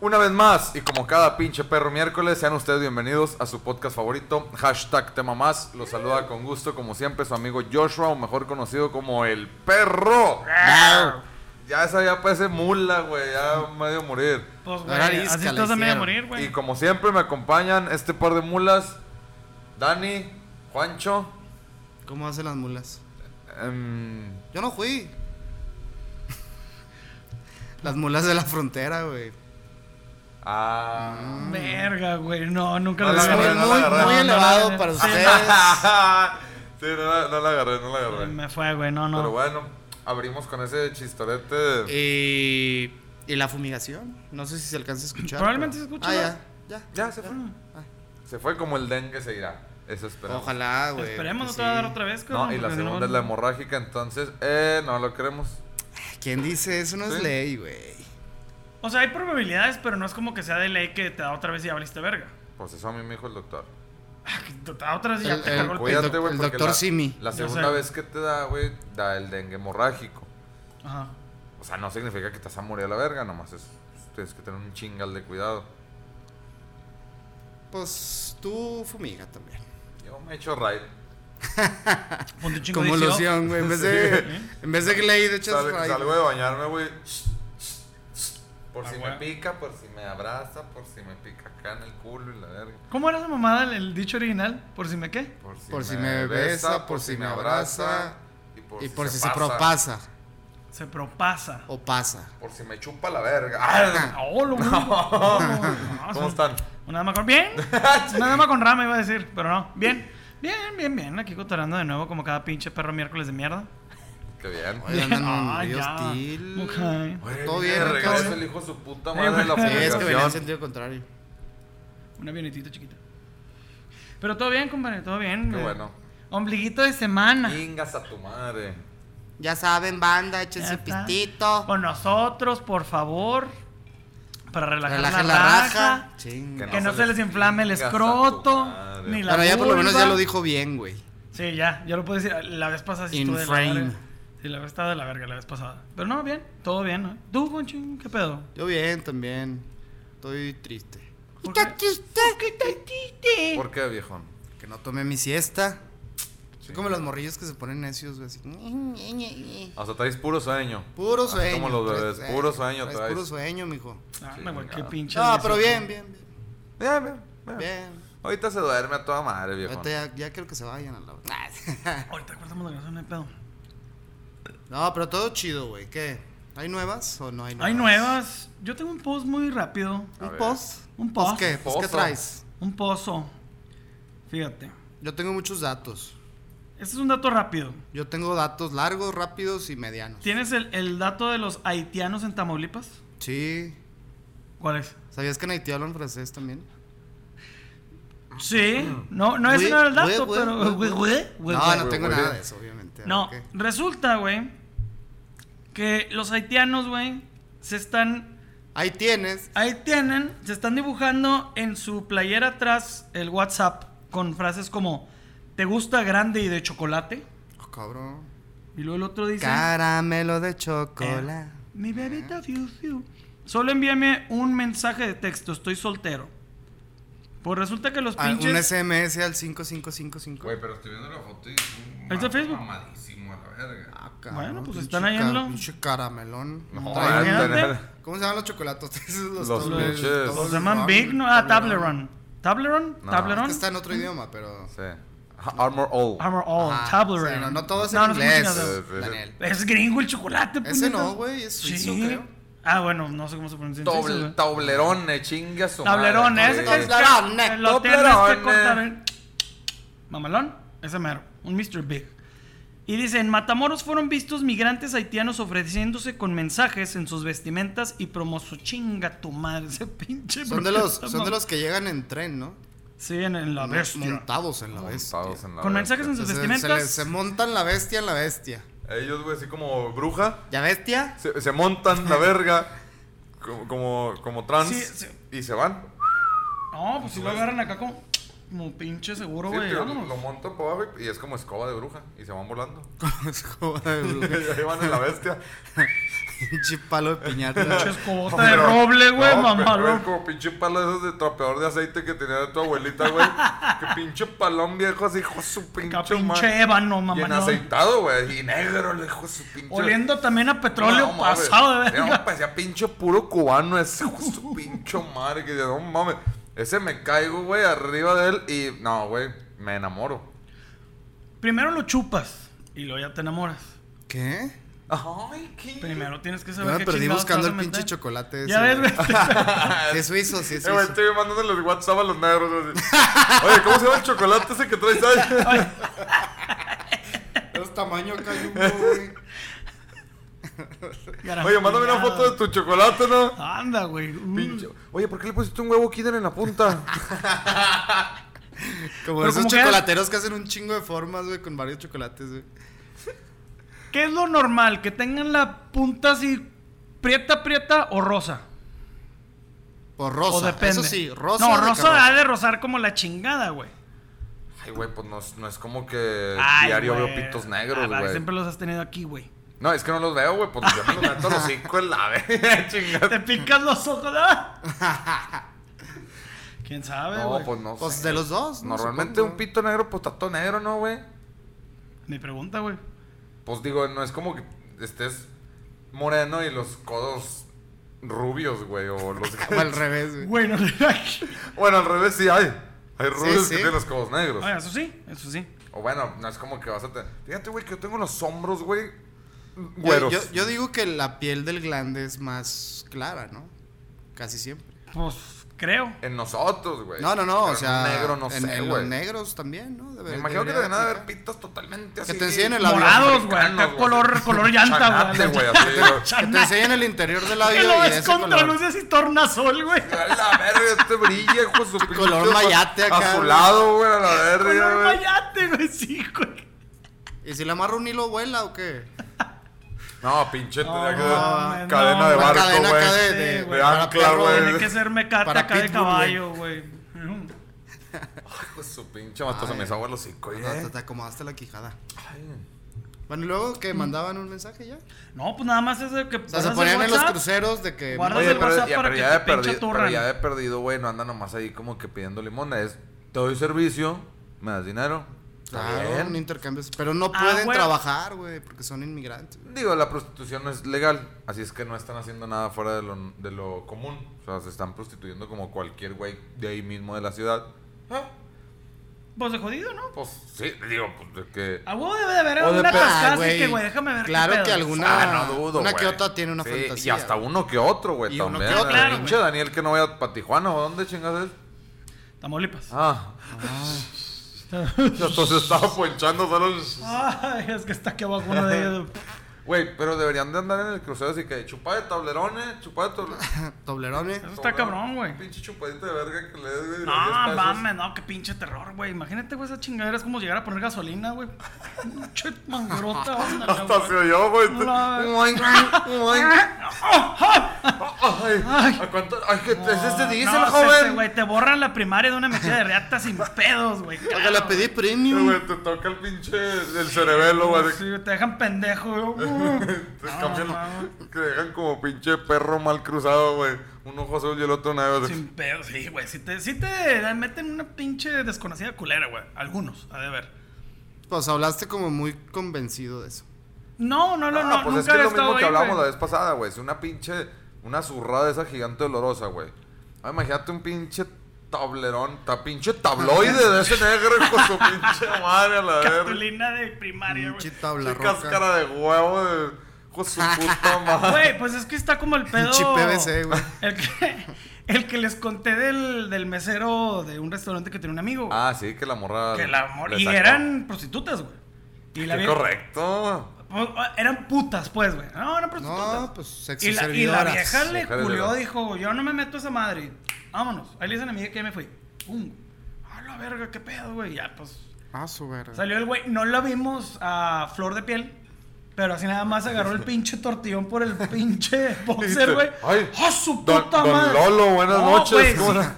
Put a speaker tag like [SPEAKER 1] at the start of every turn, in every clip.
[SPEAKER 1] Una vez más, y como cada pinche perro miércoles, sean ustedes bienvenidos a su podcast favorito, hashtag tema más. Los saluda con gusto, como siempre, su amigo Joshua, o mejor conocido como el perro.
[SPEAKER 2] Ah,
[SPEAKER 1] Ya esa ya parece mula, güey, ya medio morir.
[SPEAKER 2] Pues,
[SPEAKER 3] La
[SPEAKER 2] güey,
[SPEAKER 3] nariz
[SPEAKER 2] así
[SPEAKER 3] que le
[SPEAKER 2] estás a medio
[SPEAKER 3] hicieron.
[SPEAKER 2] morir, güey.
[SPEAKER 1] Y como siempre me acompañan este par de mulas, Dani, Juancho.
[SPEAKER 3] ¿Cómo hacen las mulas?
[SPEAKER 1] em,
[SPEAKER 3] Yo no fui. Las mulas de la frontera, güey.
[SPEAKER 1] ah.
[SPEAKER 2] Verga, güey. No, nunca
[SPEAKER 1] No
[SPEAKER 2] lo
[SPEAKER 1] la
[SPEAKER 3] Es
[SPEAKER 2] había
[SPEAKER 1] agarré,
[SPEAKER 3] muy,
[SPEAKER 1] no
[SPEAKER 2] visto.
[SPEAKER 1] la
[SPEAKER 3] muy-
[SPEAKER 1] agarré.
[SPEAKER 3] muy
[SPEAKER 1] No,
[SPEAKER 3] elevado para
[SPEAKER 2] Sí,
[SPEAKER 3] ustedes.
[SPEAKER 1] sí, no la, no la agarré, no la agarré.
[SPEAKER 2] Me fue, güey. No,
[SPEAKER 1] Pero
[SPEAKER 2] no.
[SPEAKER 1] bueno, abrimos con ese chistorete.
[SPEAKER 3] Eh. Y, y la fumigación. No sé si se alcanza a escuchar.
[SPEAKER 2] Probablemente se escuche,
[SPEAKER 3] Ah,
[SPEAKER 2] ¿no?
[SPEAKER 3] ya, ya.
[SPEAKER 1] Ya se fue. Se fue como el dengue se irá. Eso esperamos.
[SPEAKER 3] Ojalá, güey.
[SPEAKER 2] Esperemos, no
[SPEAKER 3] porque
[SPEAKER 2] te va a dar
[SPEAKER 3] sí.
[SPEAKER 2] otra vez, güey.
[SPEAKER 1] No, y la segunda es la hemorrágica, entonces, eh, no lo queremos.
[SPEAKER 3] ¿Quién dice eso? No es
[SPEAKER 1] Sí.
[SPEAKER 3] ley, güey.
[SPEAKER 2] O sea, hay probabilidades, pero no es como que sea de ley que te da otra vez y ya valiste verga.
[SPEAKER 1] Pues eso a mí me dijo el doctor.
[SPEAKER 2] Ah, que Te da otra vez y ya
[SPEAKER 3] El-
[SPEAKER 2] te
[SPEAKER 3] el-
[SPEAKER 2] cargó el
[SPEAKER 3] güey.
[SPEAKER 2] pito.
[SPEAKER 1] Cuídate,
[SPEAKER 3] doc-
[SPEAKER 1] güey,
[SPEAKER 3] el
[SPEAKER 1] porque
[SPEAKER 3] doctor
[SPEAKER 1] la,
[SPEAKER 3] Simi.
[SPEAKER 1] La
[SPEAKER 2] Yo
[SPEAKER 1] segunda
[SPEAKER 2] sé.
[SPEAKER 1] vez que te da, güey, da el dengue hemorrágico.
[SPEAKER 2] Ajá.
[SPEAKER 1] O sea, no significa que te vas a morir a la verga, nomás es. Tienes que tener un chingal de cuidado.
[SPEAKER 3] Pues tú fumiga también.
[SPEAKER 1] Yo me he hecho raid.
[SPEAKER 2] Ponte un chingo
[SPEAKER 3] Como
[SPEAKER 2] de CO.
[SPEAKER 3] loción, güey. En vez de, en vez de que le echas
[SPEAKER 1] Sal-
[SPEAKER 3] spray.
[SPEAKER 1] salgo de bañarme, güey. Por
[SPEAKER 2] Ah,
[SPEAKER 1] si me
[SPEAKER 2] güey.
[SPEAKER 1] pica, por si me abraza, por si me pica acá en el culo y la verga.
[SPEAKER 2] ¿Cómo era esa mamada el, el dicho original? Por si me qué.
[SPEAKER 1] Por si,
[SPEAKER 3] Por si me besa, por si me abraza,
[SPEAKER 1] y por
[SPEAKER 3] Y
[SPEAKER 1] si
[SPEAKER 3] por
[SPEAKER 1] pues, se
[SPEAKER 3] si se
[SPEAKER 1] pasa,
[SPEAKER 3] propasa
[SPEAKER 2] Se propasa.
[SPEAKER 3] o pasa.
[SPEAKER 1] Por si me chupa la verga. ¡Ah!
[SPEAKER 2] Oh, lo no.
[SPEAKER 1] ¿Cómo están?
[SPEAKER 2] Una dama con. Bien. Una dama con rama iba a decir, pero no. Bien. Bien, bien, bien. Aquí cotorando de nuevo como cada pinche perro miércoles de mierda.
[SPEAKER 1] Qué bien.
[SPEAKER 3] Oye, andan
[SPEAKER 2] Ah,
[SPEAKER 3] muy
[SPEAKER 2] ya.
[SPEAKER 3] hostil.
[SPEAKER 2] Ok.
[SPEAKER 1] Oye,
[SPEAKER 3] todo
[SPEAKER 1] mira,
[SPEAKER 3] bien, todo
[SPEAKER 1] Regresa
[SPEAKER 3] bien.
[SPEAKER 1] el hijo de su puta madre de la
[SPEAKER 2] Sí,
[SPEAKER 3] Sí, es que venía en
[SPEAKER 1] fumigación.
[SPEAKER 3] sentido contrario.
[SPEAKER 2] Un avionetito chiquito. Pero todo bien, compadre, todo bien.
[SPEAKER 1] Qué
[SPEAKER 2] Eh,
[SPEAKER 1] bueno.
[SPEAKER 2] Ombliguito de semana.
[SPEAKER 1] Chingas a tu madre.
[SPEAKER 3] Ya saben, banda,
[SPEAKER 2] Ya
[SPEAKER 3] échense
[SPEAKER 2] está.
[SPEAKER 3] pistito.
[SPEAKER 2] Con nosotros, por favor. Para relajar
[SPEAKER 3] Relajen
[SPEAKER 2] la, raja.
[SPEAKER 3] Chinga.
[SPEAKER 2] Que no se les inflame el
[SPEAKER 1] chingas a tu
[SPEAKER 2] escroto,
[SPEAKER 1] madre.
[SPEAKER 2] ni la-
[SPEAKER 3] Pero ya por lo menos ya
[SPEAKER 2] vulva.
[SPEAKER 3] lo dijo bien, güey.
[SPEAKER 2] Sí, ya, ya lo puedo decir. La vez pasada sí
[SPEAKER 3] In
[SPEAKER 2] estuve de
[SPEAKER 3] frame.
[SPEAKER 2] la verga. Sí, la vez estaba de la verga la vez pasada. Pero no, bien, todo bien. ¿no? ¿Tú, Conchín, qué pedo?
[SPEAKER 3] Yo bien también. Estoy triste.
[SPEAKER 2] ¿Por qué? ¿Por qué te tiste?
[SPEAKER 1] ¿Por qué, viejón?
[SPEAKER 3] Que no tomé mi siesta. Soy como los morrillos que se ponen necios, güey. Así.
[SPEAKER 1] O sea, traes puro sueño.
[SPEAKER 3] Puro
[SPEAKER 1] Así
[SPEAKER 3] sueño.
[SPEAKER 1] Como los
[SPEAKER 3] traes-
[SPEAKER 1] bebés, puro sueño
[SPEAKER 3] traes
[SPEAKER 1] traes.
[SPEAKER 3] Puro sueño, mijo.
[SPEAKER 2] Ah,
[SPEAKER 1] Sí,
[SPEAKER 2] me güey, qué
[SPEAKER 1] chingado.
[SPEAKER 2] pinche.
[SPEAKER 3] No,
[SPEAKER 2] desgracia.
[SPEAKER 3] pero bien, bien, bien.
[SPEAKER 1] Bien, bien, bien.
[SPEAKER 3] Bien.
[SPEAKER 1] Ahorita se duerme a toda madre, viejón.
[SPEAKER 3] Ahorita ya, ya quiero que se vayan a la Ah,
[SPEAKER 2] Ahorita cortamos la canción, no hay pedo.
[SPEAKER 3] No, pero todo chido, güey. ¿Qué? ¿Hay nuevas o no hay nuevas?
[SPEAKER 2] Hay nuevas. Yo tengo un post muy rápido.
[SPEAKER 1] A
[SPEAKER 3] ¿Un
[SPEAKER 1] ver.
[SPEAKER 3] post?
[SPEAKER 2] Un
[SPEAKER 3] ¿Post
[SPEAKER 2] post.
[SPEAKER 3] qué? ¿Post qué
[SPEAKER 1] Pozo.
[SPEAKER 3] traes?
[SPEAKER 2] Un pozo. Fíjate.
[SPEAKER 3] Yo tengo muchos datos.
[SPEAKER 2] Este es un dato rápido.
[SPEAKER 3] Yo tengo datos largos, rápidos y medianos.
[SPEAKER 2] ¿Tienes el, el dato de los haitianos en Tamaulipas?
[SPEAKER 3] Sí.
[SPEAKER 2] ¿Cuál es?
[SPEAKER 3] ¿Sabías que en Haití hablan francés también?
[SPEAKER 2] Sí. No, no ese
[SPEAKER 3] Güey,
[SPEAKER 2] no era el
[SPEAKER 3] güey,
[SPEAKER 2] dato,
[SPEAKER 3] güey,
[SPEAKER 2] pero.
[SPEAKER 3] güey,
[SPEAKER 2] güey,
[SPEAKER 3] güey.
[SPEAKER 2] güey, güey,
[SPEAKER 3] no,
[SPEAKER 2] güey.
[SPEAKER 3] no
[SPEAKER 1] güey,
[SPEAKER 3] tengo
[SPEAKER 1] güey.
[SPEAKER 3] nada de eso, obviamente.
[SPEAKER 2] No,
[SPEAKER 3] ¿ok?
[SPEAKER 2] resulta, güey, que los haitianos, güey, se están.
[SPEAKER 3] Ahí tienes.
[SPEAKER 2] Ahí tienen, se están dibujando en su playera atrás el WhatsApp con frases como: ¿Te gusta grande y de chocolate?
[SPEAKER 3] Oh, cabrón.
[SPEAKER 2] Y luego el otro dice:
[SPEAKER 3] Caramelo de
[SPEAKER 2] "Eh,
[SPEAKER 3] chocolate.
[SPEAKER 2] Mi bebita, fiu, fiu. Solo envíame un mensaje de texto, estoy soltero. Pues resulta que los
[SPEAKER 3] Ah,
[SPEAKER 2] pinches.
[SPEAKER 3] un SMS al 5555.
[SPEAKER 1] Güey, pero estoy viendo la foto y es un
[SPEAKER 2] Ahí está
[SPEAKER 1] ma-
[SPEAKER 2] Facebook.
[SPEAKER 1] mamadísimo a la verga.
[SPEAKER 3] Ah, cabrón,
[SPEAKER 2] Bueno, pues
[SPEAKER 3] pinche
[SPEAKER 2] están ahí en
[SPEAKER 3] ca-
[SPEAKER 2] lo-
[SPEAKER 3] Pinche caramelón.
[SPEAKER 1] No,
[SPEAKER 3] Trae un-
[SPEAKER 2] imagínate.
[SPEAKER 1] Antonella.
[SPEAKER 3] ¿Cómo se llaman los chocolates?
[SPEAKER 1] Los
[SPEAKER 3] los
[SPEAKER 1] pinches.
[SPEAKER 3] Toblerones,
[SPEAKER 2] Los llaman
[SPEAKER 3] Toblerone,
[SPEAKER 2] Big, ¿no? Ah,
[SPEAKER 3] Toblerone.
[SPEAKER 2] Tableron. ¿Tableron?
[SPEAKER 1] No.
[SPEAKER 3] Es
[SPEAKER 2] ¿Tableron?
[SPEAKER 3] que está en otro idioma, pero.
[SPEAKER 1] Sí. Ha- Armor All.
[SPEAKER 2] Armor Ah, All,
[SPEAKER 3] Ajá,
[SPEAKER 2] Tableron.
[SPEAKER 3] Ah, sí, no, no todo es
[SPEAKER 2] Oh, No,
[SPEAKER 3] en
[SPEAKER 2] no sé
[SPEAKER 3] inglés,
[SPEAKER 2] cómo chingados.
[SPEAKER 1] eh,
[SPEAKER 3] Daniel.
[SPEAKER 2] Es gringo el chocolate,
[SPEAKER 3] Ese
[SPEAKER 2] puñetas.
[SPEAKER 3] no, güey, es suizo, creo.
[SPEAKER 2] Ah, bueno, no sé cómo se pronuncia. en suizo,
[SPEAKER 1] Doble,
[SPEAKER 2] güey.
[SPEAKER 1] tablerone, chingue a su
[SPEAKER 2] Tablerón,
[SPEAKER 1] madre.
[SPEAKER 2] ese que
[SPEAKER 1] Sí.
[SPEAKER 2] es
[SPEAKER 3] Tablerón,
[SPEAKER 2] que lo tienes que
[SPEAKER 1] tablerón,
[SPEAKER 2] cortar.
[SPEAKER 1] eh.
[SPEAKER 2] en- Mamalón, ese mero, un Mr. Big. Y dice, en Matamoros fueron vistos migrantes haitianos ofreciéndose con mensajes en sus vestimentas y promoso chinga tu madre, ese pinche.
[SPEAKER 3] Son de
[SPEAKER 2] bro-
[SPEAKER 3] los, son de los que llegan en tren, ¿no?
[SPEAKER 2] Sí, en, en la
[SPEAKER 3] Mon-
[SPEAKER 2] bestia.
[SPEAKER 3] Montados en la bestia.
[SPEAKER 1] Montados en la
[SPEAKER 2] Con
[SPEAKER 1] verga.
[SPEAKER 2] mensajes en sus
[SPEAKER 3] Se- se-
[SPEAKER 2] vestimentas.
[SPEAKER 3] Se, le- se montan la bestia en la bestia.
[SPEAKER 1] Ellos, güey, así como bruja.
[SPEAKER 3] ¿Ya bestia?
[SPEAKER 1] Se, se montan la verga como, como, como trans
[SPEAKER 2] Sí, sí.
[SPEAKER 1] y se van.
[SPEAKER 2] No, pues si lo agarran acá como, como pinche seguro,
[SPEAKER 1] Sí,
[SPEAKER 2] güey.
[SPEAKER 1] pero
[SPEAKER 2] vámonos.
[SPEAKER 1] lo montan para abajo y y es como escoba de bruja y se van volando.
[SPEAKER 3] Escoba de bruja.
[SPEAKER 1] Ahí van en la bestia.
[SPEAKER 3] Pinche palo de
[SPEAKER 2] Pinche
[SPEAKER 3] piñata.
[SPEAKER 2] escobota de roble, güey,
[SPEAKER 1] no, pero es
[SPEAKER 2] mamalón.
[SPEAKER 1] como pinche palo de esos de trapeador de aceite que tenía tu abuelita, güey. que pinche palón viejo así, hijo de su
[SPEAKER 2] Acá
[SPEAKER 1] pinche
[SPEAKER 2] pinche
[SPEAKER 1] madre.
[SPEAKER 2] ébano,
[SPEAKER 1] Bien
[SPEAKER 2] mamalón.
[SPEAKER 1] aceitado, güey. Y negro, le hijo de su pinche.
[SPEAKER 2] Oliendo también a petróleo
[SPEAKER 1] No, mames.
[SPEAKER 2] pasado de
[SPEAKER 1] Era un
[SPEAKER 2] verga.
[SPEAKER 1] parecía pinche puro cubano ese, hijo de su pinche madre. Que no mames. Ese me caigo, güey, arriba de él y no, güey, me enamoro.
[SPEAKER 2] Primero lo chupas y luego ya te enamoras.
[SPEAKER 3] ¿Qué?
[SPEAKER 1] Ay, qué.
[SPEAKER 2] Primero tienes que
[SPEAKER 3] Yo
[SPEAKER 2] saber
[SPEAKER 3] me
[SPEAKER 2] qué
[SPEAKER 3] perdí
[SPEAKER 2] chingados te
[SPEAKER 3] buscando
[SPEAKER 2] vas
[SPEAKER 3] el
[SPEAKER 2] a
[SPEAKER 3] pinche
[SPEAKER 2] meter.
[SPEAKER 3] chocolate.
[SPEAKER 2] Ya ves,
[SPEAKER 3] ese,
[SPEAKER 2] güey.
[SPEAKER 3] Sí es suizo, sí es
[SPEAKER 1] Eh, güey,
[SPEAKER 3] suizo.
[SPEAKER 1] estoy mandándole los WhatsApp a los negros. así. Oye, ¿cómo se llama el chocolate ese que traes ahí?
[SPEAKER 2] Ay,
[SPEAKER 3] Es tamaño cayuco, güey.
[SPEAKER 1] Oye, mándame una
[SPEAKER 2] garantizado.
[SPEAKER 1] foto de tu chocolate, ¿no?
[SPEAKER 2] Anda, güey. Mm.
[SPEAKER 1] Pinche- Oye, ¿por qué le pusiste un huevo Kinder en la punta?
[SPEAKER 3] Como
[SPEAKER 2] Pero
[SPEAKER 3] esos
[SPEAKER 2] como que-
[SPEAKER 3] chocolateros que hacen un chingo de formas, güey, con varios chocolates, güey.
[SPEAKER 2] ¿Qué es lo normal? ¿Que tengan la punta así prieta, prieta o rosa?
[SPEAKER 3] Por
[SPEAKER 2] O
[SPEAKER 3] rosa.
[SPEAKER 2] depende.
[SPEAKER 3] Eso sí, rosa.
[SPEAKER 2] No,
[SPEAKER 3] de
[SPEAKER 2] rosa
[SPEAKER 3] cabrón.
[SPEAKER 2] ha de rozar como la chingada, güey.
[SPEAKER 1] Ay, güey, pues no, es- no es como que
[SPEAKER 3] Eh,
[SPEAKER 2] Ay,
[SPEAKER 1] diario
[SPEAKER 2] güey.
[SPEAKER 1] veo pitos
[SPEAKER 2] Ah,
[SPEAKER 1] negros,
[SPEAKER 2] vale,
[SPEAKER 1] güey.
[SPEAKER 2] Siempre los has tenido aquí, güey.
[SPEAKER 1] No, es que no los veo, güey, pues yo me los meto los cinco en la verga, chingada.
[SPEAKER 2] Te picas los ojos, ¿verdad? ¿Quién sabe,
[SPEAKER 1] No,
[SPEAKER 2] güey?
[SPEAKER 1] pues no
[SPEAKER 3] Pues
[SPEAKER 1] sé.
[SPEAKER 3] de los dos. ¿no?
[SPEAKER 1] Normalmente
[SPEAKER 3] Supongo.
[SPEAKER 1] un pito negro, pues está todo negro, ¿no, güey?
[SPEAKER 2] Mi pregunta, güey.
[SPEAKER 1] Pues digo, no es como que estés moreno y los codos rubios, güey, o los...
[SPEAKER 3] Como al revés, güey.
[SPEAKER 2] Güey, no le
[SPEAKER 1] bueno, al revés sí hay. Hay rubios
[SPEAKER 3] sí.
[SPEAKER 1] que tienen los codos negros.
[SPEAKER 2] Ah, eso sí, eso sí.
[SPEAKER 1] O bueno, no es como que vas a tener... Fíjate, güey, que yo tengo los hombros, güey,
[SPEAKER 3] Yo-
[SPEAKER 1] güeros.
[SPEAKER 3] Yo, yo digo que la piel del glande es más clara, ¿no? Casi siempre.
[SPEAKER 2] Pues creo.
[SPEAKER 1] En nosotros, güey.
[SPEAKER 3] No, no, no,
[SPEAKER 1] Pero
[SPEAKER 3] o sea.
[SPEAKER 1] en negro, no
[SPEAKER 3] en,
[SPEAKER 1] sé,
[SPEAKER 3] en
[SPEAKER 1] güey.
[SPEAKER 3] los negros también, ¿no? Debe-
[SPEAKER 1] Me imagino que
[SPEAKER 3] debería
[SPEAKER 1] deben haber
[SPEAKER 3] aplicar.
[SPEAKER 1] pitos totalmente así.
[SPEAKER 3] te enseñen el labio
[SPEAKER 2] Morados, güey.
[SPEAKER 1] africano,
[SPEAKER 2] Acá
[SPEAKER 1] güey.
[SPEAKER 2] color, color llanta,
[SPEAKER 1] Chanate,
[SPEAKER 2] güey.
[SPEAKER 1] güey, así, güey.
[SPEAKER 3] Que te enseñen el interior del labio
[SPEAKER 2] Que lo
[SPEAKER 3] y
[SPEAKER 2] ves
[SPEAKER 3] ese
[SPEAKER 2] con
[SPEAKER 3] color.
[SPEAKER 2] luces y tornasol, güey.
[SPEAKER 1] A la verga, este brilla, hijo de su pinche
[SPEAKER 3] color
[SPEAKER 1] ma-
[SPEAKER 3] mayate acá,
[SPEAKER 1] Azulado, güey, a la verga,
[SPEAKER 2] Color
[SPEAKER 1] güey.
[SPEAKER 2] mayate, güey. Sí, güey.
[SPEAKER 3] ¿Y si le amarro un hilo vuela o qué?
[SPEAKER 1] No, pinche, tenía que
[SPEAKER 2] mames,
[SPEAKER 1] ser cadena de
[SPEAKER 2] no,
[SPEAKER 3] Una
[SPEAKER 1] barco,
[SPEAKER 3] cadena acá de,
[SPEAKER 1] güey.
[SPEAKER 3] de,
[SPEAKER 2] Sí, güey,
[SPEAKER 1] De
[SPEAKER 3] para
[SPEAKER 1] ancla,
[SPEAKER 3] perro,
[SPEAKER 1] güey.
[SPEAKER 2] Tiene que ser mecate
[SPEAKER 3] Ah, Para
[SPEAKER 2] acá de
[SPEAKER 3] Pitbull,
[SPEAKER 2] caballo, güey. Mm.
[SPEAKER 1] Hijo de su pinche, hasta se me desagua el hocico,
[SPEAKER 3] Bueno,
[SPEAKER 1] ¿eh?
[SPEAKER 3] hasta te acomodaste la quijada. Bueno, y luego
[SPEAKER 1] Mm.
[SPEAKER 3] que mandaban un mensaje ya. O
[SPEAKER 2] No, pues nada más es el que
[SPEAKER 3] sea,
[SPEAKER 2] pasas
[SPEAKER 3] se
[SPEAKER 2] el
[SPEAKER 3] ponían en los
[SPEAKER 2] WhatsApp.
[SPEAKER 3] cruceros de que.
[SPEAKER 2] Guarda-
[SPEAKER 1] Oye,
[SPEAKER 2] el
[SPEAKER 1] pero,
[SPEAKER 2] WhatsApp
[SPEAKER 1] ya,
[SPEAKER 2] para
[SPEAKER 1] pero
[SPEAKER 2] que
[SPEAKER 1] ya de
[SPEAKER 2] te pinche
[SPEAKER 1] perdido, pero
[SPEAKER 2] aturran.
[SPEAKER 1] ya de perdido, güey, no anda nomás ahí como que pidiendo limón. Es, te doy servicio, me das dinero. Está
[SPEAKER 3] Claro, un
[SPEAKER 1] bien.
[SPEAKER 3] intercambio. Pero no
[SPEAKER 2] Ah,
[SPEAKER 3] pueden
[SPEAKER 2] güey.
[SPEAKER 3] trabajar, güey, porque son inmigrantes.
[SPEAKER 1] Digo, la prostitución no es legal, así es que no están haciendo nada fuera de lo, de lo común. O sea, se están prostituyendo como cualquier güey de ahí mismo de la ciudad. Ah,
[SPEAKER 2] Pues de jodido, ¿no?
[SPEAKER 1] Pues sí, digo, pues de que...
[SPEAKER 2] A huevo debe de haber
[SPEAKER 1] O de
[SPEAKER 2] alguna
[SPEAKER 1] pe-
[SPEAKER 2] cascada,
[SPEAKER 3] Ah,
[SPEAKER 2] así que, güey, déjame ver. qué
[SPEAKER 3] Claro
[SPEAKER 2] pedo.
[SPEAKER 3] que alguna.
[SPEAKER 1] Ah, no dudo,
[SPEAKER 3] Una que
[SPEAKER 1] güey.
[SPEAKER 3] otra tiene una
[SPEAKER 1] Sí,
[SPEAKER 3] fantasía.
[SPEAKER 1] Y hasta uno que otro, güey,
[SPEAKER 3] Y uno
[SPEAKER 1] también.
[SPEAKER 3] que otro,
[SPEAKER 1] El
[SPEAKER 2] claro,
[SPEAKER 1] pinche
[SPEAKER 2] güey.
[SPEAKER 1] Daniel que no vaya para Tijuana, ¿o dónde chingas es?
[SPEAKER 2] Tamaulipas.
[SPEAKER 1] Ah. Entonces estaba ponchando solo... el-
[SPEAKER 3] pues.
[SPEAKER 2] Ay, es que está aquí abajo uno de ellos.
[SPEAKER 1] Güey, pero deberían de andar en el crucero así que chupa de tablerones, chupa de tablerones.
[SPEAKER 3] Toblerones.
[SPEAKER 2] Eso está cabrón, güey.
[SPEAKER 1] Pinche chupadita de verga que le des, güey. de los 10
[SPEAKER 2] No,
[SPEAKER 1] pesos.
[SPEAKER 2] mames, no, qué pinche terror, güey. Imagínate, güey, esa chingadera es como llegar a poner gasolina, güey. Pinche mangrota, ándale,
[SPEAKER 1] Hasta
[SPEAKER 2] güey.
[SPEAKER 1] se oyó, güey.
[SPEAKER 2] La-
[SPEAKER 1] Oink, oink, oink. Ay,
[SPEAKER 2] Ay.
[SPEAKER 1] ¿a cuánto? Ay, que es este
[SPEAKER 2] No,
[SPEAKER 1] diésel,
[SPEAKER 2] no, Cece,
[SPEAKER 1] joven.
[SPEAKER 2] güey, te borran la primaria de una metida de reata sin pedos, güey.
[SPEAKER 3] Porque le pedí
[SPEAKER 1] Eh,
[SPEAKER 3] premium.
[SPEAKER 1] güey, te toca el pinche el cerebelo, güey.
[SPEAKER 2] Sí, te dejan pendejo, güey. uh,
[SPEAKER 1] Te
[SPEAKER 2] No,
[SPEAKER 1] cambian,
[SPEAKER 2] no,
[SPEAKER 1] que dejan como pinche perro mal cruzado, güey. Un ojo azul y el otro negro.
[SPEAKER 2] Sin pedos, sí, güey. Si te, si te meten una pinche desconocida culera, güey. Algunos, a de ver.
[SPEAKER 3] Pues hablaste como muy convencido de eso.
[SPEAKER 2] No, no, no,
[SPEAKER 1] Ah,
[SPEAKER 2] no.
[SPEAKER 1] pues es que
[SPEAKER 2] nunca
[SPEAKER 1] es lo
[SPEAKER 2] había
[SPEAKER 1] mismo
[SPEAKER 2] estado
[SPEAKER 1] que
[SPEAKER 2] ahí,
[SPEAKER 1] hablábamos la
[SPEAKER 2] güey.
[SPEAKER 1] vez pasada, güey. Es una pinche, una zurrada de esa gigante dolorosa, güey. Ay, imagínate un pinche tablerón, ta pinche tabloide de ese negro con su pinche madre a la verga.
[SPEAKER 2] Cartulina de primaria, güey.
[SPEAKER 3] Pinche tabla
[SPEAKER 1] Qué
[SPEAKER 3] roca.
[SPEAKER 1] cáscara de huevo de hijo de su puta madre.
[SPEAKER 2] Güey, pues es que está como el pedo.
[SPEAKER 3] Pinche PVC, güey.
[SPEAKER 2] El que, el que les conté del, del mesero de un restaurante que tiene un amigo. güey.
[SPEAKER 1] Ah, sí, que la morra.
[SPEAKER 2] que la mor-
[SPEAKER 1] le
[SPEAKER 2] Y
[SPEAKER 1] sacó.
[SPEAKER 2] eran prostitutas, güey. Y la
[SPEAKER 1] Qué
[SPEAKER 2] vie-
[SPEAKER 1] correcto.
[SPEAKER 2] Pues, Eran putas, pues, güey. No, eran prostitutas.
[SPEAKER 3] No, pues sexo
[SPEAKER 2] Y la, y la vieja le
[SPEAKER 1] Mujeres
[SPEAKER 2] culió,
[SPEAKER 1] de-
[SPEAKER 2] dijo, yo no me meto a esa madre. Vámonos. Ahí le dicen a mi hija que ya me fui. Pum. A la verga, qué pedo, güey. Ya, pues,
[SPEAKER 3] Ah, su verga.
[SPEAKER 2] salió el güey. No lo vimos a flor de piel. Pero así nada más agarró el pinche tortillón por el pinche boxer, güey.
[SPEAKER 1] Ay,
[SPEAKER 2] ¡Ah, su
[SPEAKER 1] don-
[SPEAKER 2] puta
[SPEAKER 1] don
[SPEAKER 2] madre!
[SPEAKER 1] Lolo, buenas noches,
[SPEAKER 2] güey,
[SPEAKER 1] ¿cómo
[SPEAKER 2] sí.
[SPEAKER 1] era?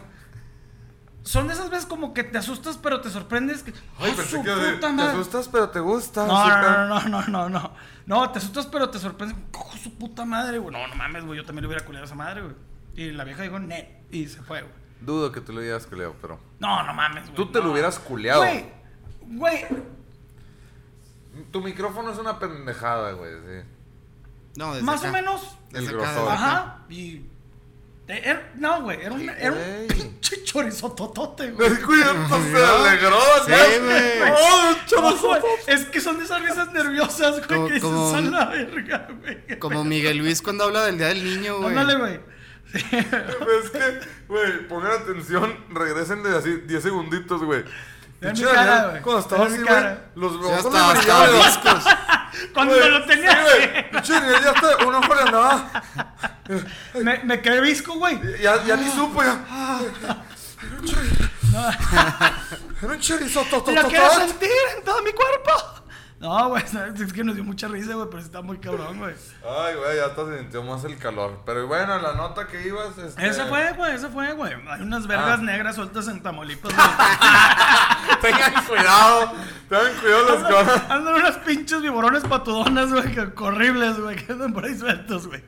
[SPEAKER 2] son de esas veces como que te asustas, pero te sorprendes que.
[SPEAKER 1] Ay,
[SPEAKER 2] ¡Ah,
[SPEAKER 1] pensé
[SPEAKER 2] su
[SPEAKER 1] que de-
[SPEAKER 2] puta
[SPEAKER 1] te
[SPEAKER 2] madre!
[SPEAKER 1] asustas, pero te gusta.
[SPEAKER 2] No,
[SPEAKER 1] sí, pero-
[SPEAKER 2] no, no, no, no, no, no. No, te asustas, pero te sorprendes. Cojo su puta madre, güey. No, no mames, güey. Yo también le hubiera culeado a esa madre, güey. Y la vieja dijo, net. Y se fue, güey.
[SPEAKER 1] Dudo que tú lo hubieras culeado, pero.
[SPEAKER 2] No, no mames, güey.
[SPEAKER 1] Tú te
[SPEAKER 2] no.
[SPEAKER 1] lo hubieras culeado.
[SPEAKER 2] Güey, güey.
[SPEAKER 1] Tu micrófono es una pendejada, güey. sí.
[SPEAKER 3] No, desde
[SPEAKER 2] Más
[SPEAKER 3] acá.
[SPEAKER 2] o menos.
[SPEAKER 1] El
[SPEAKER 3] Desde acá,
[SPEAKER 1] grosor.
[SPEAKER 3] desde acá.
[SPEAKER 2] Ajá. Y. te- era- no, güey. Era un,
[SPEAKER 1] Ay,
[SPEAKER 2] era
[SPEAKER 1] güey.
[SPEAKER 2] un pinche chorizototote, güey.
[SPEAKER 1] El cuento pues, se alegró,
[SPEAKER 3] Sí,
[SPEAKER 1] ¿no?
[SPEAKER 3] güey.
[SPEAKER 1] ¡Oh,
[SPEAKER 2] No,
[SPEAKER 1] chavos!
[SPEAKER 2] güey, es que son de esas risas nerviosas, güey,
[SPEAKER 3] Como-
[SPEAKER 2] que dices,
[SPEAKER 3] como-
[SPEAKER 2] son la verga, güey.
[SPEAKER 3] Como Miguel Luis cuando habla del Día del Niño, güey.
[SPEAKER 2] Ándale, güey. Sí.
[SPEAKER 1] Pues Es que, güey, pongan atención, regresen de así 10 segunditos, güey.
[SPEAKER 2] Vean
[SPEAKER 1] Pinche
[SPEAKER 2] mi cara,
[SPEAKER 1] Daniel,
[SPEAKER 2] güey.
[SPEAKER 1] Cuando estaba
[SPEAKER 2] Vean mi
[SPEAKER 1] así, güey,
[SPEAKER 2] cara.
[SPEAKER 1] los
[SPEAKER 3] Ya
[SPEAKER 1] ojos
[SPEAKER 3] está,
[SPEAKER 1] le
[SPEAKER 3] hasta
[SPEAKER 1] brillaban.
[SPEAKER 3] los discos.
[SPEAKER 2] Cuando
[SPEAKER 1] Güey,
[SPEAKER 2] lo tenía.
[SPEAKER 1] Sí, güey. Pinche Daniel, ya está, un ojo le andaba.
[SPEAKER 2] Me, me quedé visco, güey.
[SPEAKER 1] Ya, ya
[SPEAKER 2] Ah.
[SPEAKER 1] ni supo, ya. Ah, Era un chorizoto,
[SPEAKER 2] La quiero sentir en todo mi cuerpo. No, güey, es que nos dio mucha risa, güey, pero está muy cabrón, güey.
[SPEAKER 1] Ay, güey, ya hasta se sintió más el calor. Pero bueno, la nota que ibas. Este...
[SPEAKER 2] Ese fue, güey, ese fue, güey. Hay
[SPEAKER 1] Ah.
[SPEAKER 2] unas vergas negras sueltas en Tamaulipas,
[SPEAKER 1] Tengan cuidado, tengan cuidado las
[SPEAKER 2] güey.
[SPEAKER 1] cosas.
[SPEAKER 2] Andan unos pinches viborones patudonas, güey, que- que horribles, güey, que andan por ahí sueltos, güey.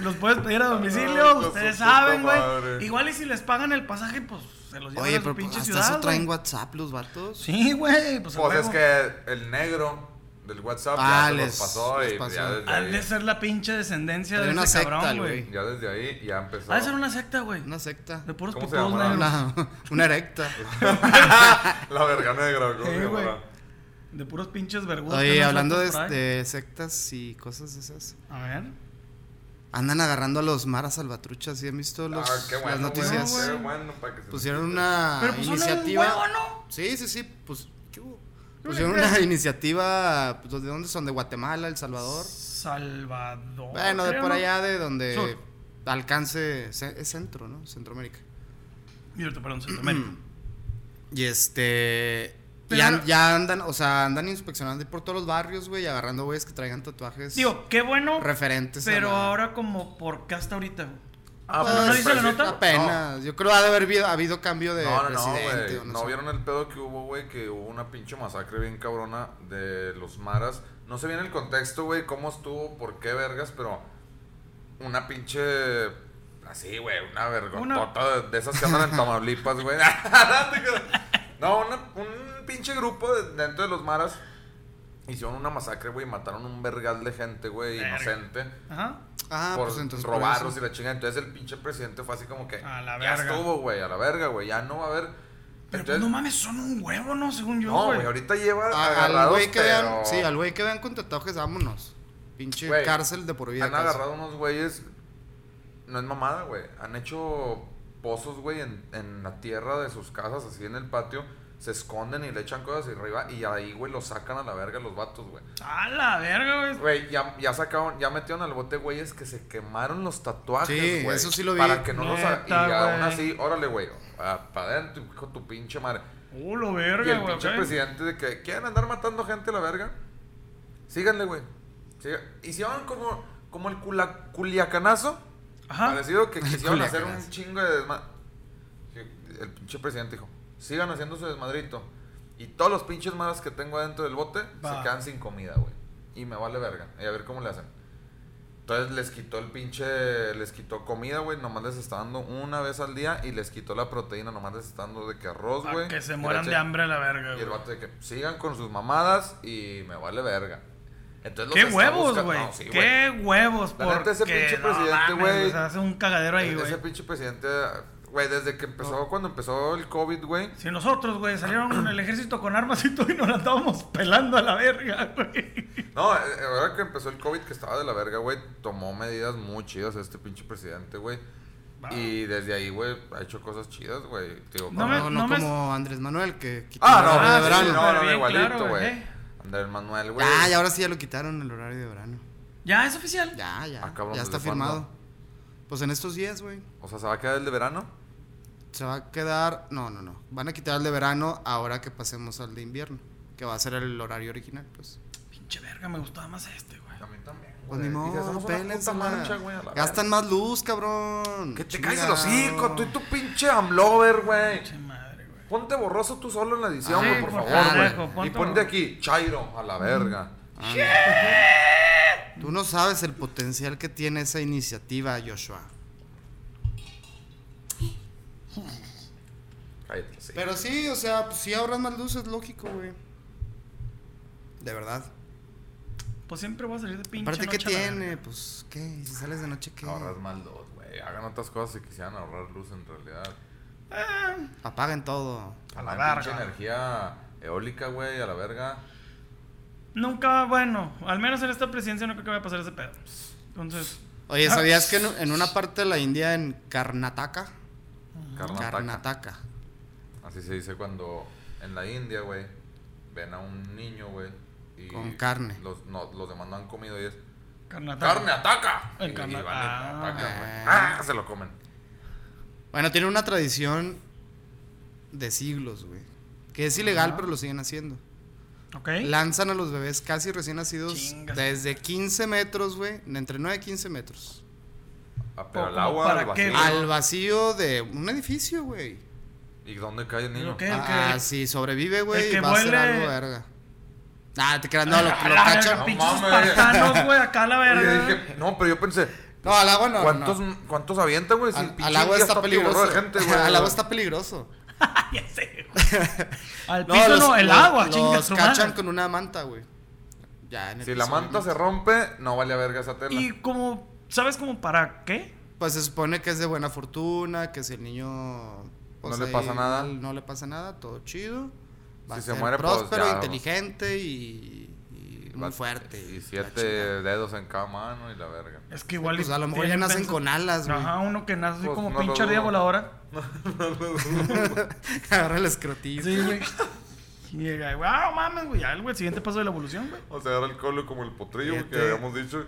[SPEAKER 2] Los puedes pedir a domicilio,
[SPEAKER 1] Ay, con
[SPEAKER 2] ustedes
[SPEAKER 1] su puta
[SPEAKER 2] saben, güey.
[SPEAKER 1] madre.
[SPEAKER 2] Igual y si les pagan el pasaje, pues se los llevan
[SPEAKER 3] Oye,
[SPEAKER 2] a su
[SPEAKER 3] pero
[SPEAKER 2] pinche
[SPEAKER 3] hasta
[SPEAKER 2] ciudad.
[SPEAKER 3] eso traen
[SPEAKER 2] güey.
[SPEAKER 3] WhatsApp los vatos.
[SPEAKER 2] Sí, güey, pues, a
[SPEAKER 1] Pues es
[SPEAKER 2] huevo.
[SPEAKER 1] que el negro del WhatsApp
[SPEAKER 3] Ah,
[SPEAKER 1] ya se
[SPEAKER 3] les-
[SPEAKER 1] los pasó
[SPEAKER 3] les
[SPEAKER 1] y
[SPEAKER 3] pasó.
[SPEAKER 1] ya desde
[SPEAKER 2] Han de
[SPEAKER 1] ahí.
[SPEAKER 2] ser la pinche descendencia
[SPEAKER 3] Trae
[SPEAKER 2] de
[SPEAKER 3] una
[SPEAKER 2] ese
[SPEAKER 3] secta,
[SPEAKER 2] cabrón,
[SPEAKER 3] güey.
[SPEAKER 2] güey.
[SPEAKER 1] Ya desde ahí ya empezó.
[SPEAKER 2] Ha de ser una secta, güey.
[SPEAKER 3] Una secta.
[SPEAKER 2] De puros
[SPEAKER 1] Pues, ¿Cómo se
[SPEAKER 2] picudos
[SPEAKER 1] llamará?
[SPEAKER 2] negros.
[SPEAKER 3] Una, una erecta.
[SPEAKER 1] La verga negra, ¿cómo se Ah,
[SPEAKER 2] Sí, güey.
[SPEAKER 1] llamará?
[SPEAKER 2] De puros pinches vergüenzas.
[SPEAKER 3] Oye, hablando de, este, de sectas y cosas de esas.
[SPEAKER 2] A ver.
[SPEAKER 3] Andan agarrando a los maras salvatruchas, ¿sí han visto los-
[SPEAKER 1] Ah, qué bueno.
[SPEAKER 3] las
[SPEAKER 1] güey,
[SPEAKER 3] noticias?
[SPEAKER 1] qué
[SPEAKER 2] güey.
[SPEAKER 1] bueno, para que se
[SPEAKER 3] Pusieron
[SPEAKER 1] nos quite.
[SPEAKER 3] una
[SPEAKER 2] Pero pues
[SPEAKER 3] ah, iniciativa.
[SPEAKER 2] son un huevo, ¿no?
[SPEAKER 3] Sí, sí, sí, pues ¿qué hubo?
[SPEAKER 2] ¿Qué
[SPEAKER 3] Pusieron
[SPEAKER 2] crees?
[SPEAKER 3] una iniciativa, pues, ¿de dónde son? ¿De Guatemala, El Salvador?
[SPEAKER 2] Salvador.
[SPEAKER 3] Bueno, de
[SPEAKER 2] creo,
[SPEAKER 3] por
[SPEAKER 2] ¿no?
[SPEAKER 3] allá de donde
[SPEAKER 2] Sur.
[SPEAKER 3] alcance, ce- es centro, ¿no? Centroamérica.
[SPEAKER 2] Mierda, perdón, Centroamérica.
[SPEAKER 3] Y este... y
[SPEAKER 2] Pero-
[SPEAKER 3] an- ya andan, o sea, andan inspeccionando ahí por todos los barrios, güey, agarrando güeyes que traigan tatuajes
[SPEAKER 2] Digo, qué bueno.
[SPEAKER 3] referentes. a
[SPEAKER 2] Pero
[SPEAKER 3] la-
[SPEAKER 2] ahora, como, ¿por qué hasta ahorita? güey?
[SPEAKER 1] Ah, pero
[SPEAKER 2] Pues, ¿no
[SPEAKER 1] el
[SPEAKER 2] dice la
[SPEAKER 1] presidente-
[SPEAKER 2] nota?
[SPEAKER 3] Apenas. Yo creo ha de haber habido, habido cambio de
[SPEAKER 1] No, no, no,
[SPEAKER 3] presidente.
[SPEAKER 1] güey.
[SPEAKER 3] o
[SPEAKER 1] No,
[SPEAKER 3] no sé.
[SPEAKER 1] vieron el pedo que hubo, güey, que hubo una pinche masacre bien cabrona de los maras. No sé bien el contexto, güey, cómo estuvo, por qué vergas, pero una pinche... Así, güey, una vergotota de, de esas que andan en Tamaulipas, güey. no, una- un pinche grupo de- dentro de los maras hicieron una masacre, güey, y mataron un vergal de gente, güey,
[SPEAKER 2] Verga.
[SPEAKER 1] inocente
[SPEAKER 2] Ajá.
[SPEAKER 3] Ah,
[SPEAKER 1] por
[SPEAKER 3] pues entonces por
[SPEAKER 1] robarlos
[SPEAKER 3] eso.
[SPEAKER 1] y la chingada. Entonces el pinche presidente fue así como que.
[SPEAKER 2] A la
[SPEAKER 1] ya
[SPEAKER 2] verga".
[SPEAKER 1] estuvo, güey, a la verga, güey. Ya no va a haber.
[SPEAKER 2] Pero
[SPEAKER 1] Entonces-
[SPEAKER 2] pues, no mames, son un huevo, ¿no? Según yo,
[SPEAKER 1] no,
[SPEAKER 2] güey.
[SPEAKER 1] güey, ahorita lleva
[SPEAKER 3] A- Ah, Al
[SPEAKER 1] agarrados,
[SPEAKER 3] güey que
[SPEAKER 1] pero-
[SPEAKER 3] vean, sí, al güey que vean con tatuajes, vámonos. Pinche
[SPEAKER 1] Güey,
[SPEAKER 3] cárcel de por vida.
[SPEAKER 1] Han
[SPEAKER 3] casi.
[SPEAKER 1] agarrado unos güeyes. No es mamada, güey. Han hecho pozos, güey, en, en la tierra de sus casas, así en el patio. Se esconden y le echan cosas hacia arriba. Y ahí, güey, los sacan a la verga los vatos, güey.
[SPEAKER 2] A la verga, güey.
[SPEAKER 1] Güey, ya, ya sacaron, ya metieron al bote güeyes que se quemaron los tatuajes,
[SPEAKER 3] Sí,
[SPEAKER 1] güey.
[SPEAKER 3] eso sí lo vi.
[SPEAKER 1] Para que no los hagan. Y
[SPEAKER 2] Neta,
[SPEAKER 1] aún
[SPEAKER 2] güey.
[SPEAKER 1] así, órale, güey. Para adentro, hijo de tu pinche madre.
[SPEAKER 2] Uh, lo
[SPEAKER 1] Y
[SPEAKER 2] verga,
[SPEAKER 1] el
[SPEAKER 2] güey.
[SPEAKER 1] pinche
[SPEAKER 2] ok.
[SPEAKER 1] presidente de que quieren andar matando gente a la verga. Síganle, güey. Siga- Hicieron como, como el cula- culiacanazo.
[SPEAKER 2] Ajá.
[SPEAKER 1] Parecido que quisieron hacer un
[SPEAKER 3] Culiacanazo.
[SPEAKER 1] chingo de desmadre. El pinche presidente dijo: sigan haciendo su desmadrito. Y todos los pinches maras que tengo adentro del bote
[SPEAKER 2] Va.
[SPEAKER 1] se quedan sin comida, güey. Y me vale verga. Y a ver cómo le hacen. Entonces les quitó el pinche. Les quitó comida, güey. Nomás les está dando una vez al día. Y les quitó la proteína. Nomás les está dando de que arroz,
[SPEAKER 2] Pa'
[SPEAKER 1] güey.
[SPEAKER 2] que se
[SPEAKER 1] y
[SPEAKER 2] mueran
[SPEAKER 1] leche.
[SPEAKER 2] de hambre a la verga,
[SPEAKER 1] Y el
[SPEAKER 2] güey.
[SPEAKER 1] vato de que sigan con sus mamadas y me vale verga. Entonces, los
[SPEAKER 2] ¡Qué
[SPEAKER 1] está
[SPEAKER 2] huevos,
[SPEAKER 1] buscando-
[SPEAKER 2] güey!
[SPEAKER 1] No, sí, güey.
[SPEAKER 2] ¡Qué huevos!
[SPEAKER 1] La neta, ese
[SPEAKER 2] porque
[SPEAKER 1] pinche
[SPEAKER 2] no
[SPEAKER 1] presidente,
[SPEAKER 2] mames,
[SPEAKER 1] güey.
[SPEAKER 2] o sea, hace un cagadero ahí,
[SPEAKER 1] E-
[SPEAKER 2] güey.
[SPEAKER 1] Ese pinche presidente, güey, desde que empezó, cuando empezó el COVID, güey.
[SPEAKER 2] Si nosotros, güey, salieron con el ejército con armas y todo y nos la estábamos pelando a la verga, güey.
[SPEAKER 1] No, eh, ahora que empezó el COVID, que estaba de la verga, güey, tomó medidas muy chidas este pinche presidente, güey.
[SPEAKER 2] Va.
[SPEAKER 1] Y desde ahí, güey, ha hecho cosas chidas, güey. Digo,
[SPEAKER 2] No
[SPEAKER 1] como-
[SPEAKER 2] me-
[SPEAKER 3] No, no
[SPEAKER 2] no me-
[SPEAKER 3] como Andrés Manuel que quitó
[SPEAKER 1] Ah,
[SPEAKER 3] el
[SPEAKER 1] no,
[SPEAKER 3] horario
[SPEAKER 2] Ah,
[SPEAKER 3] de
[SPEAKER 2] sí,
[SPEAKER 1] no,
[SPEAKER 3] verano.
[SPEAKER 1] no,
[SPEAKER 2] Súper bien,
[SPEAKER 1] igualito,
[SPEAKER 2] claro, eh.
[SPEAKER 1] güey.
[SPEAKER 2] güey.
[SPEAKER 1] Andrés Manuel, güey.
[SPEAKER 3] Ah, Ya, ya ahora sí ya lo quitaron el horario de verano.
[SPEAKER 2] Ya, es oficial.
[SPEAKER 3] Ya, ya.
[SPEAKER 1] Ah, cabrón,
[SPEAKER 3] ya está
[SPEAKER 1] ¿desde cuándo?
[SPEAKER 3] firmado. Pues en estos días, güey.
[SPEAKER 1] O sea, ¿se va a quedar el de verano?
[SPEAKER 3] Se va a quedar. No, no, no. Van a quitar el de verano ahora que pasemos al de invierno. Que va a ser el horario original, pues.
[SPEAKER 2] Pinche verga, me gustaba más este, güey.
[SPEAKER 1] A mí también,
[SPEAKER 3] Pues ni modo, pélense, la- Gastan más luz, cabrón.
[SPEAKER 1] Que te
[SPEAKER 3] Chingado.
[SPEAKER 1] caes el hocico, tú y tu pinche amlover, güey.
[SPEAKER 2] Pinche
[SPEAKER 1] Ponte borroso tú solo en la edición,
[SPEAKER 2] Sí,
[SPEAKER 1] güey, por
[SPEAKER 2] por
[SPEAKER 1] favor,
[SPEAKER 2] carajo,
[SPEAKER 1] güey.
[SPEAKER 2] ponte
[SPEAKER 1] y ponte
[SPEAKER 2] borroso.
[SPEAKER 1] aquí, Chairo, a la verga.
[SPEAKER 3] Tú no sabes el potencial que tiene esa iniciativa, Joshua.
[SPEAKER 1] Cállate, sí.
[SPEAKER 3] Pero sí, o sea, pues sí ahorras más luces, lógico, güey. De verdad.
[SPEAKER 2] Pues siempre voy a salir de pinche.
[SPEAKER 3] Aparte, ¿qué
[SPEAKER 2] noche a la verga.
[SPEAKER 3] tiene? Pues, ¿qué? Si sales de noche, ¿qué?
[SPEAKER 1] Ahorras maldad, güey. Hagan otras cosas si quisieran ahorrar luz en realidad.
[SPEAKER 3] Apaguen todo.
[SPEAKER 2] A la
[SPEAKER 1] Hagan pinche
[SPEAKER 2] verga.
[SPEAKER 1] energía eólica, güey, a la verga.
[SPEAKER 2] Nunca, bueno, al menos en esta presidencia no creo que vaya a pasar ese pedo. Entonces,
[SPEAKER 3] Oye, ¿sabías que en, en una parte de la India, en Karnataka?
[SPEAKER 1] Karnataka.
[SPEAKER 3] Karnataka.
[SPEAKER 1] Así se dice cuando en la India, güey, ven a un niño, güey. y
[SPEAKER 3] Con carne.
[SPEAKER 1] Los, no, los demás no han comido y es...
[SPEAKER 2] Karnataka.
[SPEAKER 1] ¡Carne, ataca!
[SPEAKER 2] El
[SPEAKER 1] y,
[SPEAKER 2] carne-
[SPEAKER 1] y van y
[SPEAKER 2] ah.
[SPEAKER 1] atacan, güey.
[SPEAKER 3] Ah.
[SPEAKER 1] ¡Ah! Se lo comen.
[SPEAKER 3] Bueno, tiene una tradición de siglos, güey. Que es ilegal, pero lo siguen haciendo.
[SPEAKER 2] Ok.
[SPEAKER 3] Lanzan a los bebés casi recién nacidos
[SPEAKER 2] Chingas.
[SPEAKER 3] desde 15 metros, güey. de Entre 9 y 15 metros.
[SPEAKER 1] Ah, pero el
[SPEAKER 2] ¿Cómo
[SPEAKER 1] agua,
[SPEAKER 2] para
[SPEAKER 1] el
[SPEAKER 2] qué,
[SPEAKER 1] vacío.
[SPEAKER 2] güey?
[SPEAKER 3] Al vacío de un edificio, güey.
[SPEAKER 1] ¿Y dónde cae el niño?
[SPEAKER 2] ¿Pero qué? El
[SPEAKER 3] Ah,
[SPEAKER 2] que-
[SPEAKER 3] si sobrevive, güey,
[SPEAKER 2] el que
[SPEAKER 3] va a ser
[SPEAKER 2] huele-
[SPEAKER 3] algo verga. Ah, te creas, no, lo, lo
[SPEAKER 2] A la verga,
[SPEAKER 3] cachan.
[SPEAKER 2] pinches
[SPEAKER 1] No mames.
[SPEAKER 2] espartanos, güey, acá a la
[SPEAKER 1] Oye,
[SPEAKER 2] verga.
[SPEAKER 1] dije, no, pero yo pensé,
[SPEAKER 3] No, al agua no.
[SPEAKER 1] ¿cuántos,
[SPEAKER 3] no.
[SPEAKER 1] ¿cuántos avientan, güey? Si el
[SPEAKER 3] Al,
[SPEAKER 1] pinche
[SPEAKER 3] al agua
[SPEAKER 1] India
[SPEAKER 3] está
[SPEAKER 1] atiborrado
[SPEAKER 3] peligroso.
[SPEAKER 1] de gente, güey.
[SPEAKER 3] al agua está peligroso.
[SPEAKER 2] ya sé, güey. Al piso no, el
[SPEAKER 3] los-
[SPEAKER 2] agua,
[SPEAKER 3] Los,
[SPEAKER 2] chinga su madre.
[SPEAKER 3] cachan con una manta, güey. Ya, en el
[SPEAKER 1] Si la
[SPEAKER 3] piso,
[SPEAKER 1] manta se
[SPEAKER 3] obviamente.
[SPEAKER 1] rompe, no vale a verga esa tela.
[SPEAKER 2] Y como, ¿sabes como para qué?
[SPEAKER 3] Pues se supone que es de buena fortuna, que si el niño. pues,
[SPEAKER 1] No le pasa nada.
[SPEAKER 3] No le pasa nada, todo chido. Va
[SPEAKER 1] Si
[SPEAKER 3] a
[SPEAKER 1] se
[SPEAKER 3] ser
[SPEAKER 1] muere, pues,
[SPEAKER 3] próspero,
[SPEAKER 1] ya. pues.
[SPEAKER 3] inteligente y, y
[SPEAKER 1] Va-
[SPEAKER 3] muy fuerte.
[SPEAKER 1] Y
[SPEAKER 3] la chingada.
[SPEAKER 1] siete dedos en cada mano y la verga.
[SPEAKER 2] Es que igual.
[SPEAKER 3] Pues
[SPEAKER 2] y
[SPEAKER 3] a lo mejor ya
[SPEAKER 2] tienen
[SPEAKER 3] nacen
[SPEAKER 2] pensas-
[SPEAKER 3] con alas, güey.
[SPEAKER 2] Ajá, uno que nace así
[SPEAKER 1] Pues
[SPEAKER 2] como
[SPEAKER 1] no lo
[SPEAKER 2] pinche ardilla
[SPEAKER 1] dudo.
[SPEAKER 2] voladora.
[SPEAKER 3] Agarra el escrotismo.
[SPEAKER 2] Sí, güey. Y llega, güey, ah, mames, güey, ya, güey, el siguiente paso de la evolución, güey.
[SPEAKER 1] O sea, agarra el colo como el potrillo güey, que
[SPEAKER 3] Fíjate.
[SPEAKER 1] habíamos dicho.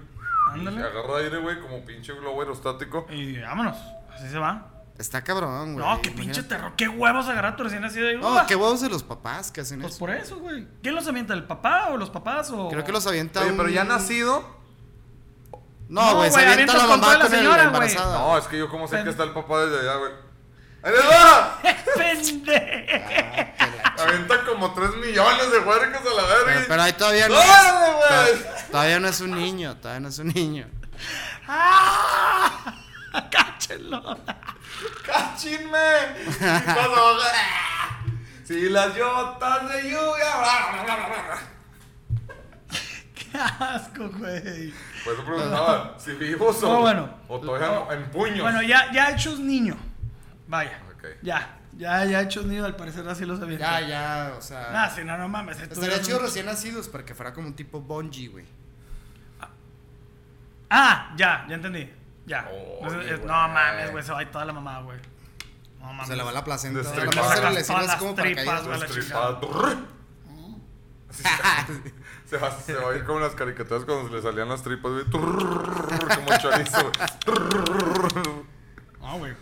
[SPEAKER 2] Ándale.
[SPEAKER 1] Y agarra aire, güey, como pinche globo aerostático.
[SPEAKER 2] Y vámonos, así se va.
[SPEAKER 3] Está cabrón, güey.
[SPEAKER 2] No, qué
[SPEAKER 3] imagínate.
[SPEAKER 2] pinche terror, qué huevos agarrar a tu recién nacido. y,
[SPEAKER 3] No,
[SPEAKER 2] ¡ah!
[SPEAKER 3] qué huevos de los papás que hacen
[SPEAKER 2] Pues
[SPEAKER 3] eso.
[SPEAKER 2] por eso, güey. ¿Quién los avienta? ¿El papá o los papás? O...
[SPEAKER 3] Creo que los avienta
[SPEAKER 1] Oye, pero ya
[SPEAKER 3] un-
[SPEAKER 1] nacido.
[SPEAKER 3] No,
[SPEAKER 2] No,
[SPEAKER 3] güey, se
[SPEAKER 2] güey,
[SPEAKER 3] avienta
[SPEAKER 2] avientas
[SPEAKER 3] la
[SPEAKER 2] con
[SPEAKER 3] mamá
[SPEAKER 2] toda la
[SPEAKER 3] con el
[SPEAKER 2] señora,
[SPEAKER 3] embarazada.
[SPEAKER 1] No, es que yo como sé que
[SPEAKER 2] Pen-
[SPEAKER 1] está el papá desde allá, güey. ¡Ahí les va!
[SPEAKER 2] ¡Pendejo!
[SPEAKER 1] Avienta como 3 millones de huercas a la verga.
[SPEAKER 3] Pero, pero ahí todavía no.
[SPEAKER 1] ¡Órale, güey!
[SPEAKER 3] to- Todavía no es un niño, todavía no es un niño.
[SPEAKER 2] ¡Ah! ¡Cáchenlo!
[SPEAKER 1] ¡Cachinme! Y pasó, ¡ah! Si las llotas de lluvia.
[SPEAKER 2] ¡Qué asco, güey!
[SPEAKER 1] Por Pues eso preguntaba si vivos o,
[SPEAKER 2] No, bueno.
[SPEAKER 1] o todavía no, en puños.
[SPEAKER 2] Bueno, ya, ya hechos niño. Vaya.
[SPEAKER 1] Ok.
[SPEAKER 2] Ya, ya, ya hechos niño, al parecer así los avienta.
[SPEAKER 3] Ya, ya, o sea.
[SPEAKER 2] Nah, si no, no mames. si tú
[SPEAKER 3] estaría
[SPEAKER 2] Pues eres
[SPEAKER 3] chido
[SPEAKER 2] un-
[SPEAKER 3] recién nacidos para que fuera como un tipo bungee, güey.
[SPEAKER 2] Ah, ya, ya entendí. Ya.
[SPEAKER 1] Oye,
[SPEAKER 3] Oh,
[SPEAKER 2] No es- es-
[SPEAKER 1] güey.
[SPEAKER 2] no mames, güey, se va ahí toda la mamá, güey. No mames.
[SPEAKER 3] Se le va la placenta.
[SPEAKER 1] Destripado.
[SPEAKER 3] A lo mejor se le
[SPEAKER 2] Sacas
[SPEAKER 3] lesiona
[SPEAKER 2] todas
[SPEAKER 3] así como
[SPEAKER 2] las tripas,
[SPEAKER 3] paracaídas,
[SPEAKER 2] güey.
[SPEAKER 3] güey.
[SPEAKER 1] Destripado. Mm. Así se- Se va, se va a ir como en las caricaturas cuando se le salían las tripas, güey. Como chorizo, güey.
[SPEAKER 2] No, güey.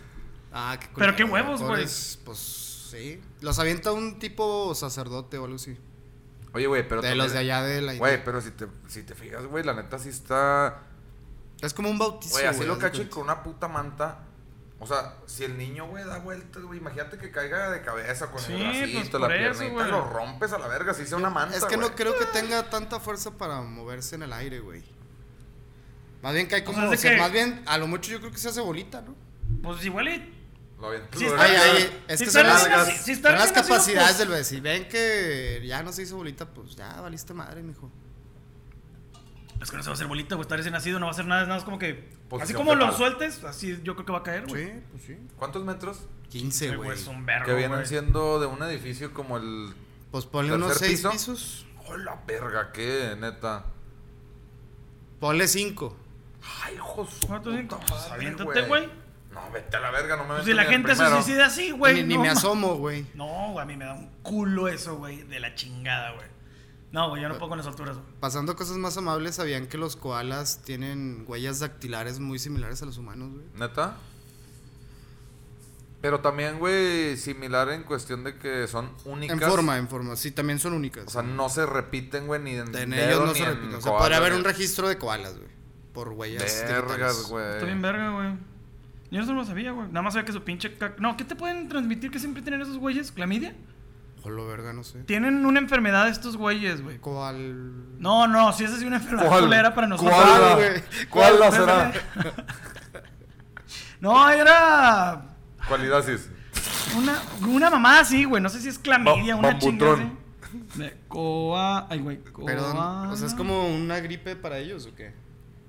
[SPEAKER 3] Ah, qué
[SPEAKER 2] Pero qué
[SPEAKER 3] culero,
[SPEAKER 2] huevos, güey.
[SPEAKER 3] pobres, Pues sí. Los avienta un tipo sacerdote o algo así.
[SPEAKER 1] Oye, güey, pero.
[SPEAKER 3] De
[SPEAKER 1] también-
[SPEAKER 3] los de allá de la India.
[SPEAKER 1] Güey, pero si te, si te fijas, güey, la neta sí está.
[SPEAKER 3] Es como un bautizo.
[SPEAKER 1] Güey, así
[SPEAKER 3] güey,
[SPEAKER 1] lo
[SPEAKER 3] haz de
[SPEAKER 1] cacho y
[SPEAKER 3] cuenta.
[SPEAKER 1] con una puta manta. O sea, si el niño, güey, da vueltas, güey, imagínate que caiga de cabeza con el
[SPEAKER 2] Sí,
[SPEAKER 1] bracito,
[SPEAKER 2] pues,
[SPEAKER 1] la
[SPEAKER 2] por eso,
[SPEAKER 1] piernita,
[SPEAKER 2] güey.
[SPEAKER 1] lo rompes a la verga, si sea una manta,
[SPEAKER 3] Es que
[SPEAKER 1] güey.
[SPEAKER 3] no creo que tenga tanta fuerza para moverse en el aire, güey. Más bien cae
[SPEAKER 2] sea,
[SPEAKER 3] como.
[SPEAKER 2] es de
[SPEAKER 3] o sea,
[SPEAKER 2] que-
[SPEAKER 3] Más bien, a lo mucho yo creo que se hace bolita, ¿no?
[SPEAKER 2] Pues igual y
[SPEAKER 1] Lo avientas,
[SPEAKER 2] Sí,
[SPEAKER 1] lo
[SPEAKER 2] está-
[SPEAKER 3] Ay,
[SPEAKER 1] avientas.
[SPEAKER 3] ay, es
[SPEAKER 2] Si
[SPEAKER 3] que
[SPEAKER 2] está
[SPEAKER 3] son las,
[SPEAKER 1] recién nacido,
[SPEAKER 3] son
[SPEAKER 2] si está
[SPEAKER 3] las
[SPEAKER 2] recién nacido,
[SPEAKER 3] capacidades
[SPEAKER 2] pues-
[SPEAKER 3] del bebé. Si ven que ya no se hizo bolita, pues ya valiste madre, mijo.
[SPEAKER 2] pues, Es que no se va a hacer bolita, güey. Estar recién nacido, no va a hacer nada. Es nada más como que.
[SPEAKER 1] Posición
[SPEAKER 2] así como lo
[SPEAKER 1] fetal.
[SPEAKER 2] sueltes, así yo creo que va a caer, güey.
[SPEAKER 3] Pues Sí, pues sí.
[SPEAKER 1] ¿Cuántos metros?
[SPEAKER 3] 15,
[SPEAKER 2] Ese
[SPEAKER 3] güey.
[SPEAKER 2] güey es un vergo.
[SPEAKER 1] Que vienen
[SPEAKER 2] güey.
[SPEAKER 1] siendo de un edificio como el.
[SPEAKER 3] Pues ponle unos
[SPEAKER 1] ¿Tercer
[SPEAKER 3] 6
[SPEAKER 1] piso?
[SPEAKER 3] pisos.
[SPEAKER 1] ¡Oh, la verga! ¿Qué, neta?
[SPEAKER 3] Ponle 5.
[SPEAKER 1] ¡Ay, hijo de su
[SPEAKER 2] ¿Cuántos
[SPEAKER 1] puta
[SPEAKER 2] cinco?
[SPEAKER 1] madre,
[SPEAKER 2] Aviéntate, güey.
[SPEAKER 1] No, vete a la verga, no me
[SPEAKER 2] Pues
[SPEAKER 1] metas
[SPEAKER 2] si la
[SPEAKER 1] ni en el
[SPEAKER 2] gente se
[SPEAKER 1] primero.
[SPEAKER 2] suicida así,
[SPEAKER 3] ni
[SPEAKER 2] güey.
[SPEAKER 3] ni
[SPEAKER 2] no
[SPEAKER 3] me
[SPEAKER 2] ma-
[SPEAKER 3] asomo, güey.
[SPEAKER 2] No, güey, a mí me da un culo eso, güey. De la chingada, güey. No, güey, yo no puedo con las alturas, güey.
[SPEAKER 3] Pasando cosas más amables, sabían que los koalas tienen huellas dactilares muy similares a los humanos, güey.
[SPEAKER 1] ¿Neta? Pero también, güey, similar en cuestión de que son únicas.
[SPEAKER 3] En forma, en forma. Sí, también son únicas.
[SPEAKER 1] O sea, no se repiten, güey, ni en
[SPEAKER 3] en
[SPEAKER 1] dedo,
[SPEAKER 3] ellos no
[SPEAKER 1] ni
[SPEAKER 3] se
[SPEAKER 1] en
[SPEAKER 3] repiten. O sea,
[SPEAKER 1] koala,
[SPEAKER 3] podría haber
[SPEAKER 1] güey.
[SPEAKER 3] un registro de koalas, güey. Por huellas. digitales.
[SPEAKER 1] Vergas,
[SPEAKER 2] Estoy bien
[SPEAKER 1] güey.
[SPEAKER 2] verga, güey. Yo eso no lo sabía, güey. Nada más sabía que su pinche. cac- No, ¿qué te pueden transmitir que siempre tienen esos güeyes? ¿Clamidia?
[SPEAKER 3] O lo verga, no sé.
[SPEAKER 2] Tienen una enfermedad estos güeyes, güey.
[SPEAKER 3] ¿Cuál?
[SPEAKER 2] No, no, si esa es una enfermedad culera para nosotros.
[SPEAKER 1] ¿Cuál,
[SPEAKER 3] Ah,
[SPEAKER 1] la-
[SPEAKER 3] güey.
[SPEAKER 1] ¿Cuál la
[SPEAKER 2] Pero-
[SPEAKER 1] será?
[SPEAKER 2] no, era.
[SPEAKER 1] Cualidasis.
[SPEAKER 2] Una, una mamá así, güey. No sé si es clamidia,
[SPEAKER 1] Ba-
[SPEAKER 2] una chingada.
[SPEAKER 1] bambutrón.
[SPEAKER 2] así. De Coa. Ay, güey. Coa.
[SPEAKER 3] Perdón. O sea, es como una gripe para ellos, ¿o qué?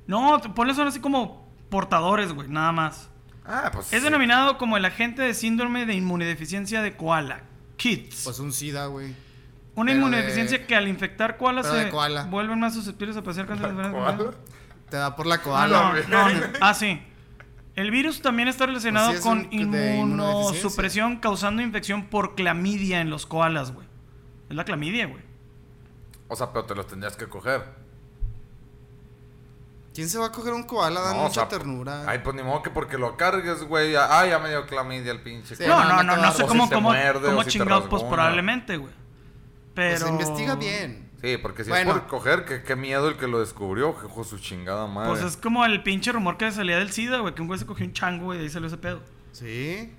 [SPEAKER 2] No, t- ponle son así como portadores, güey, nada más.
[SPEAKER 1] Ah, pues.
[SPEAKER 2] Es
[SPEAKER 1] sí.
[SPEAKER 2] denominado como el agente de síndrome de inmunodeficiencia de koala. KIDS.
[SPEAKER 3] Pues un SIDA, güey.
[SPEAKER 2] una
[SPEAKER 3] pero
[SPEAKER 2] inmunodeficiencia
[SPEAKER 3] de-
[SPEAKER 2] que al infectar koalas
[SPEAKER 3] pero de
[SPEAKER 2] se
[SPEAKER 3] koala.
[SPEAKER 2] vuelven más susceptibles a padecer cáncer de enfermedades
[SPEAKER 1] ¿Cuál?
[SPEAKER 2] koala.
[SPEAKER 3] Te da por la
[SPEAKER 2] Ah,
[SPEAKER 3] koala,
[SPEAKER 2] no,
[SPEAKER 3] güey.
[SPEAKER 2] no, no. Ah, sí. El virus también está relacionado
[SPEAKER 3] Pues sí, es
[SPEAKER 2] con
[SPEAKER 3] un- de inmunodeficiencia.
[SPEAKER 2] inmunosupresión causando infección por clamidia en los koalas, güey. Es la clamidia, güey.
[SPEAKER 1] O sea, pero te los tendrías que coger.
[SPEAKER 3] ¿Quién se va a coger un koala? Dan
[SPEAKER 1] No, o
[SPEAKER 3] Ah, mucha
[SPEAKER 1] sea,
[SPEAKER 3] ternura.
[SPEAKER 1] Ay, pues ni modo que porque lo cargues, güey. ya- Ay, ya me dio clamidia el pinche.
[SPEAKER 3] Sí,
[SPEAKER 1] cola.
[SPEAKER 2] No,
[SPEAKER 3] no,
[SPEAKER 2] no,
[SPEAKER 3] no
[SPEAKER 2] no,
[SPEAKER 3] te
[SPEAKER 2] no
[SPEAKER 3] va-
[SPEAKER 2] sé
[SPEAKER 1] o si
[SPEAKER 2] cómo,
[SPEAKER 1] te
[SPEAKER 2] cómo,
[SPEAKER 1] muerde,
[SPEAKER 2] cómo
[SPEAKER 1] o si te
[SPEAKER 2] chingados, pues
[SPEAKER 1] rasguña.
[SPEAKER 2] probablemente, güey.
[SPEAKER 3] Pues
[SPEAKER 2] Pero.
[SPEAKER 3] investiga bien.
[SPEAKER 1] Sí, porque si
[SPEAKER 3] Bueno.
[SPEAKER 1] es por coger, que- qué miedo el que lo descubrió, que hijo de su chingada madre.
[SPEAKER 2] Pues es como el pinche rumor que salía del SIDA, güey, que un güey se cogió un chango güey, y de ahí salió ese pedo.
[SPEAKER 3] Sí.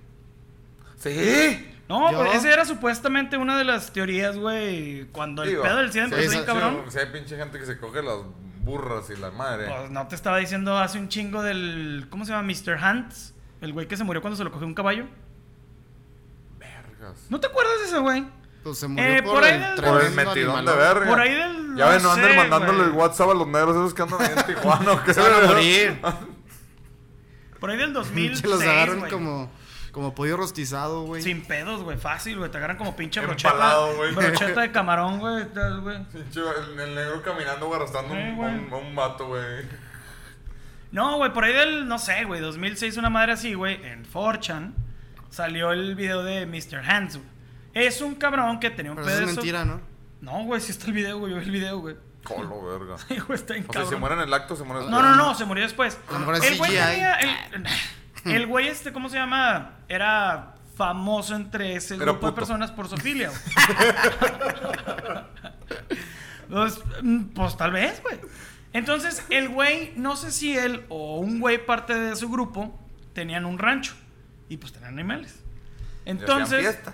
[SPEAKER 1] Sí.
[SPEAKER 2] No,
[SPEAKER 3] Yo-
[SPEAKER 2] pues esa era supuestamente una de las teorías, güey, cuando el
[SPEAKER 1] Digo,
[SPEAKER 2] pedo del SIDA
[SPEAKER 3] sí,
[SPEAKER 2] empezó
[SPEAKER 3] esa-
[SPEAKER 2] bien cabrón.
[SPEAKER 1] Si hay pinche gente que se coge las burras y la madre.
[SPEAKER 2] Pues no te estaba diciendo hace un chingo del. ¿Cómo se llama? Mr. Hans. El güey que se murió cuando se lo cogió un caballo.
[SPEAKER 1] Vergas.
[SPEAKER 2] ¿No te acuerdas de ese güey?
[SPEAKER 3] Pues se murió
[SPEAKER 2] Eh,
[SPEAKER 3] por,
[SPEAKER 2] por ahí
[SPEAKER 3] el
[SPEAKER 2] del-
[SPEAKER 1] Por el
[SPEAKER 3] tremendo
[SPEAKER 1] metidón de
[SPEAKER 3] animalón.
[SPEAKER 1] verga.
[SPEAKER 2] Por ahí del-
[SPEAKER 1] Ya ven, no
[SPEAKER 2] no
[SPEAKER 1] anden
[SPEAKER 2] sé,
[SPEAKER 1] mandándole
[SPEAKER 2] güey.
[SPEAKER 1] el WhatsApp a los negros esos que andan ahí en Tijuana. ¿o qué? Ah,
[SPEAKER 3] Se van a morir.
[SPEAKER 2] Por ahí del 2006.
[SPEAKER 3] Pinche los agarran
[SPEAKER 2] güey.
[SPEAKER 3] como, como pollo rostizado, güey.
[SPEAKER 2] Sin pedos, güey. Fácil, güey. Te agarran como pinche
[SPEAKER 1] Empalado,
[SPEAKER 2] brocheta.
[SPEAKER 1] güey.
[SPEAKER 2] Brocheta de camarón, güey. tal, güey.
[SPEAKER 1] Pinche, el, el negro caminando, güey, arrastrando
[SPEAKER 2] Sí,
[SPEAKER 1] un,
[SPEAKER 2] güey.
[SPEAKER 1] un, un mato, güey.
[SPEAKER 2] No, güey. Por ahí del. No sé, güey. 2006, una madre así, güey. En 4chan salió el video de Mr. Hans, güey. Es un cabrón que tenía un
[SPEAKER 3] Pero
[SPEAKER 2] pedo.
[SPEAKER 3] eso es
[SPEAKER 2] de esos-
[SPEAKER 3] mentira, ¿no?
[SPEAKER 2] No, güey. Sí está el video, güey. Yo vi el video, güey.
[SPEAKER 1] Colo, verga.
[SPEAKER 2] Sí, güey, está en
[SPEAKER 1] O sea, si
[SPEAKER 2] cabrón.
[SPEAKER 1] se mueren en el acto, se mueren
[SPEAKER 2] No, no, no, se murió después.
[SPEAKER 3] A lo mejor es
[SPEAKER 2] El güey
[SPEAKER 3] CGI.
[SPEAKER 2] tenía. El, el güey, este, ¿cómo se llama? Era famoso entre ese
[SPEAKER 1] Era
[SPEAKER 2] grupo de
[SPEAKER 1] puto.
[SPEAKER 2] personas por sofilia. pues, mm, pues, tal vez, güey. Entonces, el güey, no sé si él o un güey parte de su grupo tenían un rancho y pues tenían animales. Entonces,
[SPEAKER 1] Fiestas,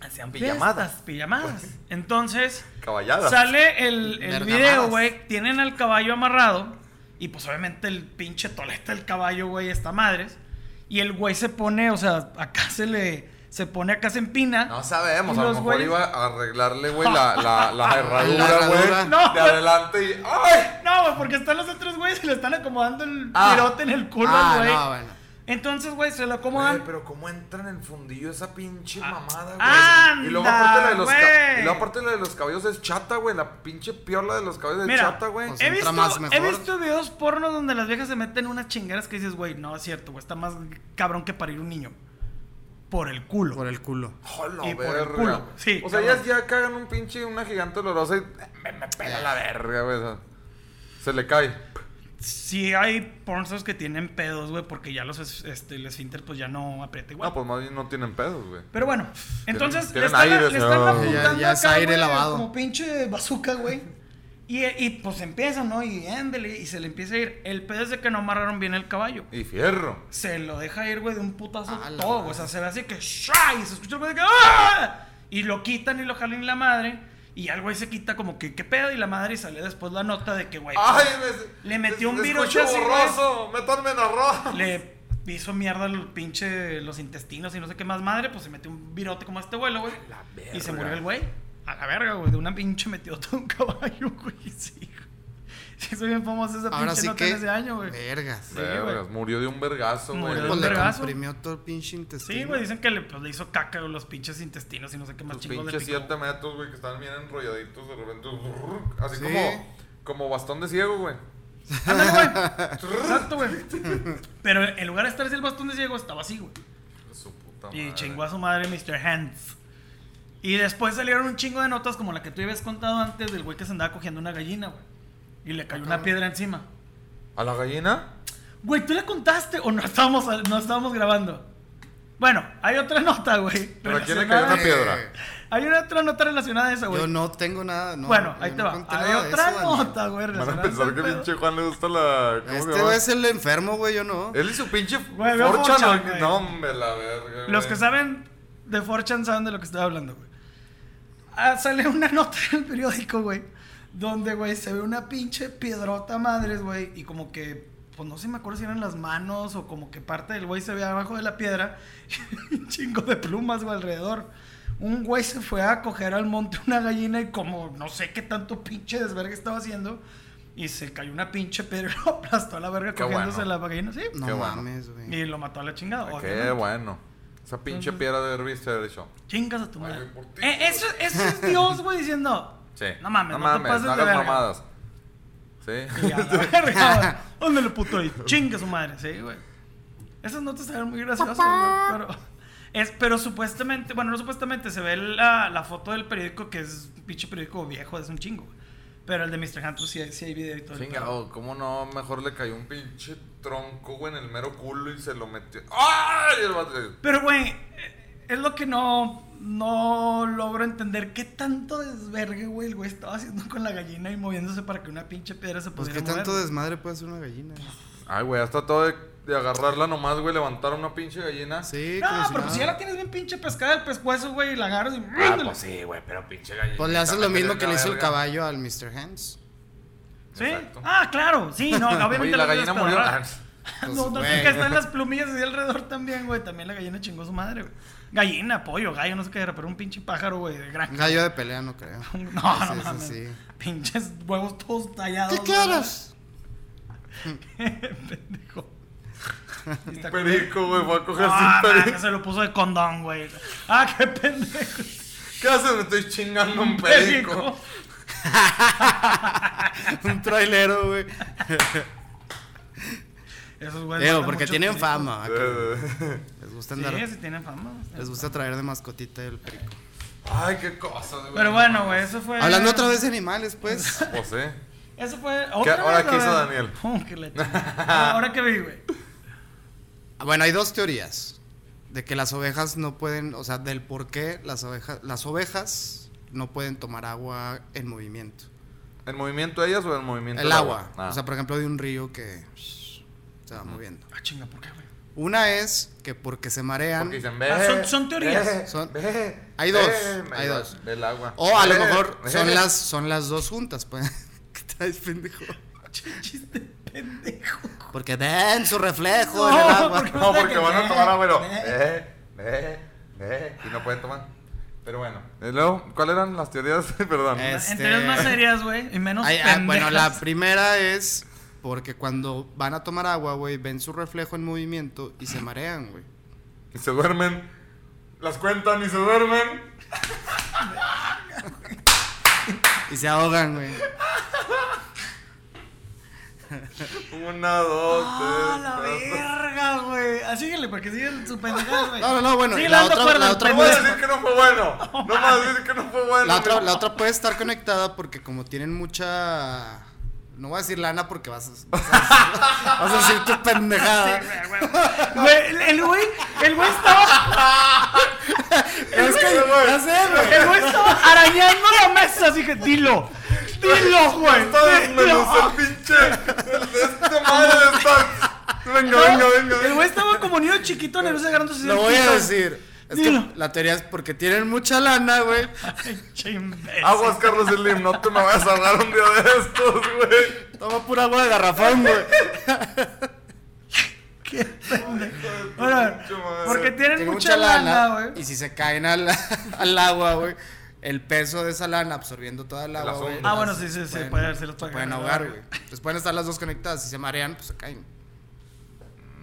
[SPEAKER 2] hacían
[SPEAKER 1] pijamadas. Pues
[SPEAKER 2] fiestas, pijamadas. Entonces,
[SPEAKER 1] caballadas.
[SPEAKER 2] Sale el, el
[SPEAKER 3] Vergamadas.
[SPEAKER 2] video, güey. Tienen al caballo amarrado. Y pues obviamente el pinche toleta del caballo, güey, está madres. Y el güey se pone, o sea, acá se le. Se pone acá, se empina.
[SPEAKER 1] No sabemos,
[SPEAKER 2] Y
[SPEAKER 1] a lo
[SPEAKER 2] los
[SPEAKER 1] mejor
[SPEAKER 2] güeyes-
[SPEAKER 1] iba a arreglarle, güey, la, la, la
[SPEAKER 3] La
[SPEAKER 1] herradura,
[SPEAKER 3] herradura.
[SPEAKER 1] güey.
[SPEAKER 2] No,
[SPEAKER 1] de
[SPEAKER 2] güey.
[SPEAKER 1] adelante y. ¡Ay!
[SPEAKER 2] No, güey, porque están los otros güeyes y le están acomodando el
[SPEAKER 1] Ah.
[SPEAKER 2] pirote en el culo
[SPEAKER 3] ah,
[SPEAKER 2] al güey.
[SPEAKER 3] no, Eh, bueno.
[SPEAKER 2] Entonces, güey, se lo acomodan.
[SPEAKER 1] Güey, pero ¿cómo entra en el fundillo esa pinche mamada, güey?
[SPEAKER 2] Ah. ¡Anda,
[SPEAKER 1] y luego aparte la de los ca-
[SPEAKER 2] güey!
[SPEAKER 1] y luego aparte la de los cabellos es chata, güey. La pinche piola de los cabellos es
[SPEAKER 2] Mira,
[SPEAKER 1] chata, güey.
[SPEAKER 3] o sea,
[SPEAKER 2] He
[SPEAKER 3] entra
[SPEAKER 2] visto,
[SPEAKER 3] más
[SPEAKER 2] he
[SPEAKER 3] mejor.
[SPEAKER 2] visto videos porno donde las viejas se meten unas chingueras que dices, güey, no es cierto, güey, está más cabrón que parir un niño. Por el culo.
[SPEAKER 3] Por el culo.
[SPEAKER 1] Jolo,
[SPEAKER 2] y por el
[SPEAKER 1] verga.
[SPEAKER 2] culo, güey. Sí,
[SPEAKER 1] o sea,
[SPEAKER 2] cabrón.
[SPEAKER 1] ellas ya cagan un pinche, una gigante olorosa y eh, me, me pela la verga, güey. o sea, se le cae.
[SPEAKER 2] Sí hay pornstars que tienen pedos, güey, porque ya los es- este, el esfínter pues ya no aprieta igual.
[SPEAKER 1] No, pues más bien no tienen pedos, güey.
[SPEAKER 2] Pero bueno, entonces
[SPEAKER 1] tienen
[SPEAKER 2] le están,
[SPEAKER 1] aire,
[SPEAKER 2] le están
[SPEAKER 1] señor.
[SPEAKER 2] apuntando
[SPEAKER 3] Ya- ya es
[SPEAKER 2] acá,
[SPEAKER 3] aire
[SPEAKER 2] güey,
[SPEAKER 3] lavado.
[SPEAKER 2] como pinche bazooka, güey. Y, y, pues empieza, ¿no? Y ándale, y se le empieza a ir. El pedo es de que no amarraron bien el caballo.
[SPEAKER 1] Y fierro.
[SPEAKER 2] Se lo deja ir, güey, de un putazo
[SPEAKER 3] A la
[SPEAKER 2] todo,
[SPEAKER 3] madre.
[SPEAKER 2] güey. O sea, se ve así que ¡shua! Y se escucha el güey de que ¡ah! Y lo quitan y lo jalen la madre. Y al güey se quita como que, ¿qué pedo? Y la madre y sale después la nota de que, güey,
[SPEAKER 1] ¡Ay!
[SPEAKER 2] Le metió un virus
[SPEAKER 1] escucho
[SPEAKER 2] así, güey.
[SPEAKER 1] borroso! ¡Métanme en arroz!
[SPEAKER 2] le hizo mierda el pinche los intestinos y no sé qué más madre, pues se metió un virote como este vuelo, güey.
[SPEAKER 1] la verga.
[SPEAKER 2] Y se murió el güey. A la verga, güey. De una pinche metiota de un caballo, güey. Sí, sí soy bien famosa esa
[SPEAKER 3] Ahora
[SPEAKER 2] pinche
[SPEAKER 3] sí
[SPEAKER 2] nota
[SPEAKER 3] que.
[SPEAKER 2] en ese año, güey.
[SPEAKER 3] Vergas.
[SPEAKER 2] Sí,
[SPEAKER 1] Vergas,
[SPEAKER 2] güey.
[SPEAKER 1] murió de un vergazo, güey.
[SPEAKER 2] Murió de
[SPEAKER 3] Pues
[SPEAKER 2] un
[SPEAKER 3] le
[SPEAKER 2] vergazo.
[SPEAKER 3] comprimió todo el pinche intestino.
[SPEAKER 2] Sí, güey, dicen que le, pues, le hizo caca a los pinches intestinos y no sé qué más
[SPEAKER 1] Los
[SPEAKER 2] chingos
[SPEAKER 1] pinches
[SPEAKER 2] le picó.
[SPEAKER 1] siete metros, güey, que estaban bien enrolladitos de repente. brrr, Así
[SPEAKER 3] Sí.
[SPEAKER 1] como, como bastón de ciego, güey.
[SPEAKER 2] Ándale, güey. Exacto, güey. Pero en lugar de estar así el bastón de ciego, estaba así, güey.
[SPEAKER 1] Su puta
[SPEAKER 2] Y
[SPEAKER 1] madre.
[SPEAKER 2] chingó a su madre Mr. Hands. Y después salieron un chingo de notas como la que tú habías contado antes del güey que se andaba cogiendo una gallina, güey. Y le cayó una piedra encima.
[SPEAKER 1] ¿A la gallina?
[SPEAKER 2] Güey, ¿tú le contaste o no estábamos, no estábamos grabando? Bueno, hay otra nota, güey.
[SPEAKER 1] Pero aquí le cayó
[SPEAKER 2] relacionada-
[SPEAKER 1] una piedra.
[SPEAKER 2] Hay una otra nota relacionada a esa, güey.
[SPEAKER 3] Eh, Yo no tengo nada. No,
[SPEAKER 2] bueno,
[SPEAKER 3] yo
[SPEAKER 2] ahí te
[SPEAKER 3] no
[SPEAKER 2] va.
[SPEAKER 3] conté
[SPEAKER 2] Hay
[SPEAKER 3] nada de
[SPEAKER 2] otra
[SPEAKER 3] eso, Daniel.
[SPEAKER 2] nota, güey.
[SPEAKER 1] Van a
[SPEAKER 2] relacionada
[SPEAKER 1] pensar
[SPEAKER 2] ese
[SPEAKER 1] que
[SPEAKER 2] pedo.
[SPEAKER 1] pinche Juan le gusta la. ¿Cómo
[SPEAKER 3] Este
[SPEAKER 1] que
[SPEAKER 3] güey
[SPEAKER 1] va?
[SPEAKER 3] es el enfermo, güey, yo no.
[SPEAKER 1] Él y su pinche
[SPEAKER 2] Güey, veo
[SPEAKER 1] forcha,
[SPEAKER 2] Forchan,
[SPEAKER 1] no,
[SPEAKER 2] güey.
[SPEAKER 1] no, hombre, la verga.
[SPEAKER 2] Los que
[SPEAKER 1] saben.
[SPEAKER 2] saben de 4chan saben de lo que estoy hablando, güey. Ah, sale una nota en el periódico, güey. Donde, güey, se ve una pinche piedrota madres, güey. Y como que, pues no sé, me acuerdo si eran las manos o como que parte del güey se ve abajo de la piedra. y un chingo de plumas, güey, alrededor. Un güey se fue a coger al monte una gallina y como no sé qué tanto pinche desvergue estaba haciendo. Y se cayó una pinche piedra y lo aplastó a la verga
[SPEAKER 1] Qué
[SPEAKER 2] cogiéndose
[SPEAKER 1] bueno.
[SPEAKER 2] la gallina, sí.
[SPEAKER 3] No
[SPEAKER 1] Qué bueno.
[SPEAKER 3] mames, güey.
[SPEAKER 2] Y lo mató a la chingada.
[SPEAKER 1] Ah, Qué
[SPEAKER 2] obviamente.
[SPEAKER 1] bueno. Esa pinche
[SPEAKER 2] Entonces-
[SPEAKER 1] piedra de haber visto haber hecho.
[SPEAKER 2] Chingas a tu madre.
[SPEAKER 1] Ay, por ti,
[SPEAKER 2] Eh, eso, eso es Dios, güey, diciendo.
[SPEAKER 1] Sí.
[SPEAKER 2] No mames, no, te pases
[SPEAKER 1] no
[SPEAKER 2] de
[SPEAKER 1] hagas
[SPEAKER 2] verga.
[SPEAKER 1] mamadas. Sí.
[SPEAKER 2] Y a la verga, güey. Ándale, puto, y chinga a su madre, sí, güey. Esas notas eran muy graciosas, güey. Pero, es, pero supuestamente, bueno, no supuestamente, se ve la, la foto del periódico que es un pinche periódico viejo, es un chingo, güey. Pero el de Mr. Hunt, pues sí, hay- sí hay video y todo. el pedo.
[SPEAKER 1] Chingado, oh, ¿cómo no? Mejor le cayó un pinche tronco, güey, en el mero culo y se lo metió. ¡Ay! El vato-
[SPEAKER 2] Pero, güey, eh, es lo que no, no logro entender. ¿Qué tanto desvergue, güey, el güey estaba haciendo con la gallina y moviéndose para que una pinche piedra se
[SPEAKER 3] Pues
[SPEAKER 2] pudiera
[SPEAKER 3] qué
[SPEAKER 2] mover,
[SPEAKER 3] tanto
[SPEAKER 2] güey?
[SPEAKER 3] desmadre puede hacer una gallina.
[SPEAKER 1] Ay, güey, hasta todo de, de agarrarla nomás, güey, levantar una pinche gallina.
[SPEAKER 3] Sí,
[SPEAKER 2] No,
[SPEAKER 3] como si
[SPEAKER 2] pero pues si ya
[SPEAKER 3] nada.
[SPEAKER 2] la tienes bien pinche pescada del pescuezo, güey, y la agarras y... ¡mmm!
[SPEAKER 1] Ah, pues sí, güey, pero pinche gallina.
[SPEAKER 3] Pues le haces lo mismo que le hizo el
[SPEAKER 1] Verga.
[SPEAKER 3] caballo al Mr. Hands.
[SPEAKER 2] ¿Sí?
[SPEAKER 1] Exacto.
[SPEAKER 2] Ah, claro, sí, no, obviamente...
[SPEAKER 1] Oye, la
[SPEAKER 2] lo
[SPEAKER 1] gallina
[SPEAKER 2] hubieras
[SPEAKER 1] murió. Ah,
[SPEAKER 2] pedorrado.
[SPEAKER 3] Pues,
[SPEAKER 2] no, no,
[SPEAKER 3] güey.
[SPEAKER 2] que están las plumillas así alrededor también, güey, también la gallina chingó su madre, güey. Gallina, pollo, gallo, no sé qué era, pero un pinche pájaro, güey, de granja.
[SPEAKER 3] Gallo de pelea, no creo.
[SPEAKER 2] No, no
[SPEAKER 3] Sí, sí,
[SPEAKER 2] mames.
[SPEAKER 3] sí.
[SPEAKER 2] Pinches huevos todos tallados.
[SPEAKER 3] ¿Qué quieres?
[SPEAKER 2] güey. Pendejo. Y está
[SPEAKER 1] Un Ah, perico, güey, fue a cogerse
[SPEAKER 2] Ah,
[SPEAKER 1] un
[SPEAKER 2] man,
[SPEAKER 1] perico.
[SPEAKER 2] se lo puso de condón, güey. Ah, qué pendejo.
[SPEAKER 1] ¿Qué haces? Me estoy chingando un perico.
[SPEAKER 3] Un trailero, güey.
[SPEAKER 2] Pues Esos güeyes
[SPEAKER 3] Digo,
[SPEAKER 2] matan
[SPEAKER 3] porque
[SPEAKER 2] muchos
[SPEAKER 3] tienen
[SPEAKER 2] pericos.
[SPEAKER 3] fama. que
[SPEAKER 1] Eh,
[SPEAKER 3] Les gusta andar.
[SPEAKER 2] Sí, sí tienen fama.
[SPEAKER 3] Les gusta traer de mascotita el perico.
[SPEAKER 1] Ay, qué cosa, güey.
[SPEAKER 2] Pero bueno, güey, eso fue.
[SPEAKER 3] Hablando otra vez de animales, pues.
[SPEAKER 1] Pues sí.
[SPEAKER 2] Eso fue. ¿Otra
[SPEAKER 1] ¿Qué- ahora
[SPEAKER 2] vez,
[SPEAKER 1] qué hizo
[SPEAKER 2] güey?
[SPEAKER 1] Daniel?
[SPEAKER 2] Pum, que la chingada. ahora que vi, güey.
[SPEAKER 3] Ah, Bueno, hay dos teorías. De que las ovejas no pueden, o sea, del por qué las ovejas, las ovejas no pueden tomar agua en movimiento.
[SPEAKER 1] ¿En movimiento ellas o en movimiento
[SPEAKER 3] El agua.
[SPEAKER 1] Ah.
[SPEAKER 3] O sea, por ejemplo, de un río que shh, se va moviendo.
[SPEAKER 2] Ah, chinga, ¿por qué, güey?
[SPEAKER 3] Una es que porque se marean.
[SPEAKER 1] Porque dicen, ve,
[SPEAKER 2] Ah, son- son teorías.
[SPEAKER 1] ve,
[SPEAKER 3] Son-
[SPEAKER 1] ve,
[SPEAKER 3] hay dos,
[SPEAKER 1] ve,
[SPEAKER 3] hay
[SPEAKER 1] ve,
[SPEAKER 3] dos.
[SPEAKER 1] Del agua.
[SPEAKER 3] O a lo
[SPEAKER 1] Ve,
[SPEAKER 3] mejor
[SPEAKER 1] ve.
[SPEAKER 3] son las, son las dos juntas, pues. ¿Qué traes, pendejo?
[SPEAKER 2] Ch- Chiste pendejo.
[SPEAKER 3] Porque ven su reflejo
[SPEAKER 2] No,
[SPEAKER 3] en el agua.
[SPEAKER 2] porque-
[SPEAKER 1] No, porque van a tomar agua, pero.
[SPEAKER 2] Ve.
[SPEAKER 1] Ve, ve, ve. Y no pueden tomar. Pero bueno. Eh. Y Eh, luego, ¿cuáles eran las teorías? Perdón.
[SPEAKER 3] Es- Este-
[SPEAKER 2] Entre las más serias, güey, y menos
[SPEAKER 3] Ay, ah,
[SPEAKER 2] pendejas.
[SPEAKER 3] bueno, la primera es porque cuando van a tomar agua, güey, ven su reflejo en movimiento y se marean, güey.
[SPEAKER 1] Y se duermen. Las cuentan y se duermen.
[SPEAKER 3] Y se ahogan, güey.
[SPEAKER 1] Una, dos,
[SPEAKER 2] Ah,
[SPEAKER 1] tres.
[SPEAKER 2] la
[SPEAKER 1] cuatro.
[SPEAKER 2] verga, güey. Así que porque siguen su pendejada, güey.
[SPEAKER 3] No, no, no, bueno,
[SPEAKER 2] Sigue
[SPEAKER 3] la
[SPEAKER 2] dando
[SPEAKER 3] otra-
[SPEAKER 2] cuerda
[SPEAKER 3] la
[SPEAKER 2] al
[SPEAKER 3] otra
[SPEAKER 1] No voy a
[SPEAKER 2] pendejo.
[SPEAKER 1] decir que no fue bueno. No voy a decir que no fue bueno.
[SPEAKER 3] La otra,
[SPEAKER 1] mi-
[SPEAKER 3] la otra puede estar conectada porque como tienen mucha... No voy a decir lana porque vas a, vas a- vas a decir tu pendejada.
[SPEAKER 2] Güey, el güey, el güey estaba,
[SPEAKER 3] Es que, ya sé, güey.
[SPEAKER 2] el güey estaba arañando la mesa, así que dilo, dilo, güey.
[SPEAKER 1] Está desmenuzando
[SPEAKER 2] dilo".
[SPEAKER 1] el pinche. el- Esta madre está. Venga, venga, venga.
[SPEAKER 2] El
[SPEAKER 1] venga.
[SPEAKER 2] güey estaba como niño chiquito, nervioso agarrándose. del
[SPEAKER 3] Lo voy a
[SPEAKER 2] pito.
[SPEAKER 3] decir. Es
[SPEAKER 2] Dilo.
[SPEAKER 3] que la teoría es porque tienen mucha lana, güey.
[SPEAKER 2] Ay, che, imbécil.
[SPEAKER 1] Aguas, Carlos Slim, no te me vayas a hablar un día de estos, güey.
[SPEAKER 3] Toma pura agua de garrafón, güey.
[SPEAKER 2] Qué pendejo. Ahora,
[SPEAKER 1] Mucho madre.
[SPEAKER 2] porque tienen
[SPEAKER 3] Tienen
[SPEAKER 2] mucha lana,
[SPEAKER 3] Y
[SPEAKER 2] güey.
[SPEAKER 3] si se caen al, al agua, güey, el peso de esa lana absorbiendo toda el agua, güey.
[SPEAKER 1] asunto.
[SPEAKER 2] Ah, bueno,
[SPEAKER 3] las-
[SPEAKER 2] sí, sí, sí,
[SPEAKER 3] pueden-
[SPEAKER 2] puede haber sido otra
[SPEAKER 3] se pueden
[SPEAKER 2] carga,
[SPEAKER 3] ahogar,
[SPEAKER 2] ¿verdad?
[SPEAKER 3] güey. Pues pueden estar las dos conectadas. Si se marean, pues se caen.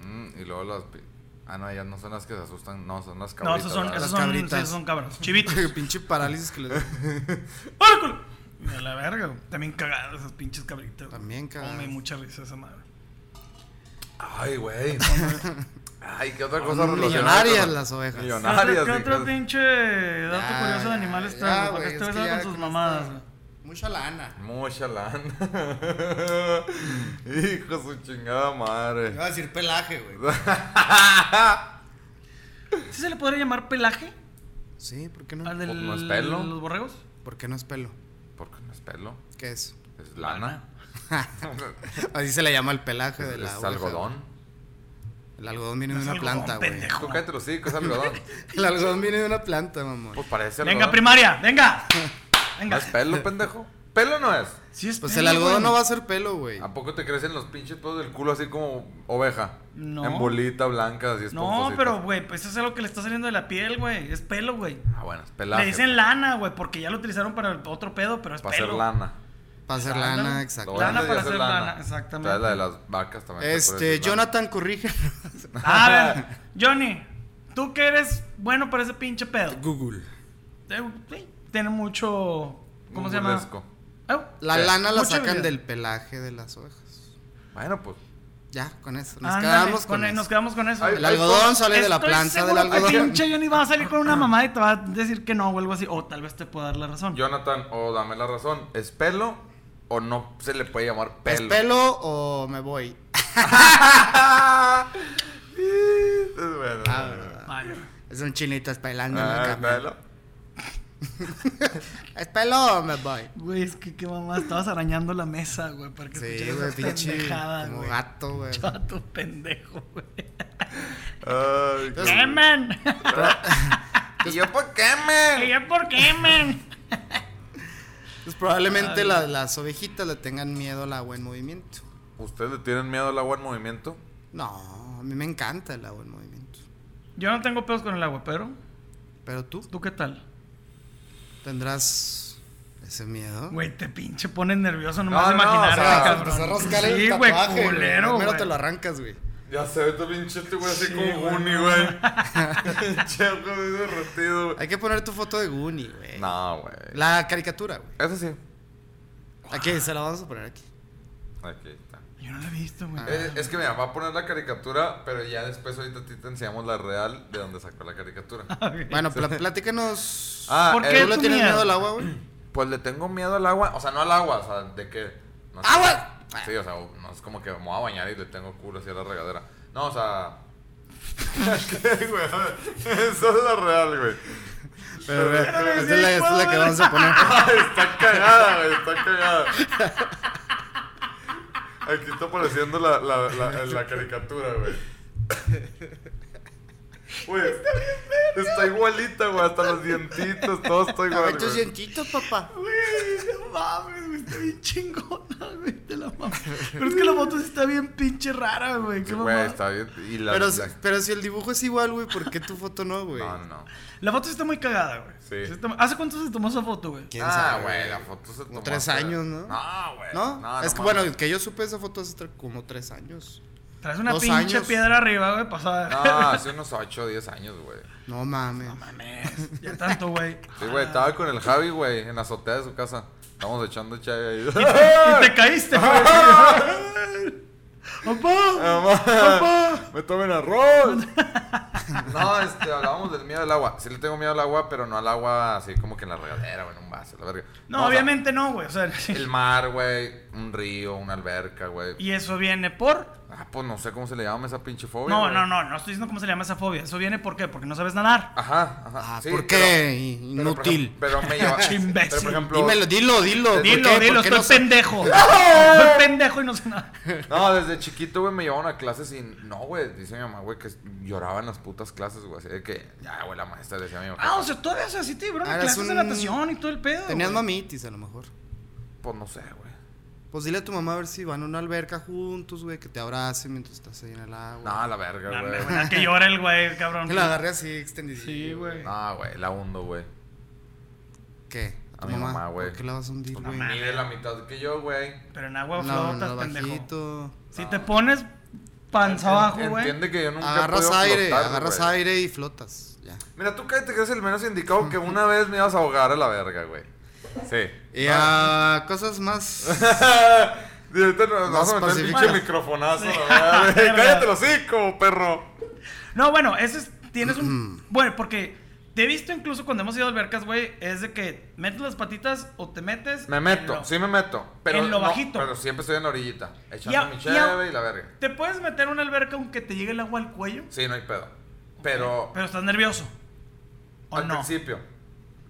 [SPEAKER 1] Mm, Y luego las. pi- Ah, no, ellas no son las que se asustan, no, son las
[SPEAKER 2] No,
[SPEAKER 1] cabritas.
[SPEAKER 2] esos son,
[SPEAKER 1] ¿verdad?
[SPEAKER 2] esos
[SPEAKER 3] Las
[SPEAKER 2] son,
[SPEAKER 3] cabritas.
[SPEAKER 2] esos son cabros, chivitos.
[SPEAKER 3] Pinche parálisis que les da.
[SPEAKER 2] ¡Órculo! A la verga, güey. También cagadas esas pinches cabritas. güey.
[SPEAKER 3] También cagadas.
[SPEAKER 2] Oh, Me dio mucha risa esa madre.
[SPEAKER 1] Ay, güey. Ay, qué otra cosa
[SPEAKER 3] Son
[SPEAKER 1] relacionada
[SPEAKER 3] millonarias
[SPEAKER 1] con-
[SPEAKER 3] las ovejas.
[SPEAKER 2] ¿Qué otro,
[SPEAKER 1] Millonarias,
[SPEAKER 2] qué otro
[SPEAKER 1] hijas.
[SPEAKER 2] pinche dato
[SPEAKER 3] Ya,
[SPEAKER 2] curioso de
[SPEAKER 3] ya,
[SPEAKER 2] animales
[SPEAKER 3] ya,
[SPEAKER 2] traes, güey? Para
[SPEAKER 3] güey,
[SPEAKER 2] que
[SPEAKER 3] es
[SPEAKER 2] estés
[SPEAKER 3] que
[SPEAKER 2] besado
[SPEAKER 3] ya
[SPEAKER 2] con sus
[SPEAKER 3] con
[SPEAKER 2] mamadas,
[SPEAKER 3] esta-
[SPEAKER 2] güey.
[SPEAKER 3] Mucha lana.
[SPEAKER 1] Mucha lana. Hijo de su chingada madre.
[SPEAKER 3] Iba a decir pelaje, güey.
[SPEAKER 2] ¿Sí se le podría llamar pelaje
[SPEAKER 3] Sí, ¿por qué no?
[SPEAKER 2] al del,
[SPEAKER 1] ¿No es pelo?
[SPEAKER 2] de los borregos?
[SPEAKER 3] ¿Por qué no es pelo?
[SPEAKER 1] Porque no es pelo,
[SPEAKER 3] ¿Qué es?
[SPEAKER 1] es lana,
[SPEAKER 3] Así se le llama el pelaje de
[SPEAKER 1] es,
[SPEAKER 3] la
[SPEAKER 1] es
[SPEAKER 3] oveja.
[SPEAKER 1] algodón.
[SPEAKER 3] El algodón viene
[SPEAKER 2] No
[SPEAKER 3] de
[SPEAKER 2] es
[SPEAKER 3] una
[SPEAKER 2] algodón,
[SPEAKER 3] planta, güey.
[SPEAKER 2] pendejo.
[SPEAKER 1] Tú cállate los hocico, es algodón.
[SPEAKER 3] El algodón viene de una planta, mamón.
[SPEAKER 1] Pues parece
[SPEAKER 2] Venga,
[SPEAKER 1] algodón.
[SPEAKER 2] primaria, venga.
[SPEAKER 1] No
[SPEAKER 2] Venga.
[SPEAKER 1] es pelo, pendejo. Pelo no es.
[SPEAKER 2] Sí es
[SPEAKER 3] Pues
[SPEAKER 2] pelo,
[SPEAKER 3] el algodón
[SPEAKER 2] güey.
[SPEAKER 3] no va a ser pelo, güey.
[SPEAKER 1] ¿A poco te crecen los pinches pedos del culo así como oveja?
[SPEAKER 2] No.
[SPEAKER 1] En bolita blanca, así
[SPEAKER 2] No,
[SPEAKER 1] esponjosita.
[SPEAKER 2] pero, güey, pues eso es algo que le está saliendo de la piel, güey. Es pelo, güey.
[SPEAKER 1] Ah, bueno, es pelaje.
[SPEAKER 2] Le dicen lana, güey, porque ya lo utilizaron para el otro pedo, pero es
[SPEAKER 1] Para hacer
[SPEAKER 2] pelo.
[SPEAKER 1] lana.
[SPEAKER 3] Para hacer
[SPEAKER 2] Ándale.
[SPEAKER 3] lana, exacto.
[SPEAKER 1] Lo
[SPEAKER 2] Lana
[SPEAKER 1] venden y
[SPEAKER 2] para
[SPEAKER 1] hacen
[SPEAKER 2] hacer lana, exactamente.
[SPEAKER 1] Traes la de las vacas también. te puedes
[SPEAKER 3] Este,
[SPEAKER 1] decir lana.
[SPEAKER 3] Jonathan, corrige.
[SPEAKER 2] A ver, Johnny, tú que eres bueno para ese pinche pedo.
[SPEAKER 3] Google.
[SPEAKER 2] Eh, sí, tiene mucho. ¿Cómo se llama? Eh,
[SPEAKER 1] Burlesco.
[SPEAKER 2] Au.
[SPEAKER 3] La
[SPEAKER 1] Sí.
[SPEAKER 3] lana la
[SPEAKER 2] Mucha
[SPEAKER 3] sacan
[SPEAKER 2] vida.
[SPEAKER 3] del pelaje de las ovejas.
[SPEAKER 1] Bueno, pues.
[SPEAKER 3] Ya, con eso. Nos
[SPEAKER 2] Ándale,
[SPEAKER 3] quedamos con,
[SPEAKER 2] con-
[SPEAKER 3] eso.
[SPEAKER 2] Nos quedamos con eso.
[SPEAKER 1] Ay,
[SPEAKER 3] El algodón sale de la
[SPEAKER 2] Estoy
[SPEAKER 3] planta del
[SPEAKER 2] seguro que
[SPEAKER 3] algodón.
[SPEAKER 2] pinche Johnny va a salir con una mamá y te va a decir que no o algo así. O tal vez te pueda dar la razón.
[SPEAKER 1] Jonathan, o dame la razón, ¿es pelo o no se le puede llamar
[SPEAKER 3] ¿Es
[SPEAKER 1] pelo?
[SPEAKER 3] pelo o me voy?
[SPEAKER 1] Es bueno.
[SPEAKER 3] Ah,
[SPEAKER 2] Vaya.
[SPEAKER 3] Es un chinito pelando en
[SPEAKER 1] Ah,
[SPEAKER 3] la
[SPEAKER 1] ¿es pelo?
[SPEAKER 3] cama. ¿Es pelo o me voy?
[SPEAKER 2] Güey, es que qué mamá, estabas arañando la mesa, güey, para que
[SPEAKER 3] Sí,
[SPEAKER 2] escucharas
[SPEAKER 3] güey,
[SPEAKER 2] esa
[SPEAKER 3] pinche.
[SPEAKER 2] pendejada,
[SPEAKER 3] Como
[SPEAKER 2] güey.
[SPEAKER 3] gato, güey.
[SPEAKER 2] Chato pendejo, güey.
[SPEAKER 1] Ay, qué-
[SPEAKER 2] ¡Quemen!
[SPEAKER 1] ¿Y yo por qué, man?
[SPEAKER 2] ¿Y yo por qué, men?
[SPEAKER 3] Pues probablemente la- las ovejitas le tengan miedo al agua en movimiento.
[SPEAKER 1] ¿Ustedes le tienen miedo al agua en movimiento?
[SPEAKER 3] No, a mí me encanta el agua en movimiento.
[SPEAKER 2] Yo no tengo pedos con el agua, pero
[SPEAKER 3] Pero tú
[SPEAKER 2] ¿tú qué tal?
[SPEAKER 3] tendrás ese miedo.
[SPEAKER 2] Güey, te pinche pones nervioso
[SPEAKER 1] No,
[SPEAKER 2] nomás de
[SPEAKER 1] no,
[SPEAKER 2] imaginar,
[SPEAKER 1] o sea,
[SPEAKER 2] güey, cabrón.
[SPEAKER 3] Empezó a rascar el
[SPEAKER 2] sí, güey,
[SPEAKER 3] tatuaje, güey.
[SPEAKER 2] culero,
[SPEAKER 3] Primero
[SPEAKER 2] güey.
[SPEAKER 3] te lo arrancas, güey.
[SPEAKER 1] Ya se ve tu pinche este güey así
[SPEAKER 2] Sí,
[SPEAKER 1] como
[SPEAKER 2] güey.
[SPEAKER 1] Guni, güey. Pinche ojo de derretido, güey.
[SPEAKER 3] Hay que poner tu foto de Goonie, güey.
[SPEAKER 1] No, güey.
[SPEAKER 3] eh. La caricatura, güey.
[SPEAKER 1] Eso sí.
[SPEAKER 3] Aquí, se la vamos a poner aquí.
[SPEAKER 1] Aquí está.
[SPEAKER 2] Yo no lo he visto,
[SPEAKER 3] Ah.
[SPEAKER 2] güey.
[SPEAKER 1] Eh, es que mira, va a poner la caricatura, pero ya después ahorita a ti te enseñamos la real de donde sacó la caricatura.
[SPEAKER 3] Ah. Bueno, pla- platícanos.
[SPEAKER 1] Ah,
[SPEAKER 2] Ah, ¿Por
[SPEAKER 1] eh,
[SPEAKER 2] qué
[SPEAKER 3] ¿Tú le
[SPEAKER 2] tu
[SPEAKER 3] tienes
[SPEAKER 2] miedo?
[SPEAKER 3] miedo al agua, güey?
[SPEAKER 1] Pues le tengo miedo al agua, o sea, no al agua, o sea, de que. no sé.
[SPEAKER 3] ¡Agua!
[SPEAKER 1] Sí, o sea, no es como que me voy a bañar y le tengo culo así a la regadera. No, o sea. ¿Qué, güey? Eso es la real, güey.
[SPEAKER 3] Pero, güey, esta
[SPEAKER 2] güey,
[SPEAKER 3] es la,
[SPEAKER 2] sí,
[SPEAKER 3] esta es la que
[SPEAKER 2] güey.
[SPEAKER 3] vamos a poner.
[SPEAKER 1] Ay, está cagada, güey, está cagada. Aquí está apareciendo la, la, la, la caricatura, güey. Güey, está igualita, güey, hasta los dientitos, todo está
[SPEAKER 3] A
[SPEAKER 1] igual.
[SPEAKER 3] ver tus
[SPEAKER 1] güey.
[SPEAKER 3] dientitos, papá.
[SPEAKER 2] Güey, no mames, güey, está bien chingona, güey, te la mames. Pero es que la foto sí está bien pinche rara, güey, qué
[SPEAKER 1] Sí,
[SPEAKER 2] mamada.
[SPEAKER 1] Güey, está bien. Y la,
[SPEAKER 3] Pero, si-
[SPEAKER 1] la-
[SPEAKER 3] pero si el dibujo es igual, güey, ¿por qué tu foto no, güey?
[SPEAKER 1] No, no, no.
[SPEAKER 2] La foto sí está muy cagada, güey.
[SPEAKER 1] Sí.
[SPEAKER 2] está- ¿Hace cuánto se tomó esa foto, güey?
[SPEAKER 3] ¿Quién
[SPEAKER 1] Ah,
[SPEAKER 3] sabe,
[SPEAKER 1] güey,
[SPEAKER 3] güey?
[SPEAKER 1] la foto se tomó.
[SPEAKER 3] tres
[SPEAKER 1] hace-
[SPEAKER 3] años, ¿no?
[SPEAKER 1] No, güey.
[SPEAKER 3] ¿No? es que,
[SPEAKER 1] mames.
[SPEAKER 3] bueno, que yo supe esa foto hace tre- como tres años.
[SPEAKER 2] Traes una
[SPEAKER 3] Dos
[SPEAKER 2] pinche
[SPEAKER 3] años.
[SPEAKER 2] piedra arriba, güey, pasada.
[SPEAKER 1] No, hace unos 8 o 10 años, güey.
[SPEAKER 3] No mames.
[SPEAKER 2] Mames, ya tanto, güey.
[SPEAKER 1] Sí, güey, estaba con el Javi, güey, en la azotea de su casa. Estábamos echando chaya ahí.
[SPEAKER 2] Y te caíste, güey. ¡Papá!
[SPEAKER 1] Mamá, ¡Me tomen arroz! No, este, hablábamos del miedo al agua. Sí le tengo miedo al agua, pero no al agua así como que en la regadera o en un vaso, la verga.
[SPEAKER 2] No,
[SPEAKER 1] o sea,
[SPEAKER 2] obviamente no, güey. O sea,
[SPEAKER 1] el mar, güey, un río, una alberca, güey.
[SPEAKER 2] y eso viene por.
[SPEAKER 1] Ah, pues no sé cómo se le llama esa pinche fobia.
[SPEAKER 2] No,
[SPEAKER 1] güey.
[SPEAKER 2] no, no, no estoy diciendo cómo se le llama esa fobia. Eso viene por qué? Porque no sabes nadar.
[SPEAKER 1] Ajá, ajá.
[SPEAKER 3] Ah,
[SPEAKER 1] sí, pero-
[SPEAKER 3] ¿por qué?
[SPEAKER 1] pero por
[SPEAKER 3] Inútil.
[SPEAKER 1] ejemplo- Pero, me lleva.
[SPEAKER 2] Pinche imbécil.
[SPEAKER 1] pero por ejemplo.
[SPEAKER 3] Dímelo, dilo, dilo. ¿por
[SPEAKER 2] Dilo,
[SPEAKER 3] qué? ¿Por
[SPEAKER 2] dilo,
[SPEAKER 3] qué
[SPEAKER 2] estoy
[SPEAKER 3] no sa-
[SPEAKER 2] pendejo. Estoy pendejo y no sé nada.
[SPEAKER 1] No, desde chiquito, güey, me llevaban a clases y no, güey, dice mi mamá, güey, que lloraba en las putas clases, güey, así de que, ya, güey, la maestra decía a mi mamá,
[SPEAKER 2] Ah, o sea, todavía o sea, sí te llevaron
[SPEAKER 3] Ah,
[SPEAKER 2] a
[SPEAKER 3] eras
[SPEAKER 2] clases de
[SPEAKER 3] un-
[SPEAKER 2] natación y todo el pedo.
[SPEAKER 3] Tenías
[SPEAKER 2] güey.
[SPEAKER 3] mamitis, a lo mejor.
[SPEAKER 1] pues no sé, güey.
[SPEAKER 3] Pues dile a tu mamá a ver si van a una alberca juntos, güey, que te abracen mientras estás ahí en el agua.
[SPEAKER 1] No, la verga,
[SPEAKER 2] Nah,
[SPEAKER 1] güey.
[SPEAKER 2] güey, nah, que llora el güey, cabrón.
[SPEAKER 3] Que la agarré así extendida.
[SPEAKER 2] Sí, güey.
[SPEAKER 1] No, güey, la hundo, güey.
[SPEAKER 3] ¿Qué?
[SPEAKER 1] A mi mamá, güey.
[SPEAKER 3] ¿Por qué la vas a hundir, güey?
[SPEAKER 2] mames.
[SPEAKER 1] Mide la mitad que yo, güey.
[SPEAKER 2] Pero en agua flotas,
[SPEAKER 3] no,
[SPEAKER 2] pendejo.
[SPEAKER 3] bajito.
[SPEAKER 2] Si te pones panza abajo, güey.
[SPEAKER 1] Entiende que yo nunca he
[SPEAKER 3] Agarras
[SPEAKER 1] podido
[SPEAKER 3] aire,
[SPEAKER 1] flotar,
[SPEAKER 3] agarras
[SPEAKER 1] güey.
[SPEAKER 3] aire y flotas. Ya.
[SPEAKER 1] Mira, tú cállate que eres el menos indicado que una vez me ibas a ahogar a la verga, güey. Sí.
[SPEAKER 3] Y a cosas más.
[SPEAKER 1] Y ahorita nos
[SPEAKER 3] Más
[SPEAKER 1] vamos a meter el
[SPEAKER 3] pacífica.
[SPEAKER 1] pinche microfonazo, la verga. Cállate los cinco, perro.
[SPEAKER 2] No, bueno, ese es. Tienes
[SPEAKER 3] Mm.
[SPEAKER 2] un. Bueno, porque te he visto incluso cuando hemos ido a albercas, güey. Es de que metes las patitas o te metes.
[SPEAKER 1] Me
[SPEAKER 2] en
[SPEAKER 1] meto,
[SPEAKER 2] lo-
[SPEAKER 1] sí me meto. Pero
[SPEAKER 2] en lo
[SPEAKER 1] no,
[SPEAKER 2] bajito.
[SPEAKER 1] Pero siempre estoy en la orillita.
[SPEAKER 2] Y a-
[SPEAKER 1] Echando mi
[SPEAKER 2] y a-
[SPEAKER 1] cheve y la verga.
[SPEAKER 2] ¿Te puedes meter a una alberca aunque te llegue el agua al cuello?
[SPEAKER 1] Sí, no hay pedo. Pero
[SPEAKER 2] Pero estás nervioso. ¿O
[SPEAKER 1] al
[SPEAKER 2] no?
[SPEAKER 1] principio.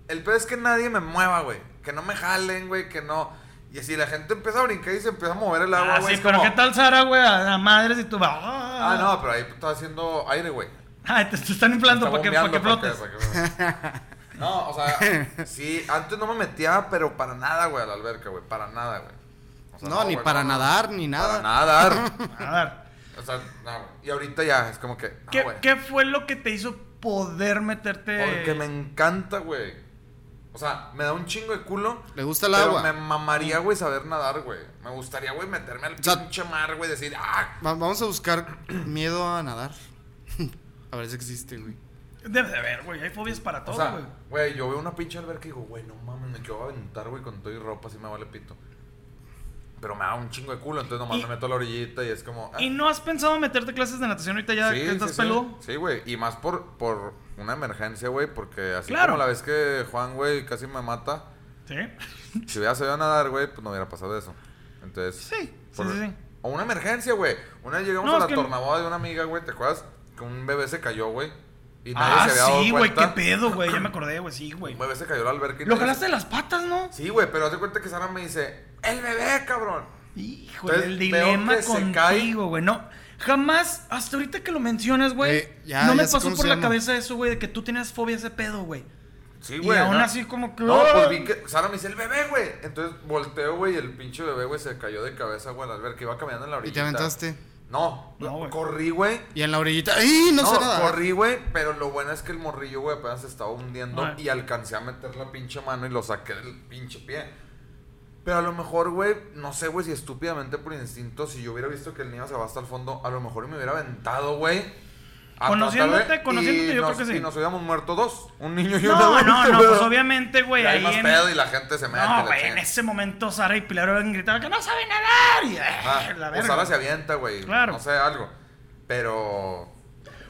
[SPEAKER 1] El peor es que nadie me mueva, güey. Que no me jalen, güey, que no. Y así la gente empieza a brincar y se empieza a mover el agua,
[SPEAKER 2] Ah,
[SPEAKER 1] güey.
[SPEAKER 2] sí,
[SPEAKER 1] es
[SPEAKER 2] pero
[SPEAKER 1] como,
[SPEAKER 2] ¿qué tal Sara, güey? A la madre si tú vas.
[SPEAKER 1] Ah, no, pero ahí está haciendo aire, güey.
[SPEAKER 2] Ah, te, te están inflando
[SPEAKER 1] Está
[SPEAKER 2] para que, para que
[SPEAKER 1] bombeando
[SPEAKER 2] flotes.
[SPEAKER 1] para que- No, o sea, sí, antes no me metía, pero para nada, güey, a la alberca, güey. Para nada, güey. O sea,
[SPEAKER 3] No, ni
[SPEAKER 1] güey,
[SPEAKER 3] para
[SPEAKER 1] no, no.
[SPEAKER 3] nadar, ni
[SPEAKER 1] Para
[SPEAKER 3] nada.
[SPEAKER 1] nadar.
[SPEAKER 2] A ver,
[SPEAKER 1] O sea, no, güey. Y ahorita ya, es como que. ah,
[SPEAKER 2] ¿qué,
[SPEAKER 1] güey.
[SPEAKER 2] qué fue lo que te hizo poder meterte?
[SPEAKER 1] Porque me encanta, güey. O sea, me da un chingo de culo.
[SPEAKER 3] Le gusta el
[SPEAKER 1] pero
[SPEAKER 3] agua.
[SPEAKER 1] Me mamaría, güey, saber nadar, güey. Me gustaría, güey, meterme al
[SPEAKER 3] sea-
[SPEAKER 1] pinche mar, güey, decir, ah,
[SPEAKER 3] Va- vamos a buscar miedo a nadar. a ver si existe, güey.
[SPEAKER 2] Debe de haber, güey. Hay fobias para
[SPEAKER 1] O
[SPEAKER 2] todo,
[SPEAKER 1] sea,
[SPEAKER 2] güey.
[SPEAKER 1] güey, yo veo una pinche alberca y digo, güey, no mames, me quiero aventar, güey, con todo y ropa, así me vale pito. Pero me da un chingo de culo, entonces nomás
[SPEAKER 2] Y-
[SPEAKER 1] me meto a la orillita y es como. ah,
[SPEAKER 2] ¿Y no has pensado meterte clases de natación ahorita ya que estás
[SPEAKER 1] sí.
[SPEAKER 2] peludo?
[SPEAKER 1] Sí, güey, y más por, por una emergencia, güey, porque así
[SPEAKER 2] Claro.
[SPEAKER 1] como la vez que Juan, güey, casi me mata,
[SPEAKER 2] Sí.
[SPEAKER 1] si hubiera sabido nadar, güey, pues no hubiera pasado eso. Entonces.
[SPEAKER 2] Sí, sí,
[SPEAKER 1] por-
[SPEAKER 2] sí, sí.
[SPEAKER 1] O una emergencia, güey. Una vez llegamos
[SPEAKER 2] No,
[SPEAKER 1] a la
[SPEAKER 2] es que-
[SPEAKER 1] tornaboda de una amiga, güey, ¿te acuerdas? Que un bebé se cayó, güey. Y nadie
[SPEAKER 2] Ah,
[SPEAKER 1] se había dado
[SPEAKER 2] sí, güey. Qué
[SPEAKER 1] cuenta.
[SPEAKER 2] pedo, güey. Ya me acordé, güey. Sí, güey.
[SPEAKER 1] Un bebé se cayó al alberca y
[SPEAKER 2] Lo
[SPEAKER 1] nadie se-
[SPEAKER 2] jalaste de las patas, ¿no?
[SPEAKER 1] Sí, güey, pero haz de cuenta que Sara me dice, el bebé, cabrón.
[SPEAKER 2] Híjole,
[SPEAKER 1] Entonces,
[SPEAKER 2] el
[SPEAKER 1] veo
[SPEAKER 2] dilema
[SPEAKER 1] que se
[SPEAKER 2] contigo, güey. No, jamás, hasta ahorita que lo mencionas, güey,
[SPEAKER 3] Eh, ya,
[SPEAKER 2] no me
[SPEAKER 3] ya sé
[SPEAKER 2] pasó
[SPEAKER 3] cómo
[SPEAKER 2] por
[SPEAKER 3] se
[SPEAKER 2] la
[SPEAKER 3] llama.
[SPEAKER 2] cabeza eso, güey, de que tú tenías fobia a ese pedo, güey.
[SPEAKER 1] Sí,
[SPEAKER 2] Y
[SPEAKER 1] güey.
[SPEAKER 2] aún
[SPEAKER 1] ¿no?
[SPEAKER 2] así como que-
[SPEAKER 1] No, pues vi que Sara me dice, el bebé, güey. Entonces volteo, güey, y el pinche bebé, güey, se cayó de cabeza, güey, al alberca. Iba caminando en la orilla.
[SPEAKER 3] ¿Y te aventaste?
[SPEAKER 1] No,
[SPEAKER 2] No, güey.
[SPEAKER 1] corrí, güey.
[SPEAKER 3] Y en la orillita. ¡Ay, no,
[SPEAKER 1] No,
[SPEAKER 3] sé ¿eh? nadar!
[SPEAKER 1] corrí, güey, pero lo bueno es que el morrillo, güey, apenas se estaba hundiendo
[SPEAKER 2] Ay.
[SPEAKER 1] y alcancé a meter la pinche mano y lo saqué del pinche pie. Pero a lo mejor, güey, no sé, güey, si estúpidamente por instinto, si yo hubiera visto que el niño se va hasta el fondo, a lo mejor me hubiera aventado, güey. a
[SPEAKER 2] Conociéndote,
[SPEAKER 1] tratar de-
[SPEAKER 2] conociéndote,
[SPEAKER 1] y
[SPEAKER 2] yo
[SPEAKER 1] nos-
[SPEAKER 2] creo que sí.
[SPEAKER 1] Y nos hubiéramos muerto dos, un niño y una
[SPEAKER 2] No,
[SPEAKER 1] güey,
[SPEAKER 2] no,
[SPEAKER 1] este
[SPEAKER 2] no,
[SPEAKER 1] pedo.
[SPEAKER 2] pues obviamente,
[SPEAKER 1] Y
[SPEAKER 2] güey,
[SPEAKER 1] hay
[SPEAKER 2] ahí
[SPEAKER 1] más
[SPEAKER 2] en...
[SPEAKER 1] pedo y la gente se mete.
[SPEAKER 2] No,
[SPEAKER 1] la
[SPEAKER 2] güey, en
[SPEAKER 1] chingada.
[SPEAKER 2] ese momento Sara y Pilar habían gritado que no sabe nadar. Y, eh,
[SPEAKER 1] Ah,
[SPEAKER 2] la
[SPEAKER 1] o
[SPEAKER 2] verga.
[SPEAKER 1] Sara se avienta, güey.
[SPEAKER 2] Claro.
[SPEAKER 1] No sé, algo. Pero...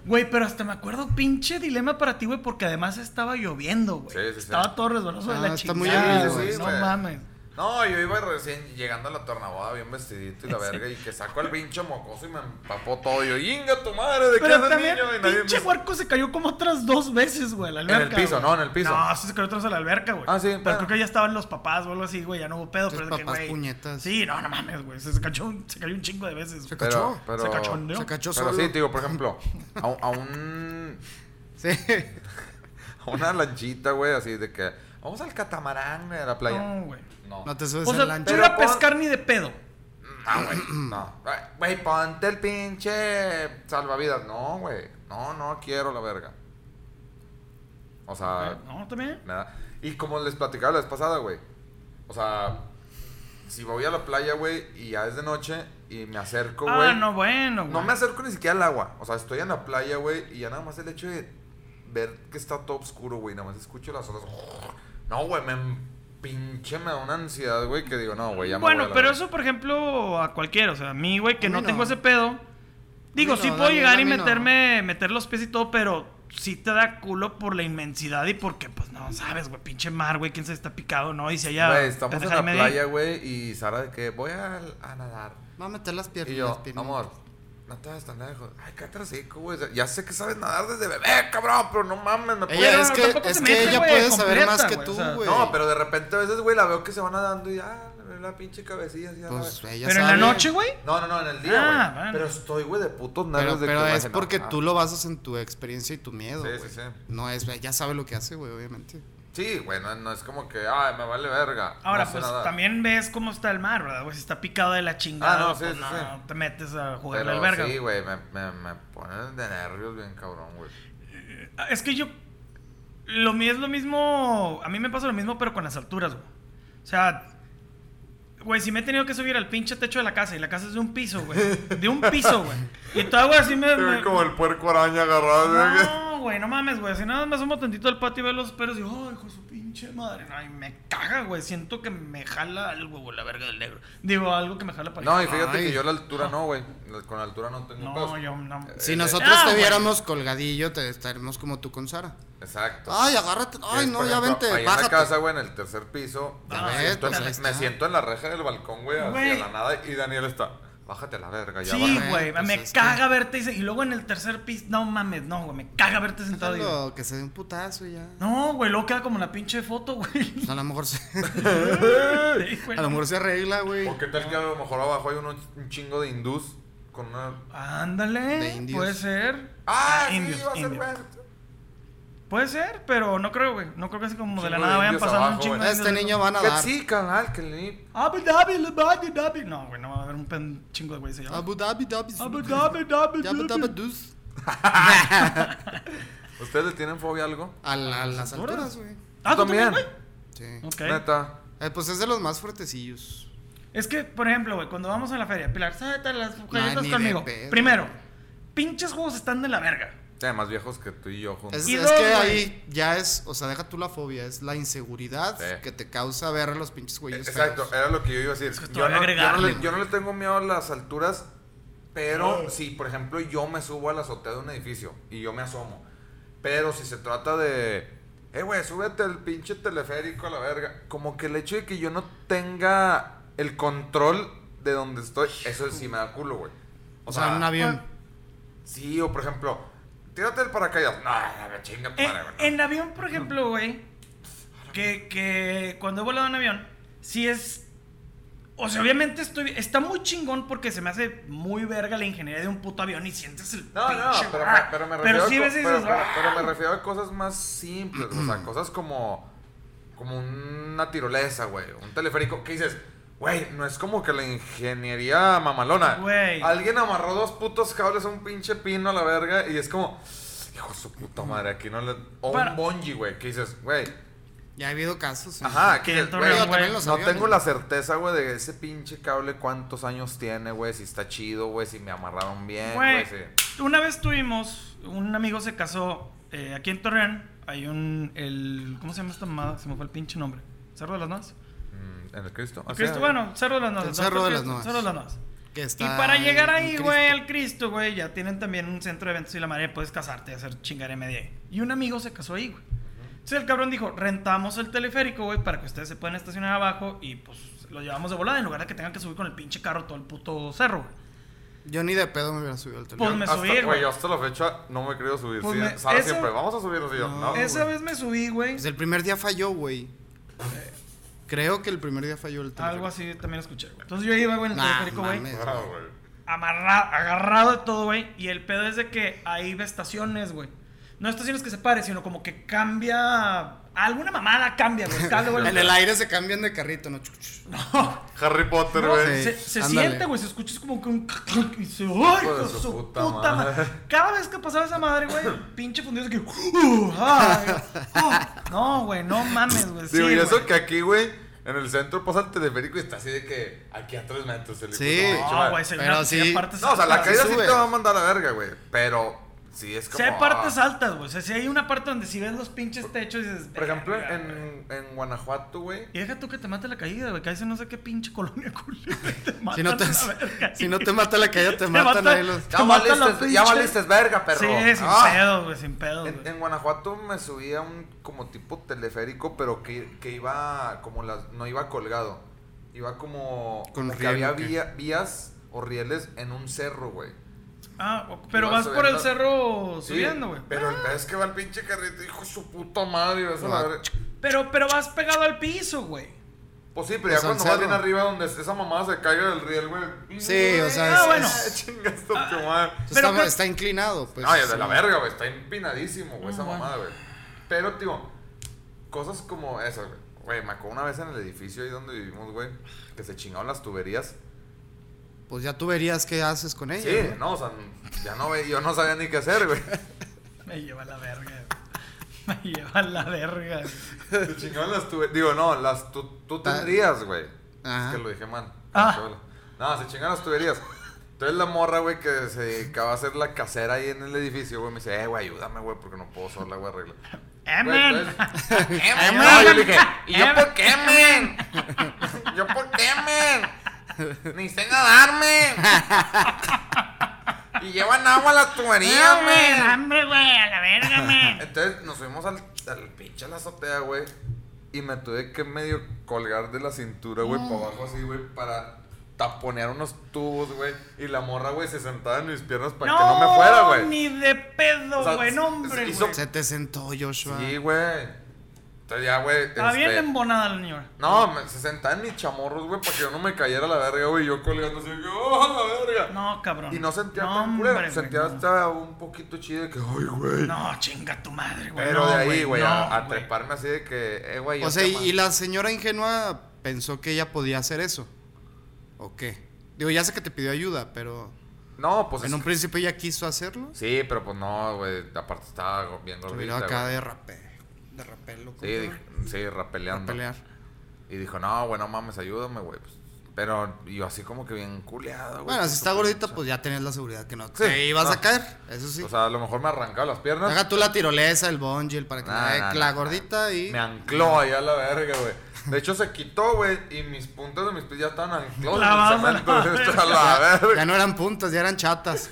[SPEAKER 2] Güey, pero hasta me acuerdo, pinche dilema para ti, güey, porque además estaba lloviendo, güey.
[SPEAKER 1] Sí, sí, sí.
[SPEAKER 2] Estaba todo resbaloso de
[SPEAKER 3] Ah,
[SPEAKER 2] la
[SPEAKER 3] está muy
[SPEAKER 2] chingada,
[SPEAKER 1] llovido,
[SPEAKER 2] güey.
[SPEAKER 1] sí,
[SPEAKER 2] no
[SPEAKER 1] güey.
[SPEAKER 2] mames.
[SPEAKER 1] No, yo iba recién llegando a la tornaboda bien vestidito y la verga y que sacó al pinche mocoso y me empapó todo. Y yo, inga tu madre, ¿de qué
[SPEAKER 2] Pero
[SPEAKER 1] haces
[SPEAKER 2] también,
[SPEAKER 1] niño? Y nadie
[SPEAKER 2] pinche
[SPEAKER 1] me-
[SPEAKER 2] huerco se cayó como otras dos veces, güey, a la
[SPEAKER 1] En el
[SPEAKER 2] alberca.
[SPEAKER 1] piso,
[SPEAKER 2] güey.
[SPEAKER 1] no, en el piso.
[SPEAKER 2] No, sí se cayó otras a la alberca, güey.
[SPEAKER 1] Ah, sí,
[SPEAKER 2] Pero
[SPEAKER 1] bueno.
[SPEAKER 2] creo que ya estaban los papás o algo así, güey, ya no hubo pedo.
[SPEAKER 3] Los
[SPEAKER 2] Pero es de que,
[SPEAKER 3] papás
[SPEAKER 2] güey,
[SPEAKER 3] puñetas.
[SPEAKER 2] Sí, no, no mames, güey. Se, se cayó, un- se cayó un chingo de veces.
[SPEAKER 3] Se
[SPEAKER 2] güey.
[SPEAKER 1] Pero-
[SPEAKER 3] cachó.
[SPEAKER 1] pero-
[SPEAKER 2] Se cachondeó.
[SPEAKER 3] Se cachó
[SPEAKER 1] Pero
[SPEAKER 3] solo.
[SPEAKER 1] sí, te digo, por ejemplo, a, un- a un,
[SPEAKER 3] Sí.
[SPEAKER 1] a una lanchita, güey, así de que vamos al catamarán, güey, a la playa.
[SPEAKER 2] No, güey.
[SPEAKER 1] No.
[SPEAKER 3] No te subes
[SPEAKER 2] O sea,
[SPEAKER 3] en lancha.
[SPEAKER 2] tú
[SPEAKER 1] Pero
[SPEAKER 2] no a
[SPEAKER 1] pon-
[SPEAKER 2] pescar ni de pedo.
[SPEAKER 1] No, güey, no. Ay, Güey, ponte el pinche salvavidas. No, güey. No, no quiero la verga. O sea,
[SPEAKER 2] No, también.
[SPEAKER 1] Nada. Y como les platicaba la vez pasada, güey. O sea, si voy a la playa, güey, y ya es de noche y me acerco, güey.
[SPEAKER 2] Ah, no, bueno, güey.
[SPEAKER 1] No me acerco ni siquiera al agua. O sea, estoy en la playa, güey, y ya nada más el hecho de ver que está todo oscuro, güey. Nada más escucho las olas. No, güey, me em- pinche, me da una ansiedad, güey, que digo, no, güey, Pues ya me voy a
[SPEAKER 2] Bueno,
[SPEAKER 1] la
[SPEAKER 2] pero
[SPEAKER 1] verga.
[SPEAKER 2] eso, por ejemplo, a cualquiera. O sea, a mí, güey, que
[SPEAKER 3] A mí
[SPEAKER 2] no,
[SPEAKER 3] no.
[SPEAKER 2] tengo ese pedo. Digo,
[SPEAKER 3] A mí
[SPEAKER 2] sí
[SPEAKER 3] no,
[SPEAKER 2] puedo
[SPEAKER 3] Daniel,
[SPEAKER 2] llegar y
[SPEAKER 3] a mí no.
[SPEAKER 2] meterme, meter los pies y todo, pero sí te da culo por la inmensidad y porque, pues, no sabes, güey, pinche mar, güey, quién se está picado, ¿no? Y si allá...
[SPEAKER 1] Güey, estamos en
[SPEAKER 2] pendeja
[SPEAKER 1] la
[SPEAKER 2] y media.
[SPEAKER 1] playa, güey, y Sara de que voy al- a nadar.
[SPEAKER 3] Va a meter las piernas.
[SPEAKER 1] Y yo,
[SPEAKER 3] las piernas.
[SPEAKER 1] amor, no te vas tan lejos. Ay, qué atrasico, güey. Ya sé que sabes nadar desde bebé, cabrón, pero no mames, me
[SPEAKER 3] Ella
[SPEAKER 1] puedo-
[SPEAKER 3] es
[SPEAKER 2] no,
[SPEAKER 3] que,
[SPEAKER 2] tampoco
[SPEAKER 3] es
[SPEAKER 2] te
[SPEAKER 3] que
[SPEAKER 2] metes,
[SPEAKER 3] ella
[SPEAKER 2] güey,
[SPEAKER 3] puede saber
[SPEAKER 2] completa,
[SPEAKER 3] más que
[SPEAKER 2] güey,
[SPEAKER 3] tú,
[SPEAKER 2] o sea.
[SPEAKER 3] güey.
[SPEAKER 1] No, pero de repente a veces, güey, la veo que se van nadando y ya, le veo la pinche cabecilla así. a la
[SPEAKER 3] Pues
[SPEAKER 1] vez.
[SPEAKER 3] ella
[SPEAKER 2] Pero en la
[SPEAKER 3] sabe.
[SPEAKER 2] noche, güey.
[SPEAKER 1] No, no, no, en el
[SPEAKER 2] Ah,
[SPEAKER 1] día, güey.
[SPEAKER 2] bueno.
[SPEAKER 1] Pero estoy, güey, de putos nervios
[SPEAKER 3] Pero,
[SPEAKER 1] de
[SPEAKER 3] pero
[SPEAKER 1] que
[SPEAKER 3] es
[SPEAKER 1] bajen,
[SPEAKER 3] porque
[SPEAKER 1] ah.
[SPEAKER 3] tú lo basas en tu experiencia y tu miedo,
[SPEAKER 1] Sí, sí,
[SPEAKER 3] güey.
[SPEAKER 1] sí.
[SPEAKER 3] No es, ella sabe lo que hace, güey, obviamente.
[SPEAKER 1] Sí, güey, no, no es como que, ay, me vale verga.
[SPEAKER 2] Ahora,
[SPEAKER 1] no sé
[SPEAKER 2] pues,
[SPEAKER 1] nadar.
[SPEAKER 2] también ves cómo está el mar, ¿verdad, güey? Si está picado de la chingada,
[SPEAKER 1] Ah, no, sí,
[SPEAKER 2] pues,
[SPEAKER 1] sí,
[SPEAKER 2] no,
[SPEAKER 1] sí.
[SPEAKER 2] no te metes a jugar a
[SPEAKER 1] Pero
[SPEAKER 2] la alberga.
[SPEAKER 1] sí, güey, me, me, me ponen de nervios bien cabrón, güey.
[SPEAKER 2] Ah, Es que yo. Lo mío es lo mismo. A mí me pasa lo mismo, pero con las alturas, güey. O sea. Güey, si me he tenido que subir al pinche techo de la casa y la casa es de un piso, güey. De un piso, güey. Y todo, güey, así me. me-
[SPEAKER 1] el puerco araña agarrado.
[SPEAKER 2] No, güey, no mames, güey. Si nada más asomo tantito al patio y veo los perros y digo, ay, hijo de su pinche madre. Ay, me caga, güey. Siento que me jala algo, güey, la verga del negro. Digo, algo que me jala para
[SPEAKER 1] No, y fíjate
[SPEAKER 3] Ay.
[SPEAKER 1] que yo la altura no, güey. La- Con la altura no tengo
[SPEAKER 2] pues, no,
[SPEAKER 1] pedos.
[SPEAKER 2] yo no.
[SPEAKER 3] Si
[SPEAKER 1] Eh,
[SPEAKER 3] nosotros
[SPEAKER 2] ah,
[SPEAKER 3] te
[SPEAKER 2] güey.
[SPEAKER 3] viéramos colgadillo, te estaríamos como tú con Sara.
[SPEAKER 1] Exacto.
[SPEAKER 3] Ay, agárrate. Ay,
[SPEAKER 1] Es,
[SPEAKER 3] no,
[SPEAKER 1] por
[SPEAKER 3] ya
[SPEAKER 1] ejemplo,
[SPEAKER 3] vente,
[SPEAKER 1] ahí
[SPEAKER 3] bájate.
[SPEAKER 1] en la casa, güey, en el tercer piso.
[SPEAKER 3] Ya
[SPEAKER 1] me,
[SPEAKER 3] ves,
[SPEAKER 1] siento
[SPEAKER 3] pues,
[SPEAKER 1] en,
[SPEAKER 3] ahí
[SPEAKER 1] me
[SPEAKER 3] está.
[SPEAKER 1] siento en la reja del balcón, güey,
[SPEAKER 2] Güey.
[SPEAKER 1] hacia la nada. Y Daniel está. Bájate a la verga, ya
[SPEAKER 2] Sí,
[SPEAKER 1] baja.
[SPEAKER 2] güey,
[SPEAKER 3] Pues
[SPEAKER 2] me
[SPEAKER 3] es que-
[SPEAKER 2] caga verte. Y se- y luego en el tercer piso, no mames, no, güey, me caga verte sentado. ahí, güey.
[SPEAKER 3] Déjalo que se dé un putazo y ya.
[SPEAKER 2] No, güey, luego queda como la pinche foto, güey.
[SPEAKER 3] Pues a lo mejor se,
[SPEAKER 2] Sí, güey.
[SPEAKER 3] a lo mejor se arregla, güey.
[SPEAKER 1] O qué tal que a lo mejor abajo hay uno- un chingo de hindús con una.
[SPEAKER 2] Ándale,
[SPEAKER 3] De indios.
[SPEAKER 2] puede ser.
[SPEAKER 1] ¡Ah! sí,
[SPEAKER 2] indios,
[SPEAKER 1] va a ser
[SPEAKER 2] indios.
[SPEAKER 1] verde.
[SPEAKER 2] Puede ser, pero no creo, güey. No creo que así como de la
[SPEAKER 1] Chingo de
[SPEAKER 2] nada vayan
[SPEAKER 1] indios
[SPEAKER 2] pasando un
[SPEAKER 1] abajo,
[SPEAKER 2] chingo
[SPEAKER 1] güey.
[SPEAKER 2] de
[SPEAKER 3] Este
[SPEAKER 2] indios.
[SPEAKER 3] niño van a
[SPEAKER 1] Que
[SPEAKER 3] dar.
[SPEAKER 1] sí, canal, que le.
[SPEAKER 2] Abu Dhabi, Labadi, Dhabi. No, güey, no va a haber un pen- chingo de güey. se llama.
[SPEAKER 3] Abu Dhabi, Dhabi,
[SPEAKER 2] Abu Dhabi, Dhabi,
[SPEAKER 3] Dhabi, Dhabi,
[SPEAKER 2] Dhabi.
[SPEAKER 3] dus.
[SPEAKER 1] ¿Ustedes le tienen fobia a algo?
[SPEAKER 3] A, la- a las
[SPEAKER 2] alturas?
[SPEAKER 3] alturas, güey.
[SPEAKER 2] Ah, ¿tú
[SPEAKER 1] También.
[SPEAKER 2] también, güey?
[SPEAKER 3] Sí.
[SPEAKER 2] Ok.
[SPEAKER 1] Neta.
[SPEAKER 3] Eh, pues es de los más fuertecillos.
[SPEAKER 2] Es que, por ejemplo, güey, cuando vamos a la feria, Pilar, sábete las galletas
[SPEAKER 3] ni de
[SPEAKER 2] conmigo.
[SPEAKER 3] pedo.
[SPEAKER 2] Primero, pinches juegos están de la verga.
[SPEAKER 1] Sí, más viejos que tú y yo juntos.
[SPEAKER 3] Es,
[SPEAKER 2] Y
[SPEAKER 3] es
[SPEAKER 2] dos,
[SPEAKER 3] que
[SPEAKER 2] güey.
[SPEAKER 3] ahí ya es, o sea, deja tú la fobia, es la inseguridad
[SPEAKER 1] Sí.
[SPEAKER 3] que te causa ver a los pinches güeyes.
[SPEAKER 1] Exacto, eh,
[SPEAKER 3] feos.
[SPEAKER 1] era lo que yo iba a decir.
[SPEAKER 2] que te
[SPEAKER 1] Yo
[SPEAKER 2] voy
[SPEAKER 1] no, yo,
[SPEAKER 2] a
[SPEAKER 1] no
[SPEAKER 2] agregarle,
[SPEAKER 1] le, yo no le tengo miedo a las alturas, pero si, por ejemplo, yo me subo a la azotea de un edificio y yo me asomo, pero si se trata de, eh, güey, súbete el pinche teleférico a la verga, como que el hecho de que yo no tenga el control de donde estoy, eso sí me da culo, güey.
[SPEAKER 3] O sea, un avión.
[SPEAKER 2] ah.
[SPEAKER 1] Sí, o por ejemplo, tírate el paracaídas. No, a ver, chinga tu
[SPEAKER 2] En,
[SPEAKER 1] madre, güey, no.
[SPEAKER 2] Eh, en avión, por ejemplo, güey, que, que cuando he volado en avión, si es... O sea, obviamente estoy, está muy chingón porque se me hace muy verga la ingeniería de un puto avión y sientes el
[SPEAKER 1] No, no,
[SPEAKER 2] pinche-
[SPEAKER 1] pero,
[SPEAKER 2] ¡ah!
[SPEAKER 1] me- pero me refiero,
[SPEAKER 2] sí
[SPEAKER 1] a, co-
[SPEAKER 2] ves y
[SPEAKER 1] pero-
[SPEAKER 2] dices,
[SPEAKER 1] pero-
[SPEAKER 2] ¡ah!
[SPEAKER 1] pero me refiero a cosas más simples, o sea, cosas como, como una tirolesa, güey, un teleférico, ¿qué dices? Güey, no es como que la ingeniería mamalona.
[SPEAKER 2] Güey.
[SPEAKER 1] Alguien amarró dos putos cables a un pinche pino a la verga y es como, hijo de su puta madre, aquí no le... O
[SPEAKER 2] Para-
[SPEAKER 1] un bungee, güey, ¿qué dices? Güey,
[SPEAKER 3] Ya ha habido casos. sí.
[SPEAKER 1] ajá,
[SPEAKER 2] Que
[SPEAKER 1] ¿qué dices?
[SPEAKER 2] entra
[SPEAKER 1] Güey,
[SPEAKER 2] un
[SPEAKER 1] no
[SPEAKER 2] güey.
[SPEAKER 1] tengo- no tengo la certeza, güey, de ese pinche cable cuántos años tiene, güey, si está chido, güey, si me amarraron bien,
[SPEAKER 2] Güey,
[SPEAKER 1] güey, si...
[SPEAKER 2] una vez tuvimos, un amigo se casó eh, aquí en Torreón. Hay un, el, ¿cómo se llama esta mamada? Se me fue el pinche nombre. Cerro de las Navas.
[SPEAKER 1] Mm, ¿En el Cristo? Ah, sí,
[SPEAKER 2] Cristo,
[SPEAKER 1] ahí.
[SPEAKER 2] bueno, Cerro de las Navas.
[SPEAKER 3] El Cerro de las
[SPEAKER 2] Cristo,
[SPEAKER 3] Navas.
[SPEAKER 2] Cerro de las Navas.
[SPEAKER 3] que
[SPEAKER 2] Y
[SPEAKER 3] está
[SPEAKER 2] para llegar
[SPEAKER 3] en
[SPEAKER 2] ahí,
[SPEAKER 3] Cristo.
[SPEAKER 2] güey, al Cristo, güey, ya tienen también un centro de eventos y la madre, puedes casarte, hacer chingar media. Y un amigo se casó ahí, güey. Entonces el cabrón dijo, rentamos el teleférico, güey, para que ustedes se puedan estacionar abajo y pues lo llevamos de volada en lugar de que tengan que subir con el pinche carro todo el puto cerro, güey.
[SPEAKER 3] Yo ni de pedo me hubiera subido al
[SPEAKER 2] Pues
[SPEAKER 3] teléfono.
[SPEAKER 2] me
[SPEAKER 1] hasta,
[SPEAKER 2] subí,
[SPEAKER 1] güey,
[SPEAKER 2] güey.
[SPEAKER 1] yo hasta la fecha no me he querido subir.
[SPEAKER 2] Pues
[SPEAKER 1] sí,
[SPEAKER 2] me-
[SPEAKER 1] Sara
[SPEAKER 2] esa-
[SPEAKER 1] siempre, vamos a subirnos. Y yo,
[SPEAKER 3] Oh,
[SPEAKER 1] no,
[SPEAKER 2] Esa
[SPEAKER 1] güey.
[SPEAKER 2] vez me subí, güey.
[SPEAKER 3] Pues el primer día falló, güey. Creo que el primer día falló el teléfono.
[SPEAKER 2] Algo así también escuché, güey. Entonces yo iba, güey, en el
[SPEAKER 3] Nah,
[SPEAKER 2] teleférico, güey.
[SPEAKER 3] mames.
[SPEAKER 1] Ah, güey.
[SPEAKER 2] amarrado, agarrado de todo, güey. Y el pedo es de que hay estaciones, güey. No estaciones que se pare, sino como que cambia. Alguna mamada cambia, güey. Está luego
[SPEAKER 3] En el aire se cambian de carrito, ¿no? Chuc, chuc.
[SPEAKER 1] Harry Potter,
[SPEAKER 2] No,
[SPEAKER 1] güey.
[SPEAKER 3] sí.
[SPEAKER 2] se se
[SPEAKER 3] ándale.
[SPEAKER 2] siente, güey. Se escucha es como que un. Y se. ¡Ay,
[SPEAKER 1] Hijo de
[SPEAKER 2] con
[SPEAKER 1] su
[SPEAKER 2] su
[SPEAKER 1] puta
[SPEAKER 2] puta, madre!
[SPEAKER 1] madre.
[SPEAKER 2] Cada vez que pasaba esa madre, güey, pinche fundido de que. "Uh, ay, oh". No, güey, no mames, güey. Sí,
[SPEAKER 1] Digo, y eso
[SPEAKER 2] güey.
[SPEAKER 1] que aquí, güey, en el centro pasa el teleférico y está así de que aquí a tres metros. El hijo
[SPEAKER 3] Sí.
[SPEAKER 1] de su pinche
[SPEAKER 2] No,
[SPEAKER 1] madre.
[SPEAKER 2] güey, se
[SPEAKER 3] Pero
[SPEAKER 2] una-
[SPEAKER 3] sí-
[SPEAKER 2] hay partes
[SPEAKER 1] No, o sea, la
[SPEAKER 2] altas.
[SPEAKER 1] caída sí
[SPEAKER 3] sube.
[SPEAKER 1] te va a mandar a verga, güey. Pero sí es como.
[SPEAKER 2] Sí hay partes
[SPEAKER 1] ah.
[SPEAKER 2] altas, güey. O sea, si hay una parte donde si ves los pinches techos y dices.
[SPEAKER 1] Por ejemplo,
[SPEAKER 2] "Verga, güey".
[SPEAKER 1] en, en Guanajuato, güey.
[SPEAKER 2] Y deja tú que te mate la caída, güey. Caes en no sé qué pinche colonia culera. Te matan
[SPEAKER 3] Si no, te,
[SPEAKER 2] a la verga.
[SPEAKER 3] si no te mata la caída, te, matan
[SPEAKER 2] mata-
[SPEAKER 3] ahí los.
[SPEAKER 2] Te
[SPEAKER 1] Ya
[SPEAKER 2] matan la
[SPEAKER 1] valiste, ya
[SPEAKER 2] pinche-
[SPEAKER 1] valiste verga, perro.
[SPEAKER 2] Sí, sin
[SPEAKER 1] Ah.
[SPEAKER 2] pedo, güey, sin pedo.
[SPEAKER 1] En,
[SPEAKER 2] güey.
[SPEAKER 1] en Guanajuato me subí a un como tipo teleférico, pero que, que iba como las. No iba colgado. Iba como.
[SPEAKER 3] Con
[SPEAKER 1] como que
[SPEAKER 3] riel,
[SPEAKER 1] había
[SPEAKER 3] ¿o qué?
[SPEAKER 1] vía- vías o rieles en un cerro, güey.
[SPEAKER 2] Ah, o- pero
[SPEAKER 1] Ibas
[SPEAKER 2] vas por el
[SPEAKER 1] subiendo.
[SPEAKER 2] cerro
[SPEAKER 1] Sí,
[SPEAKER 2] subiendo, güey. Ah.
[SPEAKER 1] Pero el pedo es que va el pinche carrito, hijo de su puta madre. vas a la
[SPEAKER 3] Ah.
[SPEAKER 1] verga.
[SPEAKER 2] Pero, pero vas pegado al piso, güey.
[SPEAKER 1] Pues sí, pero
[SPEAKER 3] Pues
[SPEAKER 1] ya
[SPEAKER 3] al
[SPEAKER 1] cuando vas
[SPEAKER 3] cerro.
[SPEAKER 1] bien arriba donde esa mamada se caiga del riel, güey.
[SPEAKER 3] Sí, o sea,
[SPEAKER 2] Ah,
[SPEAKER 3] es-
[SPEAKER 2] bueno.
[SPEAKER 3] es-
[SPEAKER 1] Chingas tu
[SPEAKER 2] Ah.
[SPEAKER 1] madre.
[SPEAKER 2] Pero,
[SPEAKER 3] está,
[SPEAKER 2] pero-
[SPEAKER 3] está inclinado, pues.
[SPEAKER 1] Ay, de
[SPEAKER 3] sí.
[SPEAKER 1] la verga, güey. Está empinadísimo, güey, esa
[SPEAKER 2] Ah, bueno.
[SPEAKER 1] mamada, güey. Pero, tío, cosas como esas, güey. Güey, me acuerdo una vez en el edificio ahí donde vivimos, güey, que se chingaron las tuberías.
[SPEAKER 3] Pues ya tú verías qué haces con ella.
[SPEAKER 1] Sí, no, o sea, ya no, ve- yo no sabía ni qué hacer, güey.
[SPEAKER 2] Me lleva a la verga. güey. Me lleva a la verga. güey.
[SPEAKER 1] Se chingaron las tuberías. Digo, no, las tú, tú
[SPEAKER 3] Ta-
[SPEAKER 1] tendrías, güey.
[SPEAKER 3] Ah. Ajá.
[SPEAKER 1] Es que lo dije mal.
[SPEAKER 2] Ah.
[SPEAKER 1] No, se chingaron las tuberías. Entonces la morra, güey, que se dedicaba a hacer la casera ahí en el edificio, güey, me dice, eh, güey, ayúdame, güey, porque no puedo sola, güey, arregla.
[SPEAKER 2] Amen.
[SPEAKER 1] pues, Emen.
[SPEAKER 2] Emen.
[SPEAKER 1] No, yo le dije, ¿y yo
[SPEAKER 2] Emen.
[SPEAKER 1] por qué, men? ¿Yo por qué, men? Ni sé nadarme. Y llevan agua a las tuberías,
[SPEAKER 2] Amen,
[SPEAKER 1] men.
[SPEAKER 2] hambre, güey, a la verga, men.
[SPEAKER 1] Entonces nos subimos al, al pinche a la azotea, güey. Y me tuve que medio colgar de la cintura, güey, para abajo así, güey, para taponear unos tubos, güey. Y la morra, güey, se sentaba en mis piernas para que no me fuera, güey.
[SPEAKER 2] Ni de pedo,
[SPEAKER 1] O sea,
[SPEAKER 2] güey. no, hombre,
[SPEAKER 1] hizo-
[SPEAKER 2] güey.
[SPEAKER 3] Se te sentó, Joshua.
[SPEAKER 1] Sí, güey. Entonces ya, güey.
[SPEAKER 2] Está bien
[SPEAKER 1] este,
[SPEAKER 2] embonada la señora.
[SPEAKER 1] No, me- se sentaban mis chamorros, güey, para que yo no me cayera la verga, güey. Yo colgando así, que, ¡oh, la verga!
[SPEAKER 2] No, cabrón.
[SPEAKER 1] y no sentía
[SPEAKER 2] No,
[SPEAKER 1] tan culero.
[SPEAKER 2] hombre, güey,
[SPEAKER 1] Sentía
[SPEAKER 2] no.
[SPEAKER 1] hasta un poquito chido de que, ¡ay, güey!
[SPEAKER 2] No, chinga tu madre, güey.
[SPEAKER 1] Pero
[SPEAKER 2] no,
[SPEAKER 1] de ahí, güey, a,
[SPEAKER 2] no,
[SPEAKER 1] a
[SPEAKER 2] güey.
[SPEAKER 1] treparme así de que, eh, güey.
[SPEAKER 3] o
[SPEAKER 1] yo
[SPEAKER 3] sea,
[SPEAKER 1] te
[SPEAKER 3] y,
[SPEAKER 1] amo.
[SPEAKER 3] y la señora ingenua pensó que ella podía hacer eso. ¿O qué? Digo, ya sé que te pidió ayuda, pero
[SPEAKER 1] No, pues.
[SPEAKER 3] en
[SPEAKER 1] es
[SPEAKER 3] un
[SPEAKER 1] que-
[SPEAKER 3] principio ella quiso hacerlo.
[SPEAKER 1] Sí, pero pues no, güey. Aparte estaba go- bien
[SPEAKER 3] Se
[SPEAKER 1] gordita.
[SPEAKER 3] miraba acá
[SPEAKER 1] güey.
[SPEAKER 3] de rapé. De rapelo.
[SPEAKER 1] Sí, dije- sí, rapeleando.
[SPEAKER 3] Pelear.
[SPEAKER 1] Y dijo, no, güey, no mames, ayúdame, güey. pues. pero yo así como que bien culeado, güey.
[SPEAKER 3] Bueno, si está
[SPEAKER 1] Súper
[SPEAKER 3] gordita,
[SPEAKER 1] pinche.
[SPEAKER 3] pues ya tenés la seguridad que no
[SPEAKER 1] Sí,
[SPEAKER 3] te ibas
[SPEAKER 1] no.
[SPEAKER 3] a caer. Eso sí.
[SPEAKER 1] O sea, a lo mejor me arrancaba las
[SPEAKER 2] Ah.
[SPEAKER 1] piernas.
[SPEAKER 3] Haga tú la tirolesa, el bungee, el para que
[SPEAKER 1] Nah, nah,
[SPEAKER 3] la
[SPEAKER 1] nah,
[SPEAKER 3] gordita y.
[SPEAKER 1] Me ancló allá a la verga, güey. De hecho, se quitó, güey. Y mis puntas de mis pies ya estaban anclados. en el
[SPEAKER 2] Clavados a la
[SPEAKER 1] cemento, güey,
[SPEAKER 2] verga.
[SPEAKER 1] a la verga.
[SPEAKER 3] Ya no eran puntas, ya eran chatas.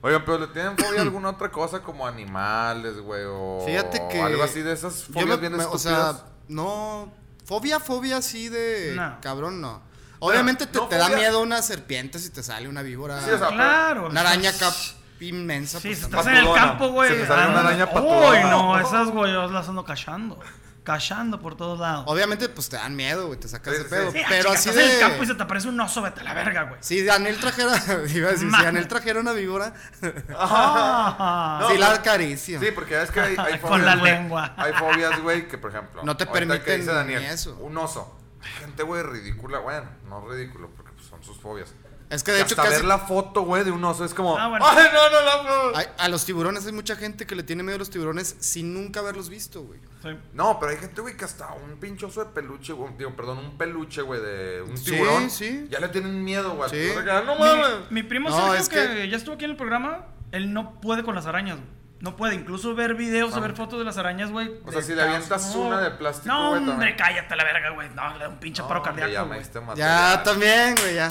[SPEAKER 1] Oigan, pero ¿le tienen fobia a alguna otra cosa como animales, güey? O
[SPEAKER 3] Fíjate que.
[SPEAKER 1] algo así de esas
[SPEAKER 3] yo
[SPEAKER 1] fobias
[SPEAKER 3] me-
[SPEAKER 1] bien
[SPEAKER 3] me- O
[SPEAKER 1] estúpidas.
[SPEAKER 3] sea, no. Fobia, fobia así de.
[SPEAKER 2] No.
[SPEAKER 3] Cabrón, no. Obviamente te,
[SPEAKER 1] no
[SPEAKER 3] te da
[SPEAKER 1] fobia.
[SPEAKER 3] miedo una serpiente si te sale una víbora.
[SPEAKER 1] Sí, o sea,
[SPEAKER 2] Claro. pues,
[SPEAKER 3] una araña acá
[SPEAKER 2] Sí,
[SPEAKER 3] inmensa.
[SPEAKER 2] si
[SPEAKER 3] pues,
[SPEAKER 2] estás
[SPEAKER 3] tampoco.
[SPEAKER 2] en el
[SPEAKER 1] patudona.
[SPEAKER 2] campo, güey.
[SPEAKER 1] Se te sale una
[SPEAKER 2] ah,
[SPEAKER 1] araña
[SPEAKER 2] Uy,
[SPEAKER 1] patudona.
[SPEAKER 2] no, esas, güey, yo las ando cachando. Cachando por todos lados.
[SPEAKER 3] Obviamente, pues te dan miedo, güey, te sacas
[SPEAKER 1] Sí,
[SPEAKER 3] de
[SPEAKER 1] sí,
[SPEAKER 3] pedo.
[SPEAKER 1] sí.
[SPEAKER 2] Sí, ah,
[SPEAKER 3] pero
[SPEAKER 2] chica,
[SPEAKER 3] así
[SPEAKER 2] estás
[SPEAKER 3] de.
[SPEAKER 2] en el campo y se te aparece un oso, vete a la verga, güey.
[SPEAKER 3] Si Daniel trajera. iba a decir, si
[SPEAKER 2] Mames.
[SPEAKER 3] Daniel trajera una víbora.
[SPEAKER 2] Ah.
[SPEAKER 1] No,
[SPEAKER 3] sí, la
[SPEAKER 1] pero-
[SPEAKER 3] acaricia.
[SPEAKER 1] Sí, porque ya es que hay, hay fobias.
[SPEAKER 2] Con la
[SPEAKER 1] güey.
[SPEAKER 2] lengua.
[SPEAKER 1] Hay fobias, güey, que por ejemplo.
[SPEAKER 3] No
[SPEAKER 1] ahorita
[SPEAKER 3] te
[SPEAKER 1] que
[SPEAKER 3] permiten
[SPEAKER 1] dice Daniel,
[SPEAKER 3] ni eso.
[SPEAKER 1] Un oso. Gente, güey, ridícula. Bueno, no ridículo, porque pues, son sus fobias.
[SPEAKER 3] Es que de
[SPEAKER 1] Y
[SPEAKER 3] hecho
[SPEAKER 1] hasta
[SPEAKER 3] casi.
[SPEAKER 1] ver la foto, güey, de un oso es como.
[SPEAKER 2] Ah, bueno.
[SPEAKER 1] ¡Ay, no, no, no! no".
[SPEAKER 3] Ay, a los tiburones hay mucha gente que le tiene miedo a los tiburones sin nunca haberlos visto, güey.
[SPEAKER 2] Sí.
[SPEAKER 1] No, pero hay gente, güey, que hasta un pinche oso de peluche, güey. Digo, perdón, un peluche, güey, de un
[SPEAKER 3] Sí,
[SPEAKER 1] tiburón.
[SPEAKER 3] sí.
[SPEAKER 1] Ya le tienen miedo, güey.
[SPEAKER 3] Sí.
[SPEAKER 1] Tú te quedas, No mames.
[SPEAKER 2] Mi, mi primo
[SPEAKER 3] No,
[SPEAKER 2] Sergio,
[SPEAKER 3] es
[SPEAKER 2] que,
[SPEAKER 3] que-
[SPEAKER 2] ya estuvo aquí en el programa, él no puede con las arañas, güey. No puede incluso ver videos o ver fotos de las arañas, güey.
[SPEAKER 1] Ah. O sea,
[SPEAKER 2] de
[SPEAKER 1] si le
[SPEAKER 2] caos.
[SPEAKER 1] avientas
[SPEAKER 2] No.
[SPEAKER 1] una de plástico,
[SPEAKER 2] No,
[SPEAKER 1] güey,
[SPEAKER 2] hombre,
[SPEAKER 1] también.
[SPEAKER 2] cállate a la verga, güey. No, le da un pinche paro
[SPEAKER 1] No, hombre,
[SPEAKER 2] cardíaco,
[SPEAKER 1] me
[SPEAKER 2] güey.
[SPEAKER 1] diste material.
[SPEAKER 3] Ya también, güey, ya.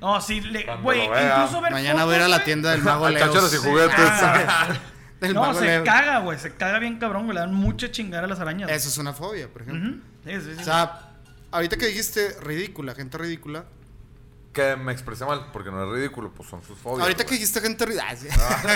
[SPEAKER 2] No, sí, le,
[SPEAKER 1] Cuando
[SPEAKER 2] güey,
[SPEAKER 1] lo vea.
[SPEAKER 2] incluso ver
[SPEAKER 3] Mañana voy a ir a
[SPEAKER 2] fotos,
[SPEAKER 3] la
[SPEAKER 2] güey.
[SPEAKER 3] tienda del mago
[SPEAKER 1] Al
[SPEAKER 3] Leo.
[SPEAKER 1] Chácharas y juguetes.
[SPEAKER 2] Ah,
[SPEAKER 3] Del
[SPEAKER 2] no,
[SPEAKER 3] mago
[SPEAKER 2] se
[SPEAKER 3] Leo.
[SPEAKER 2] caga, güey. Se caga bien cabrón, güey. Le dan mucha chingada a las arañas.
[SPEAKER 3] Eso es una fobia, por ejemplo.
[SPEAKER 2] Ujú. Sí, sí, sí.
[SPEAKER 3] O sea, ahorita que dijiste ridícula, gente ridícula.
[SPEAKER 1] Que me expresé mal, porque no es ridículo, pues son sus fobias.
[SPEAKER 3] ahorita que
[SPEAKER 1] güey. Ah,
[SPEAKER 3] dijiste gente ridícula.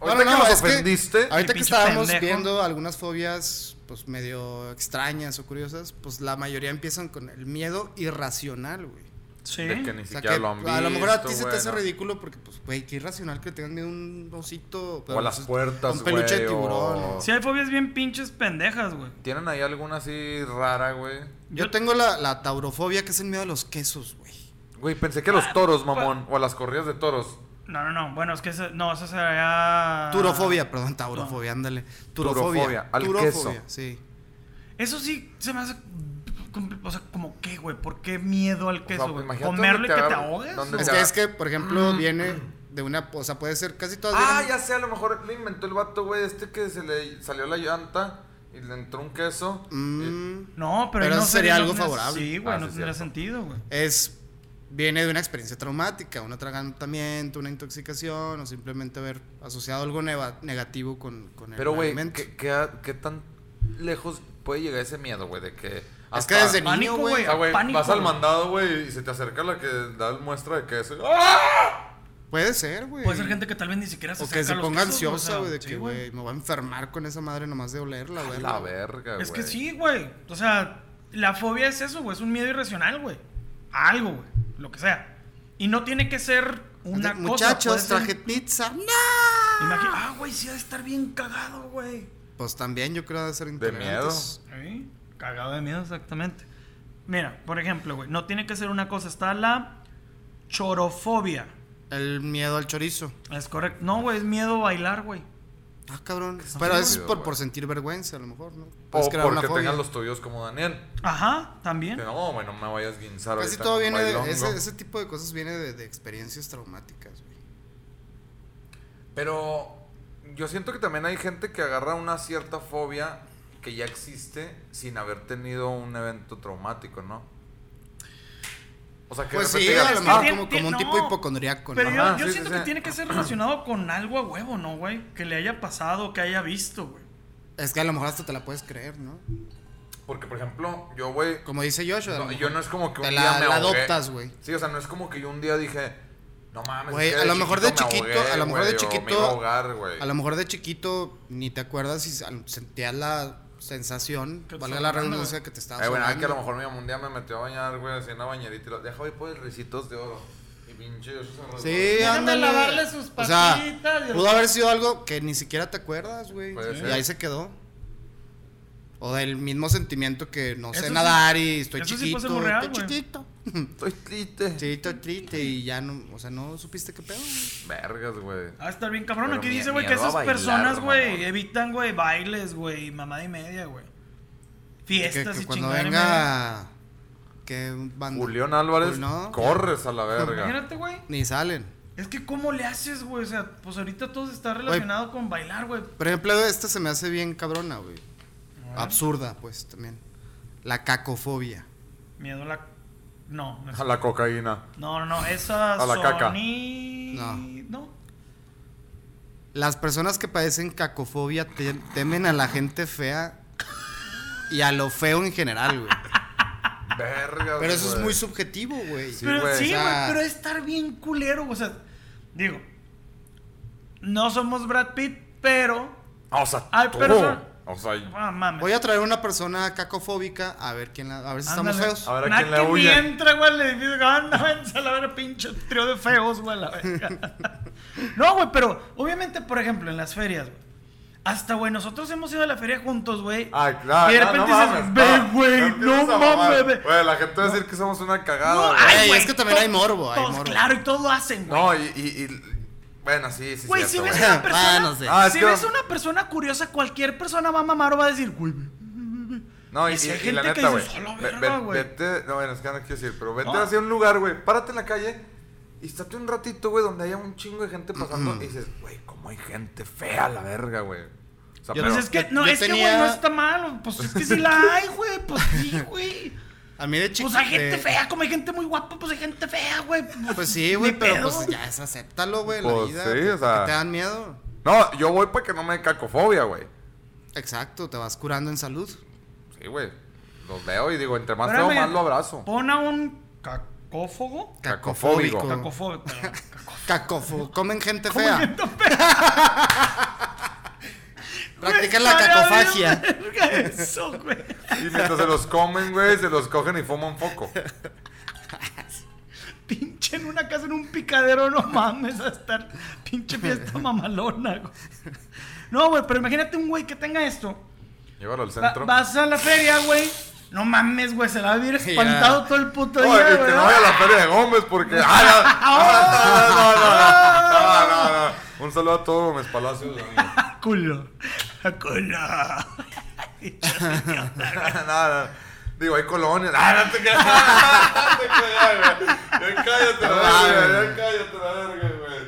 [SPEAKER 1] Ahorita que nos ofendiste.
[SPEAKER 3] ahorita que
[SPEAKER 2] pinche
[SPEAKER 3] estábamos
[SPEAKER 2] pendejo.
[SPEAKER 3] viendo algunas fobias, pues medio extrañas o curiosas, pues la mayoría empiezan con el miedo irracional, güey.
[SPEAKER 2] Sí.
[SPEAKER 1] De que ni
[SPEAKER 3] O sea,
[SPEAKER 1] siquiera
[SPEAKER 3] que
[SPEAKER 1] lo han visto.
[SPEAKER 3] a lo mejor a ti se te
[SPEAKER 1] güey,
[SPEAKER 3] hace
[SPEAKER 1] ¿no?
[SPEAKER 3] ridículo porque, pues, güey, qué irracional que le tengas miedo a un osito.
[SPEAKER 1] O a
[SPEAKER 3] perdón,
[SPEAKER 1] las
[SPEAKER 3] osito,
[SPEAKER 1] puertas,
[SPEAKER 3] a Un peluche de
[SPEAKER 1] güey,
[SPEAKER 3] tiburón.
[SPEAKER 1] o-
[SPEAKER 2] Sí, hay fobias bien pinches pendejas, güey.
[SPEAKER 1] ¿Tienen ahí alguna así rara, güey?
[SPEAKER 3] Yo tengo la, la taurofobia, que es el miedo a los quesos, güey.
[SPEAKER 1] Güey, pensé que a los toros, mamón. O a las corridas de toros.
[SPEAKER 2] No, no, no. Bueno, es que eso, no, eso sería.
[SPEAKER 3] Turofobia, perdón, taurofobia, ándale.
[SPEAKER 1] Turofobia,
[SPEAKER 3] Turofobia.
[SPEAKER 1] al
[SPEAKER 3] turofobia,
[SPEAKER 1] queso.
[SPEAKER 3] sí.
[SPEAKER 2] Eso sí se me hace. com- O sea, como qué, güey. ¿Por qué miedo al queso, güey?
[SPEAKER 1] imagínate
[SPEAKER 2] ¿Comerlo
[SPEAKER 1] dónde
[SPEAKER 2] y que
[SPEAKER 1] te
[SPEAKER 2] te
[SPEAKER 1] agarra-
[SPEAKER 2] ahogues?
[SPEAKER 1] dónde
[SPEAKER 2] o-
[SPEAKER 3] Es
[SPEAKER 1] sea-
[SPEAKER 3] que, es que, por
[SPEAKER 2] Mm.
[SPEAKER 3] ejemplo, viene de una. O sea, puede ser casi todas.
[SPEAKER 1] Ah,
[SPEAKER 3] vienen-
[SPEAKER 1] ya sé, a lo mejor le inventó el vato, güey, este que se le salió la llanta y le entró un queso. Eh,
[SPEAKER 3] Mm,
[SPEAKER 2] No, pero,
[SPEAKER 3] Pero
[SPEAKER 2] no
[SPEAKER 3] eso sería
[SPEAKER 2] no
[SPEAKER 3] algo
[SPEAKER 2] tendría-
[SPEAKER 3] favorable.
[SPEAKER 2] Sí, güey,
[SPEAKER 1] Ah,
[SPEAKER 2] no
[SPEAKER 1] sí,
[SPEAKER 2] tendría
[SPEAKER 1] cierto.
[SPEAKER 2] sentido, güey.
[SPEAKER 3] es. Viene de una experiencia traumática, un atragantamiento, una intoxicación, o simplemente haber asociado algo neva- negativo con, con el
[SPEAKER 1] Pero, güey,
[SPEAKER 3] alimento.
[SPEAKER 1] ¿qué, qué, qué tan lejos puede llegar ese miedo, güey? De que.
[SPEAKER 3] Es que
[SPEAKER 1] hasta-
[SPEAKER 3] desde
[SPEAKER 2] pánico,
[SPEAKER 3] niño,
[SPEAKER 1] O
[SPEAKER 3] güey.
[SPEAKER 1] sea, Ah, güey,
[SPEAKER 2] Pánico,
[SPEAKER 1] vas al
[SPEAKER 2] güey.
[SPEAKER 1] mandado, güey, y se te acerca la que da el muestra de queso.
[SPEAKER 3] Ah, Puede ser, güey.
[SPEAKER 2] Puede ser gente que tal vez ni siquiera se
[SPEAKER 3] O que
[SPEAKER 2] acerca
[SPEAKER 3] se
[SPEAKER 2] a los
[SPEAKER 3] ponga
[SPEAKER 2] quesos, o
[SPEAKER 3] ansiosa,
[SPEAKER 2] sea,
[SPEAKER 3] güey, de
[SPEAKER 2] sí,
[SPEAKER 3] que, güey, me voy a enfermar con esa madre nomás de olerla,
[SPEAKER 1] A
[SPEAKER 3] güey.
[SPEAKER 1] ¡ah! la verga, güey.
[SPEAKER 2] Es que sí, güey. O sea, la fobia es eso, güey. Es un miedo irracional, güey. A algo, güey. Lo que sea. Y no tiene que ser una
[SPEAKER 3] Muchachos,
[SPEAKER 2] cosa. puede
[SPEAKER 3] traje
[SPEAKER 2] ser-
[SPEAKER 3] pizza. ¡No!
[SPEAKER 2] Imagi- Ah, güey, sí ha de estar bien cagado, güey.
[SPEAKER 3] Pues también yo creo de ser
[SPEAKER 1] miedo.
[SPEAKER 3] intolerantes.
[SPEAKER 2] Sí, Cagado de miedo, exactamente. Mira, por ejemplo, güey, no tiene que ser una cosa. Está la chorofobia.
[SPEAKER 3] El miedo al chorizo.
[SPEAKER 2] Es correcto. No, güey, es miedo a bailar, güey.
[SPEAKER 3] Ah, cabrón.
[SPEAKER 1] está
[SPEAKER 3] Pero
[SPEAKER 1] bien
[SPEAKER 3] es
[SPEAKER 1] chido,
[SPEAKER 3] por,
[SPEAKER 1] güey.
[SPEAKER 3] por sentir vergüenza, Pues a lo mejor, ¿no? Puedes
[SPEAKER 1] O
[SPEAKER 3] crear una
[SPEAKER 1] porque
[SPEAKER 3] fobia.
[SPEAKER 1] tengan los tuyos como Daniel.
[SPEAKER 2] Ajá, también.
[SPEAKER 1] Que no, güey, no me vayas a guinzar
[SPEAKER 3] Casi
[SPEAKER 1] ahorita
[SPEAKER 3] todo
[SPEAKER 1] con
[SPEAKER 3] viene
[SPEAKER 1] bailongo.
[SPEAKER 3] de. Ese, ese tipo de cosas viene de, de experiencias traumáticas, güey.
[SPEAKER 1] Pero yo siento que también hay gente que agarra una cierta fobia que ya existe sin haber tenido un evento traumático, ¿no? O sea, que
[SPEAKER 3] Pues
[SPEAKER 1] de
[SPEAKER 3] sí,
[SPEAKER 1] repente
[SPEAKER 3] a
[SPEAKER 1] digas, "Ah,
[SPEAKER 3] lo
[SPEAKER 2] Es que
[SPEAKER 3] mejor
[SPEAKER 2] tiene-
[SPEAKER 3] como,
[SPEAKER 2] tiene-
[SPEAKER 3] como un tipo
[SPEAKER 2] no.
[SPEAKER 3] hipocondriaco,
[SPEAKER 2] Pero
[SPEAKER 3] ¿no?
[SPEAKER 2] yo,
[SPEAKER 1] Ajá,
[SPEAKER 2] yo
[SPEAKER 1] sí,
[SPEAKER 2] siento
[SPEAKER 1] sí,
[SPEAKER 2] que
[SPEAKER 1] sí.
[SPEAKER 2] tiene que ser relacionado con algo a huevo, ¿no, güey? Que le haya pasado, que haya visto, güey.
[SPEAKER 3] Es que a lo mejor hasta te la puedes creer, ¿no?
[SPEAKER 1] "Ah, Porque, por ejemplo, yo, güey,
[SPEAKER 3] Como dice Joshua. a lo
[SPEAKER 1] no, yo
[SPEAKER 3] mejor
[SPEAKER 1] no es como que
[SPEAKER 3] Te
[SPEAKER 1] un
[SPEAKER 3] la,
[SPEAKER 1] día me
[SPEAKER 3] la
[SPEAKER 1] ahogué.
[SPEAKER 3] adoptas, güey.
[SPEAKER 1] Sí, o sea, no es como que yo un día dije, no mames.
[SPEAKER 3] Güey,
[SPEAKER 1] es que
[SPEAKER 3] a lo mejor de
[SPEAKER 1] me
[SPEAKER 3] chiquito- a lo mejor de
[SPEAKER 1] güey, o
[SPEAKER 3] chiquito-
[SPEAKER 1] Me iba a ahogar, güey.
[SPEAKER 3] A lo mejor de chiquito ni te acuerdas y al- sentías la sensación,
[SPEAKER 2] Que te
[SPEAKER 3] valga
[SPEAKER 2] estaba
[SPEAKER 3] la
[SPEAKER 2] ahogando,
[SPEAKER 3] redundancia,
[SPEAKER 2] güey.
[SPEAKER 3] que te estabas
[SPEAKER 1] Eh, bueno, es
[SPEAKER 3] ahogando.
[SPEAKER 1] que a lo mejor mi mamá un día me metió a bañar, güey, así en la bañerita y lo deja, güey, pues, risitos de oro. Y pinche, eso se
[SPEAKER 3] Sí,
[SPEAKER 2] Déjame
[SPEAKER 3] ándale.
[SPEAKER 2] lavarle sus
[SPEAKER 3] O sea,
[SPEAKER 2] patitas, Dios.
[SPEAKER 3] pudo haber sido algo que ni siquiera te acuerdas, güey.
[SPEAKER 1] Puede
[SPEAKER 3] Y
[SPEAKER 1] ser.
[SPEAKER 3] ahí se quedó. O del mismo sentimiento que no
[SPEAKER 2] Eso
[SPEAKER 3] sé
[SPEAKER 2] sí-
[SPEAKER 3] nadar y estoy
[SPEAKER 2] eso sí
[SPEAKER 3] chiquito.
[SPEAKER 2] puede ser muy real,
[SPEAKER 3] estoy
[SPEAKER 2] güey.
[SPEAKER 3] chiquito.
[SPEAKER 1] Estoy triste.
[SPEAKER 3] Chiquito, triste y ya no, o sea, no supiste qué pedo. güey.
[SPEAKER 1] Vergas, güey.
[SPEAKER 2] Ah, está bien cabrón.
[SPEAKER 1] Pero
[SPEAKER 2] Aquí
[SPEAKER 1] mi-
[SPEAKER 2] dice, güey, que
[SPEAKER 1] miedo a
[SPEAKER 2] esas
[SPEAKER 1] bailar,
[SPEAKER 2] personas, güey,
[SPEAKER 1] mamón.
[SPEAKER 2] evitan, güey, bailes, güey, mamada y media, güey.
[SPEAKER 3] Que,
[SPEAKER 2] Fiestas
[SPEAKER 3] que
[SPEAKER 2] y
[SPEAKER 3] cuando
[SPEAKER 2] chingada y media.
[SPEAKER 3] venga que un banda-
[SPEAKER 1] Julián Álvarez,
[SPEAKER 3] Pues no.
[SPEAKER 1] corres a la verga.
[SPEAKER 2] Imagínate, güey.
[SPEAKER 3] ni salen.
[SPEAKER 2] Es que, ¿cómo le haces, güey? O sea, pues ahorita todo está relacionado con bailar, güey.
[SPEAKER 3] Por ejemplo, esta se me hace bien cabrona, güey. Absurda, pues también. La cacofobia.
[SPEAKER 2] Miedo a la. No, no es-
[SPEAKER 1] A la cocaína.
[SPEAKER 2] No, no, no. Esa.
[SPEAKER 1] A la caca.
[SPEAKER 2] soni-
[SPEAKER 3] No.
[SPEAKER 2] No.
[SPEAKER 3] Las personas que padecen cacofobia te- temen a la gente fea y a lo feo en general, güey.
[SPEAKER 1] Vergas,
[SPEAKER 3] Pero eso es
[SPEAKER 1] güey.
[SPEAKER 3] muy subjetivo, güey.
[SPEAKER 1] Sí,
[SPEAKER 2] Pero
[SPEAKER 1] güey,
[SPEAKER 2] sí,
[SPEAKER 3] o
[SPEAKER 2] güey,
[SPEAKER 3] sea-
[SPEAKER 2] pero estar bien culero, o sea, digo, no somos Brad Pitt, pero,
[SPEAKER 1] Ah, O sea,
[SPEAKER 2] Ay,
[SPEAKER 1] tú.
[SPEAKER 2] pero son-
[SPEAKER 1] O sea,
[SPEAKER 2] ah, mames.
[SPEAKER 3] Voy a traer una persona cacofóbica a ver quién la, a ver si estamos
[SPEAKER 2] Ándale.
[SPEAKER 3] feos.
[SPEAKER 1] A ver a
[SPEAKER 2] Nah,
[SPEAKER 1] quién le
[SPEAKER 2] que ni
[SPEAKER 1] huye.
[SPEAKER 2] entra, güey, al edificio. Anda, váyanse a la verga, pinche trío de feos, güey, a la verga. No, güey, pero obviamente, por ejemplo, en las ferias, güey. Hasta, güey, nosotros hemos ido a la feria juntos, güey.
[SPEAKER 1] Ah, claro.
[SPEAKER 2] Y de
[SPEAKER 1] no,
[SPEAKER 2] repente
[SPEAKER 1] no
[SPEAKER 2] dices,
[SPEAKER 1] mames,
[SPEAKER 2] ve,
[SPEAKER 1] no, no
[SPEAKER 2] güey, no,
[SPEAKER 1] empieces a
[SPEAKER 2] mames,
[SPEAKER 1] mamar.
[SPEAKER 2] ve.
[SPEAKER 1] Güey, la gente va a decir que somos una
[SPEAKER 2] No,
[SPEAKER 1] cagada, güey.
[SPEAKER 2] ay,
[SPEAKER 3] Ey,
[SPEAKER 2] güey,
[SPEAKER 3] es que también hay
[SPEAKER 2] todos-
[SPEAKER 3] morbo, hay
[SPEAKER 2] todos,
[SPEAKER 3] morbo.
[SPEAKER 2] Claro, y todo lo hacen, güey.
[SPEAKER 1] No, y, y, y- Bueno, sí, sí,
[SPEAKER 2] Güey, si
[SPEAKER 1] cierto,
[SPEAKER 2] ves
[SPEAKER 1] güey.
[SPEAKER 2] a una persona,
[SPEAKER 3] Ah, no sé.
[SPEAKER 1] Ah, es
[SPEAKER 2] si
[SPEAKER 1] que-
[SPEAKER 2] ves a una persona curiosa, cualquier persona va a mamar o va a decir, güey, ve".
[SPEAKER 1] No, y,
[SPEAKER 2] y si
[SPEAKER 1] y-
[SPEAKER 2] hay
[SPEAKER 1] y la
[SPEAKER 2] gente que
[SPEAKER 1] neta, güey.
[SPEAKER 2] dices, "A la
[SPEAKER 1] ve-
[SPEAKER 2] verga,
[SPEAKER 1] ve-
[SPEAKER 2] güey".
[SPEAKER 1] Vete, no, bueno, es que no quiero decir, pero vete
[SPEAKER 2] No.
[SPEAKER 1] hacia un lugar, güey. Párate en la calle y estate un ratito, güey, donde haya un chingo de gente pasando. Y dices, güey, cómo hay gente fea, la verga, güey. O sea,
[SPEAKER 3] Yo
[SPEAKER 1] pero,
[SPEAKER 2] Pues es que,
[SPEAKER 3] yo-
[SPEAKER 2] no,
[SPEAKER 3] yo
[SPEAKER 2] es que, güey,
[SPEAKER 3] tenía-
[SPEAKER 2] no está malo. Pues es que sí la hay, güey. Pues sí, güey.
[SPEAKER 3] A mí de chiquito.
[SPEAKER 2] Pues hay gente fea, como hay gente muy guapa, pues hay gente fea, güey.
[SPEAKER 3] Este, Pues sí,
[SPEAKER 2] Ni
[SPEAKER 3] güey, pero
[SPEAKER 2] pedo.
[SPEAKER 3] pues ya es acéptalo, güey, la
[SPEAKER 1] Pues
[SPEAKER 3] vida.
[SPEAKER 1] sí, o
[SPEAKER 3] ¿por
[SPEAKER 1] sea.
[SPEAKER 3] qué te dan miedo.
[SPEAKER 1] No, yo voy para que no me dé cacofobia, güey.
[SPEAKER 3] Exacto, te vas curando en salud.
[SPEAKER 1] Sí, güey. Los veo y digo, entre más
[SPEAKER 2] Espérame,
[SPEAKER 1] feo, más lo abrazo.
[SPEAKER 2] Pon a un cacófogo.
[SPEAKER 1] Cacofóbico.
[SPEAKER 2] Cacófobo.
[SPEAKER 3] Cacofóbico.
[SPEAKER 2] perdón.
[SPEAKER 3] Cacofo, comen gente
[SPEAKER 2] Como
[SPEAKER 3] fea.
[SPEAKER 2] gente
[SPEAKER 3] Practican la
[SPEAKER 2] Estaría bien
[SPEAKER 3] cacofagia.
[SPEAKER 2] verga Eso, güey.
[SPEAKER 1] Y mientras se los comen, güey, se los cogen y fuman foco.
[SPEAKER 2] Pinche en una casa en un picadero, no mames, a estar pinche fiesta mamalona, güey. No, güey, pero imagínate un güey que tenga esto.
[SPEAKER 1] Llévalo al
[SPEAKER 2] Va-
[SPEAKER 1] centro.
[SPEAKER 2] vas a la feria, güey. No mames, güey, se la va a vivir
[SPEAKER 3] Ya.
[SPEAKER 2] espantado todo el puto
[SPEAKER 1] Oye,
[SPEAKER 2] día,
[SPEAKER 1] que
[SPEAKER 2] güey. Oh.
[SPEAKER 1] te no vaya a la feria de Gómez porque. Ah, no, no, no, no, no, no, no, no. Un saludo a todos Gómez Palacios. amigo.
[SPEAKER 2] ¡Ah, culo! ¡Ah, culo!
[SPEAKER 1] Nada. Digo, hay colonias. Ah, no te creas. No te creas, güey. Ya cállate, la verga. Ya cállate, la verga, güey.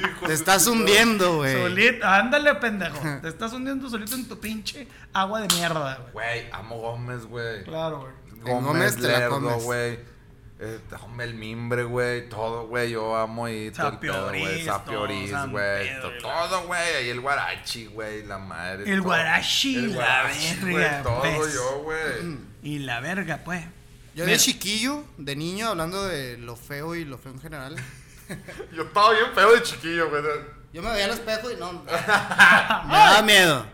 [SPEAKER 1] Hijo de
[SPEAKER 3] Te estás
[SPEAKER 1] su-
[SPEAKER 2] Pues,
[SPEAKER 3] hundiendo, güey.
[SPEAKER 2] Solito, ándale, pendejo. Te estás hundiendo solito en tu pinche agua de mierda, güey.
[SPEAKER 1] Güey, amo Gómez, güey.
[SPEAKER 2] Claro, güey.
[SPEAKER 1] Gómez,
[SPEAKER 3] Gómez te la
[SPEAKER 1] Lerdo,
[SPEAKER 3] comes.
[SPEAKER 1] güey. Eh, hombre, el mimbre, güey, todo, güey, yo amo y todo el pedo, güey,
[SPEAKER 2] Sapioris,
[SPEAKER 1] Sapioris,
[SPEAKER 2] todo, San
[SPEAKER 1] güey,
[SPEAKER 2] Pedro,
[SPEAKER 1] to-
[SPEAKER 2] y la-
[SPEAKER 1] todo, güey, ahí el guarachi, güey, la madre.
[SPEAKER 2] El
[SPEAKER 1] todo.
[SPEAKER 2] guarachi,
[SPEAKER 1] El
[SPEAKER 2] la
[SPEAKER 1] guarachi, güey,
[SPEAKER 2] verga,
[SPEAKER 1] todo
[SPEAKER 2] pues.
[SPEAKER 1] yo, güey.
[SPEAKER 2] Y la verga, pues.
[SPEAKER 3] Yo de
[SPEAKER 2] Mira.
[SPEAKER 3] chiquillo, de niño, hablando de lo feo y lo feo en general.
[SPEAKER 1] Yo estaba bien feo de chiquillo, güey.
[SPEAKER 3] Yo me veía al espejo y no. Me daba miedo.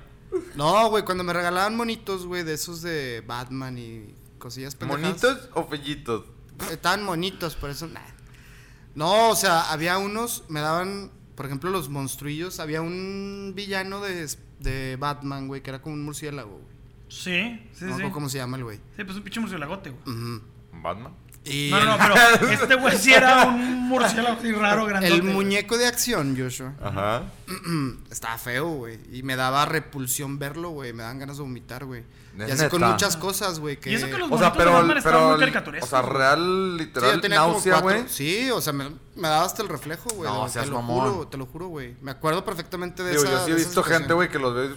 [SPEAKER 3] No, güey, cuando me regalaban monitos, güey, de esos de Batman y cosillas pendejadas.
[SPEAKER 1] ¿Monitos o fellitos?
[SPEAKER 3] Estaban monitos, por eso. nah. No, o sea, había unos, me daban, por ejemplo, los monstruillos. Había un villano de, de Batman, güey, que era como un murciélago, güey.
[SPEAKER 2] Sí, sí, sí.
[SPEAKER 3] no me acuerdo cómo se llama el güey.
[SPEAKER 2] Sí, pues un pinche murciélagote, güey.
[SPEAKER 3] Ujú.
[SPEAKER 1] ¿Batman?
[SPEAKER 3] Y
[SPEAKER 2] No, no,
[SPEAKER 3] el-
[SPEAKER 2] pero este güey sí era un murciélago así raro, grandote.
[SPEAKER 3] el
[SPEAKER 2] güey.
[SPEAKER 3] muñeco de acción, Joshua. Mm,
[SPEAKER 1] Ajá.
[SPEAKER 3] Estaba feo, güey. Y me daba repulsión verlo, güey. Me daban ganas de vomitar, güey. Y
[SPEAKER 1] ¿Es
[SPEAKER 3] así con
[SPEAKER 1] neta?
[SPEAKER 3] muchas cosas, güey. Que...
[SPEAKER 2] Y eso que los
[SPEAKER 1] O sea,
[SPEAKER 2] Pues monitos de
[SPEAKER 1] pero,
[SPEAKER 2] Batman estaban
[SPEAKER 1] pero,
[SPEAKER 2] muy
[SPEAKER 1] o
[SPEAKER 2] caricaturescos.
[SPEAKER 1] sea, real,
[SPEAKER 3] Sí, yo
[SPEAKER 1] literal,
[SPEAKER 3] tenía como
[SPEAKER 1] náusea,
[SPEAKER 3] cuatro.
[SPEAKER 1] güey.
[SPEAKER 3] Sí, o sea, me, me daba hasta el reflejo, güey.
[SPEAKER 1] No,
[SPEAKER 3] güey,
[SPEAKER 1] seas
[SPEAKER 3] te lo
[SPEAKER 1] mamón.
[SPEAKER 3] juro, te lo juro, güey. Me acuerdo perfectamente de
[SPEAKER 1] Digo,
[SPEAKER 3] esa
[SPEAKER 1] yo sí he
[SPEAKER 3] de esa
[SPEAKER 1] visto gente,
[SPEAKER 3] situación.
[SPEAKER 1] güey, que los ves.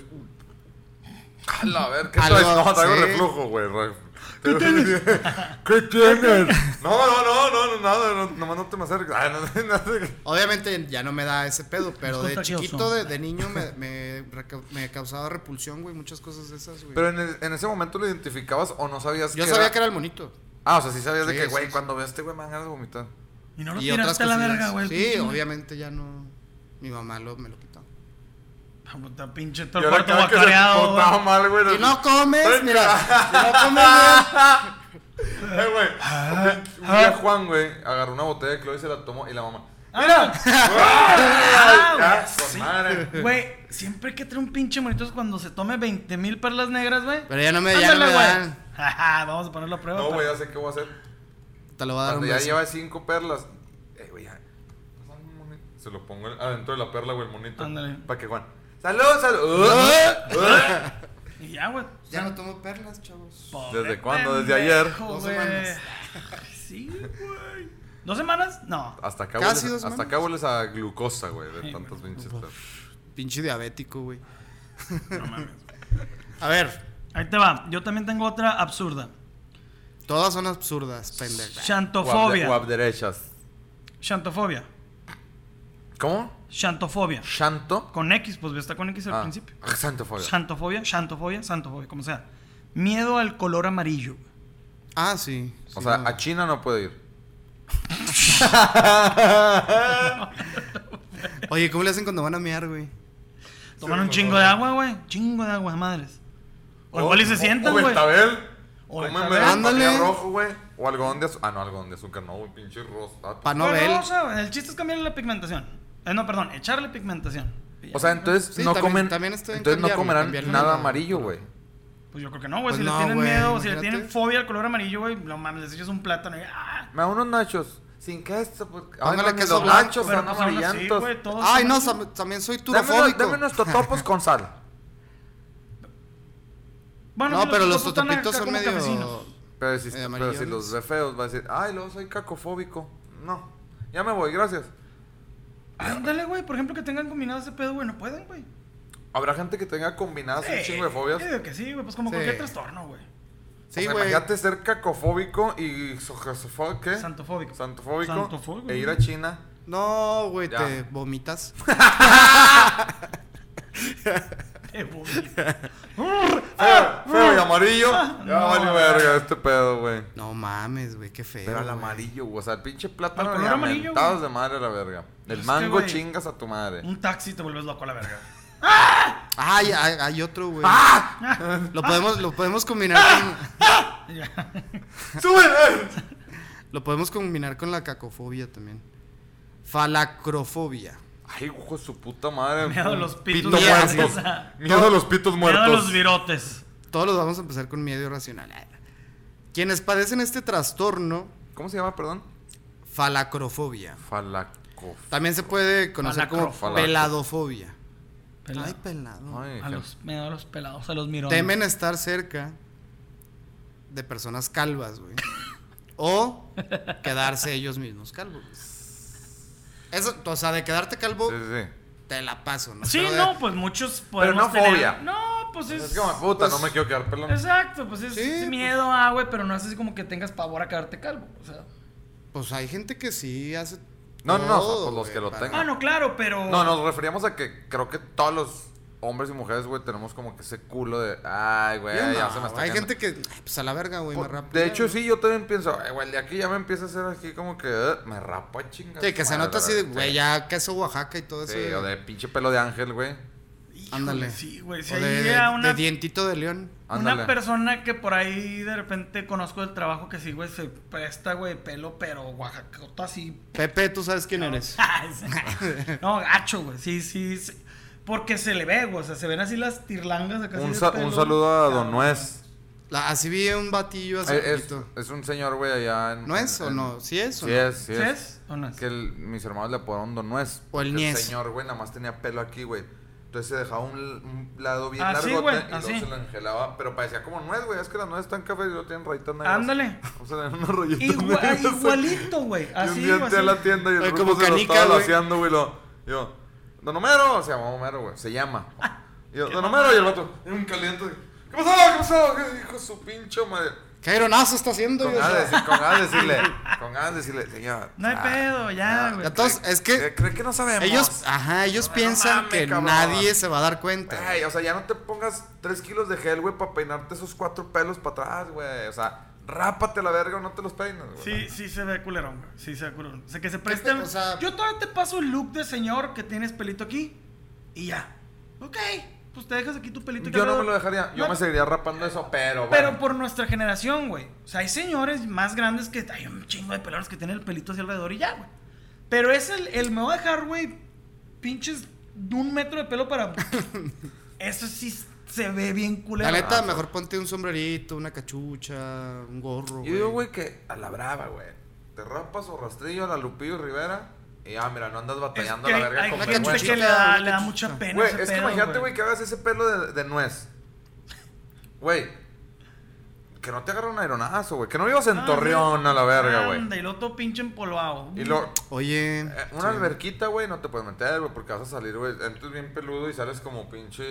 [SPEAKER 1] A la ver, ¿qué
[SPEAKER 3] A lo-
[SPEAKER 1] traes? No, traigo
[SPEAKER 3] sí.
[SPEAKER 1] reflujo, güey. re- ¿Qué tienes? ¿Qué tienes? No, no, no, no, no, nada, no, nomás no te me acerques. Ah, no, no te-
[SPEAKER 3] Obviamente ya no me da ese pedo, pero
[SPEAKER 2] Es
[SPEAKER 3] de
[SPEAKER 2] contagioso.
[SPEAKER 3] chiquito, de, de niño, me, me, reca- me causaba repulsión, güey, muchas cosas de esas, güey.
[SPEAKER 1] Pero en, el- en ese momento lo identificabas o no sabías
[SPEAKER 3] Yo sabía que era el monito.
[SPEAKER 1] Ah, o sea, sí sabías de
[SPEAKER 3] Sí,
[SPEAKER 1] que,
[SPEAKER 3] sí,
[SPEAKER 1] güey,
[SPEAKER 3] sí.
[SPEAKER 1] cuando veo a este güey me dan ganas de vomitar.
[SPEAKER 2] Y no lo
[SPEAKER 3] y otras
[SPEAKER 2] tiraste a la
[SPEAKER 3] cosillas.
[SPEAKER 2] verga, güey.
[SPEAKER 3] Sí, obviamente ya no. Mi mamá lo, me lo quitó.
[SPEAKER 2] Ah, Puta pinche, todo
[SPEAKER 1] Y
[SPEAKER 2] el
[SPEAKER 1] ahora
[SPEAKER 2] cuarto
[SPEAKER 1] cada que se
[SPEAKER 2] guacareado,
[SPEAKER 1] portaba
[SPEAKER 2] güey.
[SPEAKER 1] mal, güey.
[SPEAKER 3] Y no comes,
[SPEAKER 1] Ay,
[SPEAKER 3] mira. si no comes, güey.
[SPEAKER 1] Eh, güey.
[SPEAKER 2] Ah,
[SPEAKER 1] Un día Juan, güey, agarró una botella de Chloe y se la tomó y la mamá.
[SPEAKER 2] ¡Mira!
[SPEAKER 1] ¡Ah!
[SPEAKER 2] güey,
[SPEAKER 1] ya, con
[SPEAKER 2] sí.
[SPEAKER 1] madre.
[SPEAKER 2] Güey, siempre que trae un pinche monito es cuando se tome 20 mil perlas negras, güey.
[SPEAKER 3] Pero ya no me, ya no
[SPEAKER 2] Ándale,
[SPEAKER 3] me
[SPEAKER 2] güey.
[SPEAKER 3] dan.
[SPEAKER 2] Ajá, Vamos a ponerlo a prueba.
[SPEAKER 1] No,
[SPEAKER 2] pa-
[SPEAKER 1] güey, ya sé qué voy a hacer.
[SPEAKER 3] Te lo va a dar
[SPEAKER 1] Cuando
[SPEAKER 3] un
[SPEAKER 1] ya
[SPEAKER 3] beso.
[SPEAKER 1] lleva cinco perlas. Eh, güey, ya. Pásame un monito. Se lo pongo adentro de la perla, güey, el monito.
[SPEAKER 2] Ándale.
[SPEAKER 1] Para que Juan. ¡Salud, salud!
[SPEAKER 2] Y ya, güey.
[SPEAKER 3] Ya no tomo perlas, chavos.
[SPEAKER 2] Pobre
[SPEAKER 1] ¿Desde cuándo? ¿Desde
[SPEAKER 2] pendejo,
[SPEAKER 1] ayer?
[SPEAKER 2] güey.
[SPEAKER 3] Dos semanas.
[SPEAKER 2] Sí, güey. ¿Dos semanas? No.
[SPEAKER 1] Hasta acá,
[SPEAKER 3] Casi
[SPEAKER 1] hueles,
[SPEAKER 3] dos
[SPEAKER 1] hasta acá hueles a glucosa, güey, de
[SPEAKER 2] Sí,
[SPEAKER 1] tantas pinches. perlas.
[SPEAKER 3] Pinche diabético, güey.
[SPEAKER 2] No mames.
[SPEAKER 3] A ver,
[SPEAKER 2] Ahí te va. Yo también tengo otra absurda.
[SPEAKER 3] todas son absurdas, pendeja.
[SPEAKER 2] Xantofobia.
[SPEAKER 1] Guab- guabderechas.
[SPEAKER 2] Xantofobia.
[SPEAKER 1] ¿Cómo?
[SPEAKER 2] Xantofobia.
[SPEAKER 1] ¿Shanto?
[SPEAKER 2] Con X, pues está con X al
[SPEAKER 1] Ah,
[SPEAKER 2] principio.
[SPEAKER 1] ah, Xantofobia.
[SPEAKER 2] Xantofobia, xantofobia, xantofobia, como sea. Miedo al color amarillo. güey.
[SPEAKER 3] Ah, sí.
[SPEAKER 1] O
[SPEAKER 3] sí,
[SPEAKER 1] sea,
[SPEAKER 3] no.
[SPEAKER 1] a China no puede ir.
[SPEAKER 3] Oye, ¿cómo le hacen cuando van a mear, güey?
[SPEAKER 2] Toman
[SPEAKER 1] Sí,
[SPEAKER 2] un
[SPEAKER 1] no,
[SPEAKER 2] chingo
[SPEAKER 1] no. Oh,
[SPEAKER 2] de agua, güey. Chingo de agua, madres. O igual y se sientan,
[SPEAKER 1] O
[SPEAKER 2] güey.
[SPEAKER 1] Betabel.
[SPEAKER 2] O
[SPEAKER 1] Cómeme
[SPEAKER 2] Betabel.
[SPEAKER 1] Ándale.
[SPEAKER 3] Ándale.
[SPEAKER 1] rojo, güey. O algodón de azúcar. Ah, no, algodón de azúcar, no, güey. Pinche rosa.
[SPEAKER 3] Pa' no
[SPEAKER 2] Bueno,
[SPEAKER 3] ver.
[SPEAKER 2] o sea, el chiste es cambiarle la pigmentación. Eh, no, perdón, echarle pigmentación. Y ya.
[SPEAKER 1] O sea, entonces
[SPEAKER 3] Sí,
[SPEAKER 1] no
[SPEAKER 3] también-
[SPEAKER 1] comen.
[SPEAKER 3] también estoy en
[SPEAKER 1] entonces no
[SPEAKER 3] cambiarlo,
[SPEAKER 1] comerán
[SPEAKER 3] cambiarlo.
[SPEAKER 1] nada amarillo, güey.
[SPEAKER 2] Pues yo creo que no, güey.
[SPEAKER 3] Pues
[SPEAKER 2] si
[SPEAKER 3] no,
[SPEAKER 2] le tienen
[SPEAKER 3] güey,
[SPEAKER 2] miedo, o si le
[SPEAKER 3] imagínate.
[SPEAKER 2] tienen fobia al color amarillo, güey, no mames, les echas un plátano y. ¡Ah!
[SPEAKER 1] Me da unos nachos. Sin queso, porque. Ay,
[SPEAKER 3] Póngale
[SPEAKER 1] no, ni
[SPEAKER 3] queso
[SPEAKER 1] los
[SPEAKER 3] blanco,
[SPEAKER 1] nachos
[SPEAKER 2] Pero
[SPEAKER 1] son
[SPEAKER 2] pues aún así,
[SPEAKER 1] amarillentos.
[SPEAKER 2] güey, todos
[SPEAKER 3] Ay,
[SPEAKER 2] son-
[SPEAKER 3] no, sam- también soy
[SPEAKER 1] Dame unos-
[SPEAKER 3] turofóbico.
[SPEAKER 1] Dame unos totopos con sal.
[SPEAKER 2] Bueno,
[SPEAKER 3] No,
[SPEAKER 2] pues
[SPEAKER 3] pero los
[SPEAKER 2] totopos están
[SPEAKER 3] totopitos
[SPEAKER 2] acá
[SPEAKER 3] son
[SPEAKER 2] como
[SPEAKER 3] medio.
[SPEAKER 2] cafecinos.
[SPEAKER 1] Pero si,
[SPEAKER 3] Eh,
[SPEAKER 1] pero
[SPEAKER 3] amarillones.
[SPEAKER 1] si los ve feos, va a decir, ay, luego soy cacofóbico. No, ya me voy, gracias.
[SPEAKER 2] Ándale, güey, por ejemplo, que tengan combinado ese pedo, güey, no pueden, güey.
[SPEAKER 1] Habrá gente que tenga combinadas un
[SPEAKER 2] Eh,
[SPEAKER 1] chingo de fobias.
[SPEAKER 2] Yo digo que sí, güey, pues como
[SPEAKER 3] Sí.
[SPEAKER 2] cualquier trastorno, güey.
[SPEAKER 1] O
[SPEAKER 3] Sí,
[SPEAKER 1] sea,
[SPEAKER 3] güey.
[SPEAKER 1] Imagínate ser cacofóbico y sojasofo- ¿qué?
[SPEAKER 2] Santofóbico.
[SPEAKER 1] ¿Eh? Santofóbico.
[SPEAKER 2] Santofóbico.
[SPEAKER 1] E ir a China.
[SPEAKER 3] No, güey,
[SPEAKER 1] Ya.
[SPEAKER 3] te vomitas.
[SPEAKER 2] Te vomito.
[SPEAKER 1] Feo, feo y amarillo. ya
[SPEAKER 2] Ah, mm. no,
[SPEAKER 1] valió verga este pedo, güey.
[SPEAKER 3] No mames, güey, qué feo.
[SPEAKER 1] Pero al
[SPEAKER 3] güey.
[SPEAKER 1] amarillo, güey. O sea, el pinche plátano
[SPEAKER 2] Al
[SPEAKER 1] de
[SPEAKER 2] color amarillo,
[SPEAKER 1] amentados
[SPEAKER 2] güey.
[SPEAKER 1] de madre a la verga. El
[SPEAKER 2] Es que,
[SPEAKER 1] mango
[SPEAKER 2] güey.
[SPEAKER 1] chingas a tu madre.
[SPEAKER 2] Un taxi te vuelves loco a la verga.
[SPEAKER 3] Ay, hay, hay otro, güey.
[SPEAKER 1] Ah.
[SPEAKER 2] ¡Ah!
[SPEAKER 3] Lo podemos, lo podemos combinar con.
[SPEAKER 1] ¡Súbele!
[SPEAKER 3] Lo podemos combinar con la cacofobia también. Falacrofobia.
[SPEAKER 1] Ay, hijo de su puta madre.
[SPEAKER 2] Miedo a los pitos
[SPEAKER 1] Pito
[SPEAKER 3] de
[SPEAKER 1] muertos.
[SPEAKER 2] grasa.
[SPEAKER 1] Miedo a los pitos
[SPEAKER 2] Miedo
[SPEAKER 1] muertos.
[SPEAKER 2] a los virotes.
[SPEAKER 3] Todos los vamos a empezar con miedo irracional. Quienes padecen este trastorno,
[SPEAKER 1] ¿Cómo se llama, perdón?
[SPEAKER 3] falacrofobia.
[SPEAKER 1] Falaco.
[SPEAKER 3] También se puede conocer como
[SPEAKER 1] Falacro-
[SPEAKER 3] peladofobia.
[SPEAKER 2] Pelado.
[SPEAKER 3] Ay, pelado.
[SPEAKER 1] Ay,
[SPEAKER 2] A
[SPEAKER 1] gente.
[SPEAKER 2] los, miedo a los pelados, a los mirones.
[SPEAKER 3] Temen estar cerca de personas calvas, güey. o quedarse ellos mismos calvos. güey. Eso, o sea, de quedarte calvo,
[SPEAKER 1] Sí, sí, sí.
[SPEAKER 3] te la paso, ¿no?
[SPEAKER 2] Sí,
[SPEAKER 3] Pero de-
[SPEAKER 2] no, pues muchos podemos
[SPEAKER 1] no
[SPEAKER 2] tener-
[SPEAKER 1] fobia.
[SPEAKER 2] No, pues es...
[SPEAKER 1] Es como, puta,
[SPEAKER 3] Pues-
[SPEAKER 1] no me quiero quedar pelón.
[SPEAKER 2] Exacto, pues es
[SPEAKER 3] Sí, pues-
[SPEAKER 2] miedo a, güey, pero no es así como que tengas pavor a quedarte calvo. O sea...
[SPEAKER 3] Pues hay gente que sí hace.
[SPEAKER 1] No, no, no,
[SPEAKER 3] todo,
[SPEAKER 1] o sea, pues los
[SPEAKER 3] güey,
[SPEAKER 1] que lo
[SPEAKER 3] para-
[SPEAKER 1] tengan.
[SPEAKER 2] Ah, no, claro, pero...
[SPEAKER 1] No, nos referíamos a que creo que todos los hombres y mujeres, güey, tenemos como que ese culo de, ay, güey,
[SPEAKER 3] Yo
[SPEAKER 1] ya
[SPEAKER 3] no,
[SPEAKER 1] se me está
[SPEAKER 3] Hay
[SPEAKER 1] cayendo".
[SPEAKER 3] gente que. ay, Pues a la verga, güey, me
[SPEAKER 1] Por-
[SPEAKER 3] rapo.
[SPEAKER 1] De
[SPEAKER 3] ya,
[SPEAKER 1] hecho,
[SPEAKER 3] güey.
[SPEAKER 1] sí, yo también pienso, "Ay, güey, de aquí ya me empieza a hacer aquí como que, eh, me rapo a chingar.
[SPEAKER 3] Sí, que se
[SPEAKER 1] madre,
[SPEAKER 3] nota
[SPEAKER 1] la
[SPEAKER 3] así de,
[SPEAKER 1] verdad,
[SPEAKER 3] güey,
[SPEAKER 1] sí.
[SPEAKER 3] ya queso Oaxaca y todo eso.
[SPEAKER 1] Sí, o
[SPEAKER 3] güey.
[SPEAKER 1] de pinche pelo de ángel, güey.
[SPEAKER 2] Híjole,
[SPEAKER 3] Ándale.
[SPEAKER 2] Sí, güey, si
[SPEAKER 3] O
[SPEAKER 2] ahí
[SPEAKER 3] de, de-
[SPEAKER 2] era
[SPEAKER 3] de
[SPEAKER 2] una,
[SPEAKER 3] dientito de león.
[SPEAKER 1] Ándale.
[SPEAKER 2] una persona que por ahí de repente conozco del trabajo que sí, güey, se presta, güey, pelo, pero oaxacota así.
[SPEAKER 3] Pepe, tú sabes quién eres.
[SPEAKER 2] Ah, no, gacho, güey, sí, sí, sí. Porque se le ve, güey, o sea, se ven así las tirlangas acá. así
[SPEAKER 1] Un,
[SPEAKER 2] de
[SPEAKER 1] sa-
[SPEAKER 2] pelo.
[SPEAKER 1] un saludo a
[SPEAKER 2] Cabrón.
[SPEAKER 1] Don Nuez.
[SPEAKER 3] La- así vi un batillo hace
[SPEAKER 1] Eh, Es,
[SPEAKER 3] poquito.
[SPEAKER 1] es un señor, güey, allá en...
[SPEAKER 3] ¿No es
[SPEAKER 1] en-
[SPEAKER 3] o
[SPEAKER 1] en-
[SPEAKER 3] no? ¿Sí es o
[SPEAKER 1] Sí
[SPEAKER 3] no?
[SPEAKER 1] es, sí
[SPEAKER 2] ¿Sí
[SPEAKER 1] es.
[SPEAKER 2] es o no es?
[SPEAKER 1] Que el- mis hermanos le apodaron Don Nuez.
[SPEAKER 3] O el
[SPEAKER 1] porque
[SPEAKER 3] Nies.
[SPEAKER 1] señor, güey, nada más tenía pelo aquí, güey. Entonces se dejaba un, un lado bien
[SPEAKER 2] Así,
[SPEAKER 1] largo
[SPEAKER 2] Ah, güey,
[SPEAKER 1] y luego
[SPEAKER 2] así.
[SPEAKER 1] se lo angelaba. Pero parecía como nuez, güey. Es que las nuez están café y luego tienen rayitas negras.
[SPEAKER 2] Ándale.
[SPEAKER 1] O sea, eran unos rollitos
[SPEAKER 2] Igua-
[SPEAKER 1] negros.
[SPEAKER 2] igualito, güey,
[SPEAKER 1] Y
[SPEAKER 2] así,
[SPEAKER 1] un día
[SPEAKER 2] Ah, güey,
[SPEAKER 1] entré a
[SPEAKER 2] así.
[SPEAKER 1] la tienda y el
[SPEAKER 3] Ay,
[SPEAKER 1] grupo
[SPEAKER 3] como
[SPEAKER 1] se lo
[SPEAKER 3] canica,
[SPEAKER 1] estaba
[SPEAKER 3] güey.
[SPEAKER 1] laseando, güey. lo- Yo, Don Homero. Se llamaba Homero, güey. Se llama. Y yo, Don Homero y el vato. Y un caliente. ¿Qué pasó? ¿Qué pasó? ¿Qué dijo su pinche madre?
[SPEAKER 3] ¿Qué aeronazo está haciendo?
[SPEAKER 1] Con
[SPEAKER 3] Dios?
[SPEAKER 1] ganas, de- con ganas de decirle, con ganas de decirle, señor.
[SPEAKER 2] No hay
[SPEAKER 1] ah,
[SPEAKER 2] pedo, ya, güey.
[SPEAKER 3] Entonces, es
[SPEAKER 1] ¿Cree
[SPEAKER 3] que
[SPEAKER 1] cree que no sabemos?
[SPEAKER 3] ellos, ajá, ellos
[SPEAKER 1] No
[SPEAKER 3] piensan
[SPEAKER 1] mames,
[SPEAKER 3] que
[SPEAKER 1] cabrón.
[SPEAKER 3] nadie se va a dar cuenta.
[SPEAKER 1] Güey, o sea, ya no te pongas 3 kilos de gel, güey, para peinarte esos cuatro pelos para atrás, güey. O sea, rápate la verga o no te los peinas, güey.
[SPEAKER 2] Sí, sí se ve culerón, güey. Sí se ve culerón. O sea, que se preste.
[SPEAKER 3] pe- o sea-
[SPEAKER 2] Yo todavía te paso el look de señor que tienes pelito aquí y ya. Ok, pues te dejas aquí tu pelito. aquí
[SPEAKER 1] Yo no
[SPEAKER 2] alrededor.
[SPEAKER 1] me lo dejaría, yo
[SPEAKER 2] No,
[SPEAKER 1] me seguiría rapando eso, pero,
[SPEAKER 2] Pero
[SPEAKER 1] bueno.
[SPEAKER 2] por nuestra generación, güey. O sea, hay señores más grandes que hay un chingo de pelones que tienen el pelito hacia alrededor y ya, güey. Pero es el, el me voy a dejar, güey, pinches de un metro de pelo para. Eso sí se ve bien culero.
[SPEAKER 3] La neta,
[SPEAKER 1] Ah,
[SPEAKER 3] mejor ponte un sombrerito, una cachucha, un gorro.
[SPEAKER 1] Yo digo, güey, que a la brava, güey. Te rapas o rastrillo a la Lupillo Rivera y ah, mira, no andas
[SPEAKER 2] Es
[SPEAKER 1] batallando
[SPEAKER 2] que
[SPEAKER 1] a la verga
[SPEAKER 2] hay
[SPEAKER 1] con
[SPEAKER 3] una
[SPEAKER 2] gente
[SPEAKER 1] vergüenza.
[SPEAKER 2] que le da, le da mucha pena.
[SPEAKER 1] Güey,
[SPEAKER 2] ese
[SPEAKER 1] es que
[SPEAKER 2] pedo,
[SPEAKER 1] imagínate, güey, que hagas ese pelo de, de nuez. Güey, que no te agarre un aeronazo, güey. Que no vivas en
[SPEAKER 2] Ah,
[SPEAKER 1] Torreón a la verga, güey.
[SPEAKER 2] Anda, y lo todo pinche empolvado.
[SPEAKER 1] Y lo,
[SPEAKER 3] Oye,
[SPEAKER 1] eh,
[SPEAKER 3] sí.
[SPEAKER 1] una alberquita, güey, no te puedes meter, güey, porque vas a salir, güey. Entras bien peludo y sales como pinche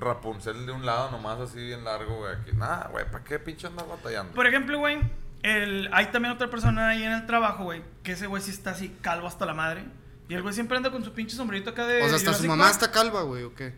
[SPEAKER 1] Rapunzel de un lado, nomás así bien largo, güey. aquí. Nada, güey, ¿para qué pinche andas batallando?
[SPEAKER 2] Por ejemplo, güey, el- hay también otra persona ahí en el trabajo, güey, que ese güey sí está así calvo hasta la madre. Y el güey siempre anda con su pinche sombrerito acá de.
[SPEAKER 3] o sea, hasta su
[SPEAKER 2] Jurassic
[SPEAKER 3] mamá
[SPEAKER 2] Park.
[SPEAKER 3] está calva, güey, ¿o qué?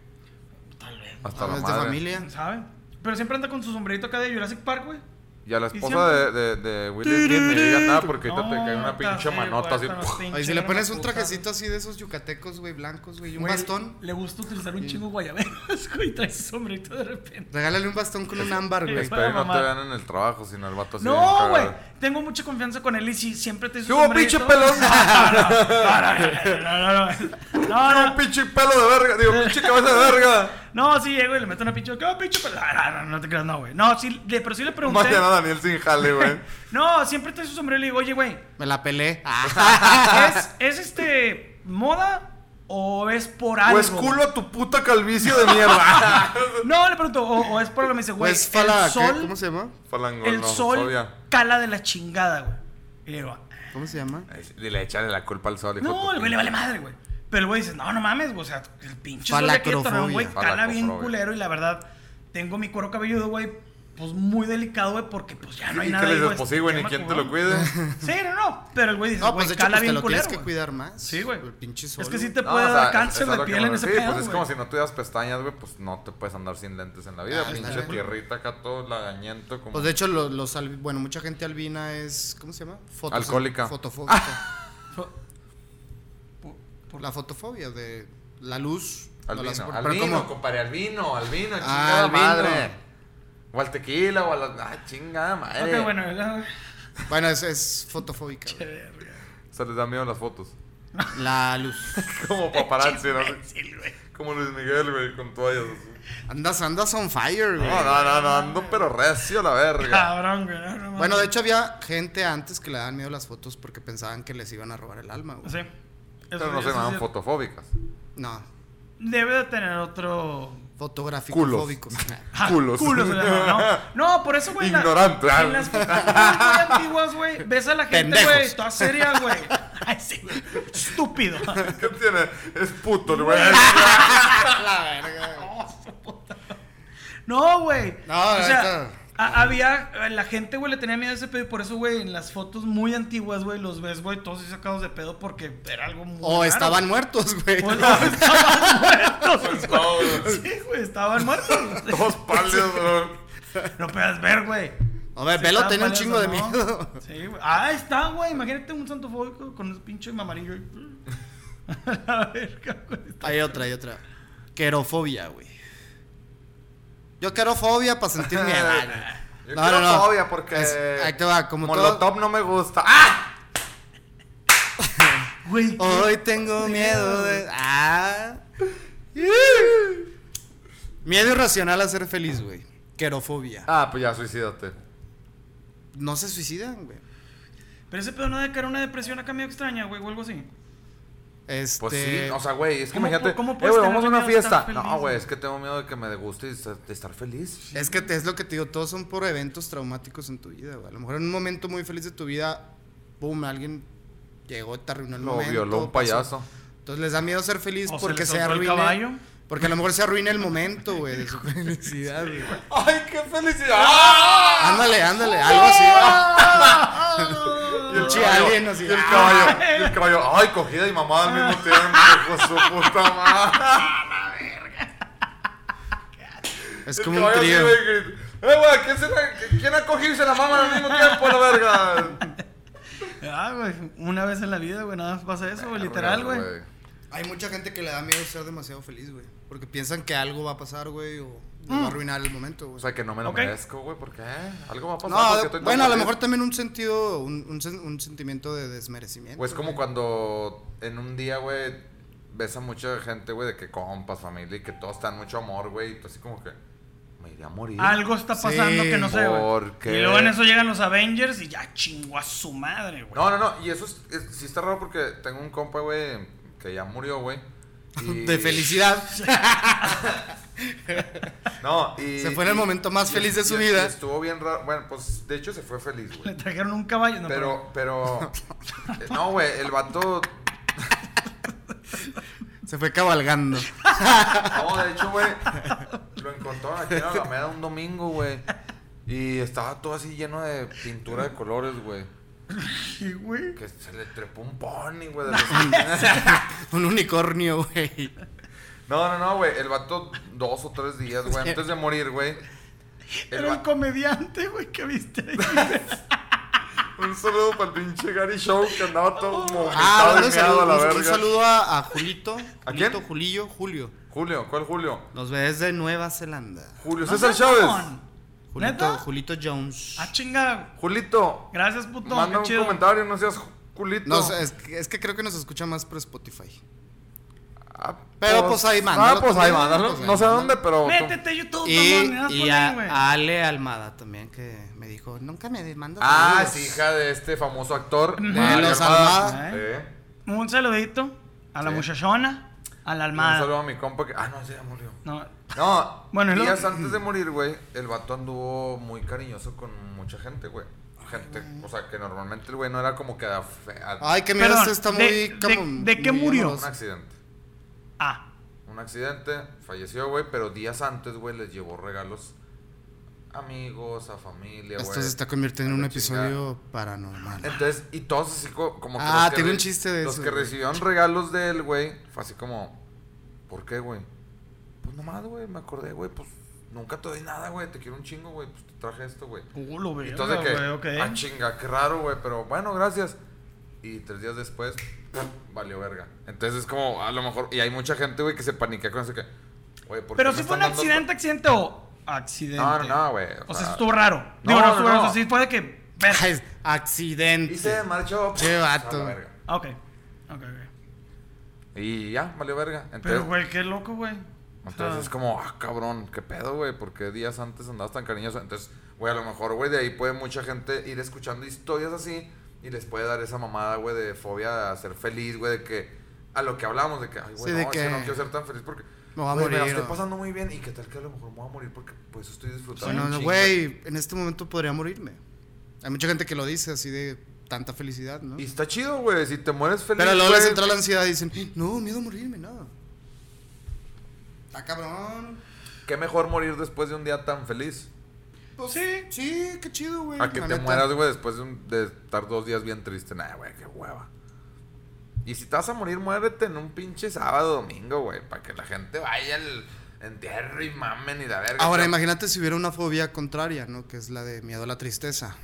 [SPEAKER 2] Tal vez.
[SPEAKER 1] Hasta la
[SPEAKER 3] Ah, es de
[SPEAKER 1] madre.
[SPEAKER 3] familia.
[SPEAKER 2] ¿Sabe? Pero siempre anda con su sombrerito acá de Jurassic Park, güey.
[SPEAKER 1] Y a la
[SPEAKER 2] Y
[SPEAKER 1] esposa de, de, de Will Smith ni digas nada porque ahorita te
[SPEAKER 2] No,
[SPEAKER 1] cae una
[SPEAKER 2] está
[SPEAKER 1] pinche
[SPEAKER 2] feo,
[SPEAKER 1] manota
[SPEAKER 2] güey,
[SPEAKER 1] así.
[SPEAKER 2] hasta los
[SPEAKER 1] ¡puf!
[SPEAKER 3] Oye,
[SPEAKER 2] pinches
[SPEAKER 3] si le pones un
[SPEAKER 2] putados.
[SPEAKER 3] trajecito así de esos yucatecos, güey, blancos, güey, y un
[SPEAKER 2] Güey,
[SPEAKER 3] bastón,
[SPEAKER 2] Le gusta utilizar un chingo guayaberas, güey, y trae su sombrerito de repente.
[SPEAKER 3] regálale un bastón con un ámbar,
[SPEAKER 2] Sí,
[SPEAKER 3] güey.
[SPEAKER 2] güey.
[SPEAKER 1] Espero
[SPEAKER 2] Para
[SPEAKER 1] no te
[SPEAKER 2] mamar.
[SPEAKER 1] vean en el trabajo, sino el vato así. bien
[SPEAKER 2] No,
[SPEAKER 1] cagado.
[SPEAKER 2] güey. Tengo mucha confianza con él y sí, siempre te
[SPEAKER 1] ¿Qué hubo, pinche pelón?
[SPEAKER 2] No, no, no. No, no.
[SPEAKER 1] Un pinche pelo de verga, digo, pinche cabeza de verga.
[SPEAKER 2] No, sí, llego y le meto una pinche. ¿Qué va, pinche? pelón? Ah, no, no, no te creas, no, güey. No, sí, le- pero sí le pregunté.
[SPEAKER 1] Mañana Daniel sin jale, güey.
[SPEAKER 2] No, siempre trae su sombrero y le digo, oye, güey,
[SPEAKER 3] Me la pelé. Ah,
[SPEAKER 2] ¿es, ¿es este moda o es por algo?
[SPEAKER 1] Pues culo a tu puta calvicie de mierda.
[SPEAKER 2] No, le pregunto, o, o es por algo. Me dice, güey,
[SPEAKER 3] Pues fala,
[SPEAKER 2] el
[SPEAKER 3] ¿qué?
[SPEAKER 2] sol,
[SPEAKER 3] ¿cómo se llama?
[SPEAKER 1] Falangón,
[SPEAKER 2] el
[SPEAKER 1] no,
[SPEAKER 2] sol
[SPEAKER 1] fobia.
[SPEAKER 2] cala de la chingada, güey. Y le digo,
[SPEAKER 3] ¿Cómo se llama?
[SPEAKER 1] Dile, échale la culpa al sol, hijo de
[SPEAKER 2] no,
[SPEAKER 1] tu
[SPEAKER 2] el güey
[SPEAKER 1] pinche.
[SPEAKER 2] le vale madre, güey. Pero el güey dice, no, no mames, güey, o sea, el pinche sol de aquí de Torreón, güey,
[SPEAKER 1] Falacrofobia.
[SPEAKER 2] cala bien
[SPEAKER 1] Falacrofobia.
[SPEAKER 2] culero y la verdad, tengo mi cuero cabelludo, güey, pues muy delicado, güey, porque pues ya no hay
[SPEAKER 1] ¿Y
[SPEAKER 2] nada.
[SPEAKER 1] qué le
[SPEAKER 2] ahí,
[SPEAKER 1] dices? Pues sí, güey,
[SPEAKER 2] qué
[SPEAKER 1] ni quién te lo
[SPEAKER 2] maculón.
[SPEAKER 1] cuide.
[SPEAKER 2] Sí, no, no. Pero el güey dice,
[SPEAKER 3] No,
[SPEAKER 2] güey,
[SPEAKER 3] pues de hecho,
[SPEAKER 2] cala
[SPEAKER 3] pues, te
[SPEAKER 2] bien
[SPEAKER 3] lo
[SPEAKER 2] culero.
[SPEAKER 3] tienes que
[SPEAKER 2] güey.
[SPEAKER 3] cuidar más.
[SPEAKER 2] Sí, güey.
[SPEAKER 3] El pinche sol.
[SPEAKER 2] Es que sí
[SPEAKER 3] güey.
[SPEAKER 2] te
[SPEAKER 1] No,
[SPEAKER 2] puede
[SPEAKER 1] o sea,
[SPEAKER 2] dar
[SPEAKER 1] es-
[SPEAKER 2] cáncer
[SPEAKER 1] es a
[SPEAKER 2] de
[SPEAKER 1] lo que
[SPEAKER 2] piel
[SPEAKER 1] me
[SPEAKER 2] en ese
[SPEAKER 1] refiero,
[SPEAKER 2] pedo.
[SPEAKER 1] Pues es
[SPEAKER 2] güey.
[SPEAKER 1] como si no tuvieras pestañas, güey, pues no te puedes andar sin lentes en la vida.
[SPEAKER 3] Ah,
[SPEAKER 1] pinche
[SPEAKER 3] claro.
[SPEAKER 1] tierrita acá todo lagañento como...
[SPEAKER 3] Pues de hecho, lo- los, albi- bueno, mucha gente albina es, ¿cómo se llama? Fotos-
[SPEAKER 1] Alcohólica. Ah.
[SPEAKER 3] Fotofóbica.
[SPEAKER 2] Fo- por- por-
[SPEAKER 3] La fotofobia de la luz. no
[SPEAKER 1] Al
[SPEAKER 3] la
[SPEAKER 1] vino,
[SPEAKER 3] soporta.
[SPEAKER 1] al
[SPEAKER 3] Pero
[SPEAKER 1] vino,
[SPEAKER 3] como-
[SPEAKER 1] compadre, al vino, al vino,
[SPEAKER 3] Ah,
[SPEAKER 1] chingada
[SPEAKER 3] al vino.
[SPEAKER 1] madre. O al tequila, o a la. Ah, chingada madre.
[SPEAKER 2] Ok, bueno. la-
[SPEAKER 3] Bueno, es, es fotofóbica. güey.
[SPEAKER 1] Se les da miedo las fotos.
[SPEAKER 3] La luz.
[SPEAKER 1] Como paparazzi, ¿no?
[SPEAKER 2] Sí, güey.
[SPEAKER 1] Como Luis Miguel, güey, con toallas. así.
[SPEAKER 3] Andas, andas on fire, güey.
[SPEAKER 1] No, no, no, no, ando pero recio la verga.
[SPEAKER 2] Cabrón, güey. no, no,
[SPEAKER 3] Bueno,
[SPEAKER 2] no.
[SPEAKER 3] de hecho había gente antes que le daban miedo las fotos porque pensaban que les iban a robar el alma, güey.
[SPEAKER 2] Sí. Eso
[SPEAKER 1] Pero
[SPEAKER 2] sí,
[SPEAKER 1] no se
[SPEAKER 2] eso
[SPEAKER 1] llaman
[SPEAKER 2] sí.
[SPEAKER 1] fotofóbicas.
[SPEAKER 3] No,
[SPEAKER 2] Debe de tener otro.
[SPEAKER 3] fotográfico
[SPEAKER 1] Culos.
[SPEAKER 3] fóbicos.
[SPEAKER 2] Ah,
[SPEAKER 1] Culos.
[SPEAKER 2] Culos, güey, no, no. No, por eso, güey. en la-
[SPEAKER 1] Ignorante, ah.
[SPEAKER 2] En las fotos muy antiguas, güey. Ves a la gente,
[SPEAKER 3] Pendejos.
[SPEAKER 2] güey. Toda seria, güey. Ay, sí. Estúpido.
[SPEAKER 1] ¿Qué tiene? Es puto, el güey. Ah,
[SPEAKER 3] la verga.
[SPEAKER 2] Oh, su puta. No, güey.
[SPEAKER 3] No,
[SPEAKER 2] o sea,
[SPEAKER 3] neta.
[SPEAKER 2] a- había la gente, güey, le tenía miedo a ese pedo y por eso, güey, en las fotos muy antiguas, güey, los ves, güey, todos así sacados de pedo porque era algo muy
[SPEAKER 3] O
[SPEAKER 2] raro.
[SPEAKER 3] estaban muertos, güey.
[SPEAKER 2] O no, estaban muertos. güey.
[SPEAKER 1] Todos,
[SPEAKER 2] Sí, güey, estaban muertos.
[SPEAKER 1] todos pálidos, güey.
[SPEAKER 2] No puedes ver, güey.
[SPEAKER 3] A ver,
[SPEAKER 2] Si
[SPEAKER 3] Velo
[SPEAKER 2] estaban
[SPEAKER 3] tenía un
[SPEAKER 2] pálidos
[SPEAKER 3] chingo
[SPEAKER 2] o
[SPEAKER 3] de
[SPEAKER 2] no.
[SPEAKER 3] miedo.
[SPEAKER 2] Sí, güey. Ah, está, güey. Imagínate un santofóbico con un pinche amarillo. y- La verga, güey.
[SPEAKER 3] Hay otra, hay otra. Querofobia, güey. Yo quiero fobia para sentir miedo.
[SPEAKER 1] Yo
[SPEAKER 3] No,
[SPEAKER 1] quiero
[SPEAKER 3] no, no.
[SPEAKER 1] fobia porque.
[SPEAKER 3] Es- ahí te va, como todo-
[SPEAKER 1] Molotov no me gusta. ¡Ah!
[SPEAKER 2] Güey, qué-
[SPEAKER 3] Hoy tengo miedo de. Ah. Miedo irracional a ser feliz, güey. Querofobia.
[SPEAKER 1] Ah, pues ya, suicídate.
[SPEAKER 3] No se suicidan, güey.
[SPEAKER 2] Pero ese pedo no debe caer una depresión acá medio extraña, güey, o algo así.
[SPEAKER 3] Este.
[SPEAKER 1] Pues sí, o sea, güey, es que
[SPEAKER 2] ¿Cómo-
[SPEAKER 1] imagínate,
[SPEAKER 2] cómo
[SPEAKER 1] eh,
[SPEAKER 2] puedes
[SPEAKER 1] güey,
[SPEAKER 2] tener
[SPEAKER 1] vamos a una
[SPEAKER 2] miedo de estar
[SPEAKER 1] fiesta. No,
[SPEAKER 2] feliz, güey?
[SPEAKER 1] güey, es que tengo miedo de que me deguste y estar- de estar feliz.
[SPEAKER 3] Es que te- es lo que te digo, todos son por eventos traumáticos en tu vida, güey. A lo mejor en un momento muy feliz de tu vida, boom, alguien llegó, te arruinó el
[SPEAKER 1] Lo
[SPEAKER 3] momento.
[SPEAKER 1] violó un
[SPEAKER 3] pasó.
[SPEAKER 1] payaso.
[SPEAKER 3] Entonces les da miedo ser feliz
[SPEAKER 2] O se
[SPEAKER 3] porque
[SPEAKER 2] les
[SPEAKER 3] se,
[SPEAKER 2] soltó el
[SPEAKER 3] arruine
[SPEAKER 2] caballo.
[SPEAKER 3] Porque a lo mejor se arruina el momento, güey, de su felicidad, güey.
[SPEAKER 1] ¡Ay, qué felicidad! ¡Ah!
[SPEAKER 3] Ándale, ándale, algo así.
[SPEAKER 2] ¡Ah!
[SPEAKER 1] Y el
[SPEAKER 3] Sí,
[SPEAKER 1] caballo,
[SPEAKER 3] alguien así. ¡ah!
[SPEAKER 1] y el caballo, y el caballo, ay, cogida y mamada al mismo tiempo, hijo de su puta madre.
[SPEAKER 3] güey. Es
[SPEAKER 1] El
[SPEAKER 3] como un
[SPEAKER 1] caballo así,
[SPEAKER 3] trío.
[SPEAKER 1] güey, grita, Eh, güey, ¿quién, se la- ¿quién ha cogido y se la maman al mismo tiempo, la verga?
[SPEAKER 2] Ah, güey, una vez en la vida, güey, nada más pasa eso, güey, literal, güey.
[SPEAKER 3] Hay mucha gente que le da miedo ser demasiado feliz, güey. Porque piensan que algo va a pasar, güey, o les va a arruinar el momento, güey.
[SPEAKER 1] Mm. O sea, Pues que no me lo
[SPEAKER 2] Ok.
[SPEAKER 1] merezco, güey, porque eh, algo va a pasar.
[SPEAKER 3] No,
[SPEAKER 1] porque estoy tan
[SPEAKER 3] bueno, a lo
[SPEAKER 1] feliz.
[SPEAKER 3] mejor también un sentido, un, un sen- un sentimiento de desmerecimiento.
[SPEAKER 1] Pues como
[SPEAKER 3] güey.
[SPEAKER 1] cuando en un día, güey, ves a mucha gente, güey, de que compas, familia y que todos están mucho amor, güey, y tú así como que me iré a morir.
[SPEAKER 2] Algo está pasando
[SPEAKER 3] Sí,
[SPEAKER 2] que no sé, güey.
[SPEAKER 1] ¿por qué?
[SPEAKER 2] Y luego en eso llegan los Avengers y ya chingó a su madre, güey.
[SPEAKER 1] No, no, no, y eso es, es- sí está raro porque tengo un compa, güey, que ya murió, güey. y-
[SPEAKER 3] De felicidad.
[SPEAKER 1] No, y.
[SPEAKER 3] Se fue en el
[SPEAKER 1] y-
[SPEAKER 3] momento más
[SPEAKER 1] y-
[SPEAKER 3] feliz de su
[SPEAKER 1] y-
[SPEAKER 3] vida.
[SPEAKER 1] y estuvo bien raro. Bueno, pues de hecho se fue feliz,
[SPEAKER 2] Le
[SPEAKER 1] güey.
[SPEAKER 2] trajeron un caballo, no,
[SPEAKER 1] Pero, pero. eh, No, güey, el vato.
[SPEAKER 3] Se fue cabalgando.
[SPEAKER 1] No, de hecho, güey, lo encontraron aquí en Alameda un domingo, güey. Y estaba todo así lleno de pintura de colores, güey.
[SPEAKER 2] Sí, güey.
[SPEAKER 1] Que se le trepó un pony, güey. de los-
[SPEAKER 3] un unicornio, güey.
[SPEAKER 1] No, no, no, güey. El vato dos o tres días, güey, antes de morir, güey. el
[SPEAKER 2] Era el
[SPEAKER 1] va-
[SPEAKER 2] comediante, güey, que viste ahí.
[SPEAKER 1] Un saludo para el pinche Gary Show que andaba todo movilizado
[SPEAKER 3] Ah, hablando de
[SPEAKER 1] y meado
[SPEAKER 3] salud,
[SPEAKER 1] a la
[SPEAKER 3] un, un
[SPEAKER 1] verga.
[SPEAKER 3] saludo a, a Julito.
[SPEAKER 1] ¿A
[SPEAKER 3] Julito,
[SPEAKER 1] quién?
[SPEAKER 3] Julillo, Julio.
[SPEAKER 1] Julio, ¿cuál Julio?
[SPEAKER 3] Nos ves de Nueva Zelanda.
[SPEAKER 1] Julio
[SPEAKER 2] No
[SPEAKER 1] César
[SPEAKER 2] seas
[SPEAKER 1] Chávez.
[SPEAKER 2] mamón.
[SPEAKER 3] Julito,
[SPEAKER 2] ¿Neta?
[SPEAKER 3] Julito Jones.
[SPEAKER 2] Ah, chinga.
[SPEAKER 1] Julito,
[SPEAKER 2] Gracias, puto.
[SPEAKER 1] manda
[SPEAKER 2] qué
[SPEAKER 1] un
[SPEAKER 2] chido.
[SPEAKER 1] comentario, no seas Julito.
[SPEAKER 3] No, es, que- es que creo que nos escucha más por Spotify.
[SPEAKER 1] Ah,
[SPEAKER 3] Pero, pues, ahí mándalo.
[SPEAKER 1] Ah, pues ahí mándalo.
[SPEAKER 3] Pues, ahí
[SPEAKER 1] No sé a
[SPEAKER 3] mándalo.
[SPEAKER 1] dónde, pero.
[SPEAKER 2] Métete a YouTube,
[SPEAKER 3] Y,
[SPEAKER 2] mamón, nada más
[SPEAKER 3] y
[SPEAKER 2] pon ahí, güey.
[SPEAKER 3] a Ale Almada también, que me dijo, nunca me demandas.
[SPEAKER 1] Ah,
[SPEAKER 3] saludos".
[SPEAKER 1] es hija de este famoso actor.
[SPEAKER 2] De
[SPEAKER 1] Mario
[SPEAKER 3] los
[SPEAKER 2] Almada.
[SPEAKER 1] Eh,
[SPEAKER 2] Un saludito a la
[SPEAKER 1] Sí.
[SPEAKER 2] muchachona, a la
[SPEAKER 1] Un
[SPEAKER 2] almada.
[SPEAKER 1] saludo a mi compa que. Ah, no, ese ya murió.
[SPEAKER 2] No,
[SPEAKER 1] No,
[SPEAKER 2] Bueno, y luego-
[SPEAKER 1] días antes de morir, güey, el vato anduvo muy cariñoso con mucha gente, güey. Gente, o sea, que normalmente el güey no era como que a fe- a-
[SPEAKER 3] Ay, que mierda,
[SPEAKER 2] Perdón,
[SPEAKER 3] este está muy...
[SPEAKER 2] ¿de- de-
[SPEAKER 3] como
[SPEAKER 2] de qué
[SPEAKER 3] muy
[SPEAKER 2] murió?
[SPEAKER 1] un
[SPEAKER 3] amoroso.
[SPEAKER 1] accidente.
[SPEAKER 2] ah,
[SPEAKER 1] Un accidente, falleció, güey, pero días antes, güey, les llevó regalos a amigos, a familia, güey.
[SPEAKER 3] Esto se está convirtiendo
[SPEAKER 1] A
[SPEAKER 3] en un
[SPEAKER 1] la chingada.
[SPEAKER 3] episodio paranormal.
[SPEAKER 1] Entonces, y todos así co- como que.
[SPEAKER 3] Ah,
[SPEAKER 1] los que
[SPEAKER 3] tiene
[SPEAKER 1] re-
[SPEAKER 3] un chiste de
[SPEAKER 1] Los
[SPEAKER 3] eso,
[SPEAKER 1] que
[SPEAKER 3] güey.
[SPEAKER 1] recibieron regalos de él, güey, fue así como, ¿por qué, güey? Pues nomás, güey, me acordé, güey, pues nunca te doy nada, güey, te quiero un chingo, güey, pues te traje esto, güey.
[SPEAKER 2] uh, lo
[SPEAKER 1] Y
[SPEAKER 2] veo,
[SPEAKER 1] entonces que,
[SPEAKER 2] güey, ok.
[SPEAKER 1] ah, chinga, qué raro, güey, pero bueno, gracias. Y tres días después, valió verga. Entonces es como, a lo mejor, y hay mucha gente, güey, que se paniquea con eso que, güey, ¿por qué
[SPEAKER 2] Pero
[SPEAKER 1] me
[SPEAKER 2] si
[SPEAKER 1] están
[SPEAKER 2] fue un
[SPEAKER 1] dando-
[SPEAKER 2] accidente, accidente o accidente.
[SPEAKER 1] No, no, no, güey.
[SPEAKER 2] O sea, eso estuvo raro.
[SPEAKER 1] No,
[SPEAKER 2] Digo, no,
[SPEAKER 1] no,
[SPEAKER 2] estuvo raro.
[SPEAKER 1] no.
[SPEAKER 2] o sea, sí fue de que. ver.
[SPEAKER 3] Ay, es- Accidente.
[SPEAKER 1] Y se marchó. pues,
[SPEAKER 3] Che, vato.
[SPEAKER 1] a la verga.
[SPEAKER 2] Ah, Ok. Ok, ok.
[SPEAKER 1] Y ya, valió verga. Entonces,
[SPEAKER 2] Pero, güey, qué loco, güey. O sea,
[SPEAKER 1] Entonces es como, ah, cabrón, qué pedo, güey, porque días antes andabas tan cariñoso. Entonces, güey, a lo mejor, güey, de ahí puede mucha gente ir escuchando historias así y les puede dar esa mamada, güey, de fobia a ser feliz, güey, de que a lo que hablamos, de que, ay, güey,
[SPEAKER 3] Sí,
[SPEAKER 1] no,
[SPEAKER 3] de
[SPEAKER 1] es que
[SPEAKER 3] que
[SPEAKER 1] no quiero ser tan feliz porque
[SPEAKER 3] me voy a
[SPEAKER 1] güey, me la
[SPEAKER 3] morir,
[SPEAKER 1] estoy
[SPEAKER 3] o-
[SPEAKER 1] pasando muy bien y que tal que a lo mejor me voy a morir porque pues estoy disfrutando.
[SPEAKER 3] Bueno,
[SPEAKER 1] un chingo.
[SPEAKER 3] güey, en este momento podría morirme. Hay mucha gente que lo dice así de tanta felicidad, ¿no?
[SPEAKER 1] Y está chido, güey, si te mueres feliz.
[SPEAKER 3] Pero luego
[SPEAKER 1] güey,
[SPEAKER 3] les entra la ansiedad y dicen, no, miedo a morirme, no. Está cabrón.
[SPEAKER 1] Qué mejor morir después de un día tan feliz.
[SPEAKER 3] Pues,
[SPEAKER 2] Sí.
[SPEAKER 3] Sí, qué chido, güey.
[SPEAKER 1] A que
[SPEAKER 3] Mm, la
[SPEAKER 1] te
[SPEAKER 3] neta.
[SPEAKER 1] mueras, güey, después de, un- de estar dos días bien triste. Nah, güey, qué hueva. Y si te vas a morir, muérete en un pinche sábado domingo, güey. Para que la gente vaya al entierro y mamen y la verga.
[SPEAKER 3] Ahora,
[SPEAKER 1] Pero-
[SPEAKER 3] imagínate si hubiera una fobia contraria, ¿no? Que es la de miedo a la tristeza.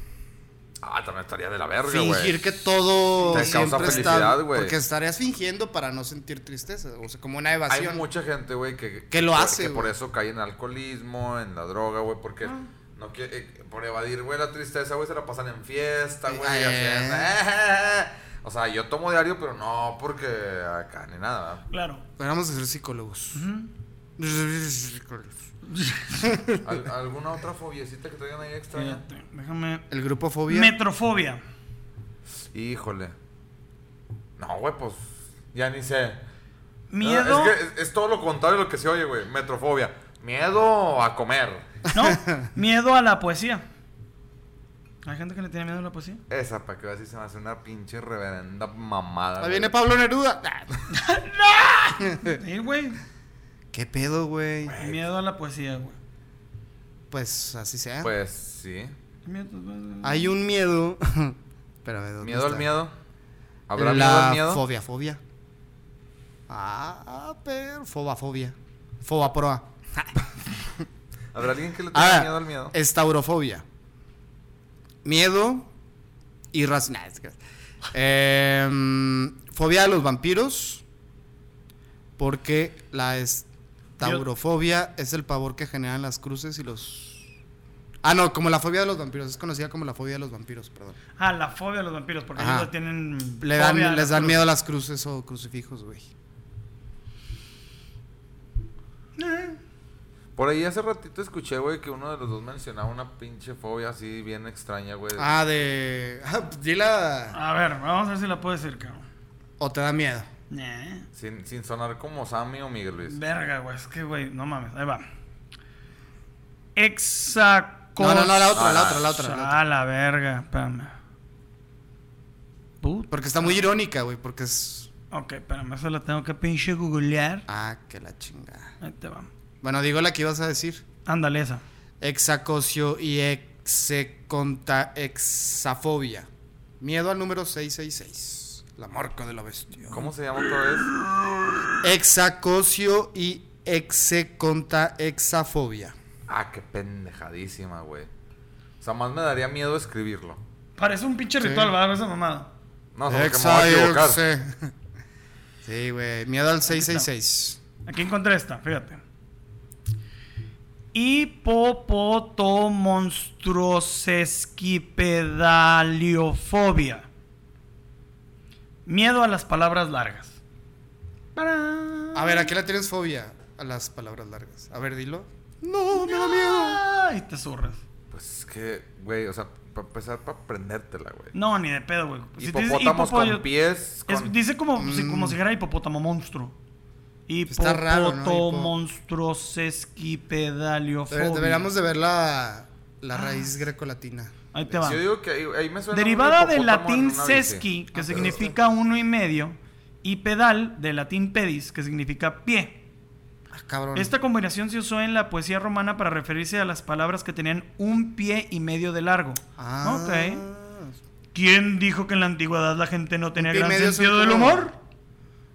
[SPEAKER 1] Ah, también estaría de la verga, güey.
[SPEAKER 3] Fingir que todo
[SPEAKER 1] Te causa
[SPEAKER 3] siempre
[SPEAKER 1] felicidad,
[SPEAKER 3] está...
[SPEAKER 1] güey.
[SPEAKER 3] Porque estarías fingiendo para no sentir tristeza. O sea, como una
[SPEAKER 1] Hay
[SPEAKER 3] evasión.
[SPEAKER 1] mucha gente, güey, que,
[SPEAKER 3] Que lo
[SPEAKER 1] por-
[SPEAKER 3] hace,
[SPEAKER 1] Que por
[SPEAKER 3] güey. Ah.
[SPEAKER 1] eso cae en alcoholismo, en la droga, güey, porque no quiere, eh, por evadir, güey, la tristeza, güey, se la pasan en fiesta, güey.
[SPEAKER 3] Eh.
[SPEAKER 1] haciendo, eh, O sea, yo tomo diario, pero no porque acá ni nada. ¿verdad?
[SPEAKER 2] Claro.
[SPEAKER 3] Podríamos ser psicólogos.
[SPEAKER 2] Ujú.
[SPEAKER 3] Psicólogos.
[SPEAKER 1] ¿Al- ¿Alguna otra fobiecita que traigan ahí extraña?
[SPEAKER 2] Fíjate, Déjame.
[SPEAKER 3] El grupo fobia.
[SPEAKER 2] Metrofobia.
[SPEAKER 1] Híjole. No, güey, pues ya ni sé.
[SPEAKER 2] Miedo.
[SPEAKER 1] Es, que es, es todo lo contrario de lo que se oye, güey. Metrofobia. Miedo a comer.
[SPEAKER 2] No, miedo a la poesía. Hay gente que le tiene miedo a la poesía.
[SPEAKER 1] Esa, para que veas si se me hace una pinche reverenda mamada.
[SPEAKER 3] Ahí
[SPEAKER 1] güey.
[SPEAKER 3] viene Pablo Neruda.
[SPEAKER 2] Sí, güey.
[SPEAKER 3] ¿Qué pedo, güey?
[SPEAKER 2] Miedo a la poesía, güey.
[SPEAKER 3] Pues así sea.
[SPEAKER 1] Pues sí.
[SPEAKER 2] Miedo-
[SPEAKER 3] Hay un miedo. Espérame, ¿dónde
[SPEAKER 1] ¿Miedo al
[SPEAKER 3] está?
[SPEAKER 1] miedo? ¿Habrá miedo
[SPEAKER 3] la
[SPEAKER 1] al miedo?
[SPEAKER 3] Fobia, fobia. Ah, pero foba, fobia. Foba proa.
[SPEAKER 1] ¿Habrá alguien que le tenga
[SPEAKER 3] Ah,
[SPEAKER 1] miedo al miedo?
[SPEAKER 3] Estaurofobia. Miedo y ras- nah, es que- Em, fobia a los vampiros. Porque la estaurofobia es el pavor que generan las cruces y los. Ah, no, como la fobia de los vampiros. Es conocida como la fobia de los vampiros, perdón.
[SPEAKER 2] Ah, la fobia a los vampiros, porque
[SPEAKER 3] Ajá.
[SPEAKER 2] ellos le tienen.
[SPEAKER 3] Le dan,
[SPEAKER 2] fobia a
[SPEAKER 3] les
[SPEAKER 2] las
[SPEAKER 3] dan
[SPEAKER 2] cruces.
[SPEAKER 3] miedo a las cruces o crucifijos, güey.
[SPEAKER 1] Por ahí hace ratito escuché, güey, que uno de los dos mencionaba una pinche fobia así bien extraña, güey.
[SPEAKER 3] Ah, de. Ah, Dila.
[SPEAKER 2] A ver, vamos a ver si la puedo decir, cabrón.
[SPEAKER 3] O te da miedo.
[SPEAKER 2] Nah.
[SPEAKER 1] Sin, sin sonar como Sammy o Miguel Luis.
[SPEAKER 2] Verga, güey. Es que, güey, no mames. Ahí va. Exacto.
[SPEAKER 3] No, no, no, la otra,
[SPEAKER 1] Ah,
[SPEAKER 3] la otra, la otra. la otra.
[SPEAKER 2] Ah, la verga. Espérame. Puta.
[SPEAKER 3] Porque está muy irónica, güey. Porque es.
[SPEAKER 2] Ok, espérame. Esa la tengo que pinche googlear.
[SPEAKER 3] Ah, que la chingada.
[SPEAKER 2] Ahí te va.
[SPEAKER 3] Bueno, digo la que ibas a decir.
[SPEAKER 2] Ándale esa.
[SPEAKER 3] Exacocio y execonta exafobia. Miedo al número 666. La marca de la bestia.
[SPEAKER 1] ¿Cómo se llama otra vez?
[SPEAKER 3] Exacocio y execonta exafobia.
[SPEAKER 1] Ah, qué pendejadísima, güey. O sea, más me daría miedo escribirlo.
[SPEAKER 2] Parece un pinche
[SPEAKER 3] Sí.
[SPEAKER 2] ritual, ¿verdad? Esa mamada.
[SPEAKER 1] No, sé que me voy
[SPEAKER 3] Exa-
[SPEAKER 1] a equivocar.
[SPEAKER 3] exe- Sí, güey. Miedo al 666.
[SPEAKER 2] Aquí encontré esta, fíjate. Hipopotomonstruosesquipedaliofobia. Miedo a las palabras largas.
[SPEAKER 3] A ver, ¿a qué la tienes fobia? A las palabras largas. A ver, dilo. No, me da miedo.
[SPEAKER 2] Ay, te zurras.
[SPEAKER 1] Pues es que, güey, o sea, para empezar, para aprendértela, güey.
[SPEAKER 2] No, ni de pedo, güey. Pues Si te dice
[SPEAKER 1] Hipopótamos
[SPEAKER 2] hipopo-
[SPEAKER 1] con pies.
[SPEAKER 2] es-
[SPEAKER 1] con-
[SPEAKER 2] dice como, si, como si fuera hipopótamo monstruo.
[SPEAKER 3] Mm. está raro, ¿no? Hipo-
[SPEAKER 2] Hipopotomonstruosesquipedaliofobia.
[SPEAKER 3] Debe- Deberíamos de ver la,
[SPEAKER 2] Ah.
[SPEAKER 3] la raíz grecolatina.
[SPEAKER 2] Ahí te va.
[SPEAKER 1] Yo digo que ahí, ahí me suena.
[SPEAKER 2] Derivada
[SPEAKER 1] un
[SPEAKER 2] del
[SPEAKER 1] hipopótamo en
[SPEAKER 2] latín
[SPEAKER 1] una bici.
[SPEAKER 2] sesqui, que
[SPEAKER 1] Ah,
[SPEAKER 2] significa uno y medio, y pedal, del latín pedis, que significa pie.
[SPEAKER 3] Ah, cabrón.
[SPEAKER 2] Esta combinación se usó en la poesía romana para referirse a las palabras que tenían un pie y medio de largo.
[SPEAKER 3] Ah.
[SPEAKER 2] Ok. ¿Quién dijo que en la antigüedad la gente no tenía
[SPEAKER 3] pie y
[SPEAKER 2] gran
[SPEAKER 3] medio es
[SPEAKER 2] sentido
[SPEAKER 3] un
[SPEAKER 2] del
[SPEAKER 3] culo.
[SPEAKER 2] humor?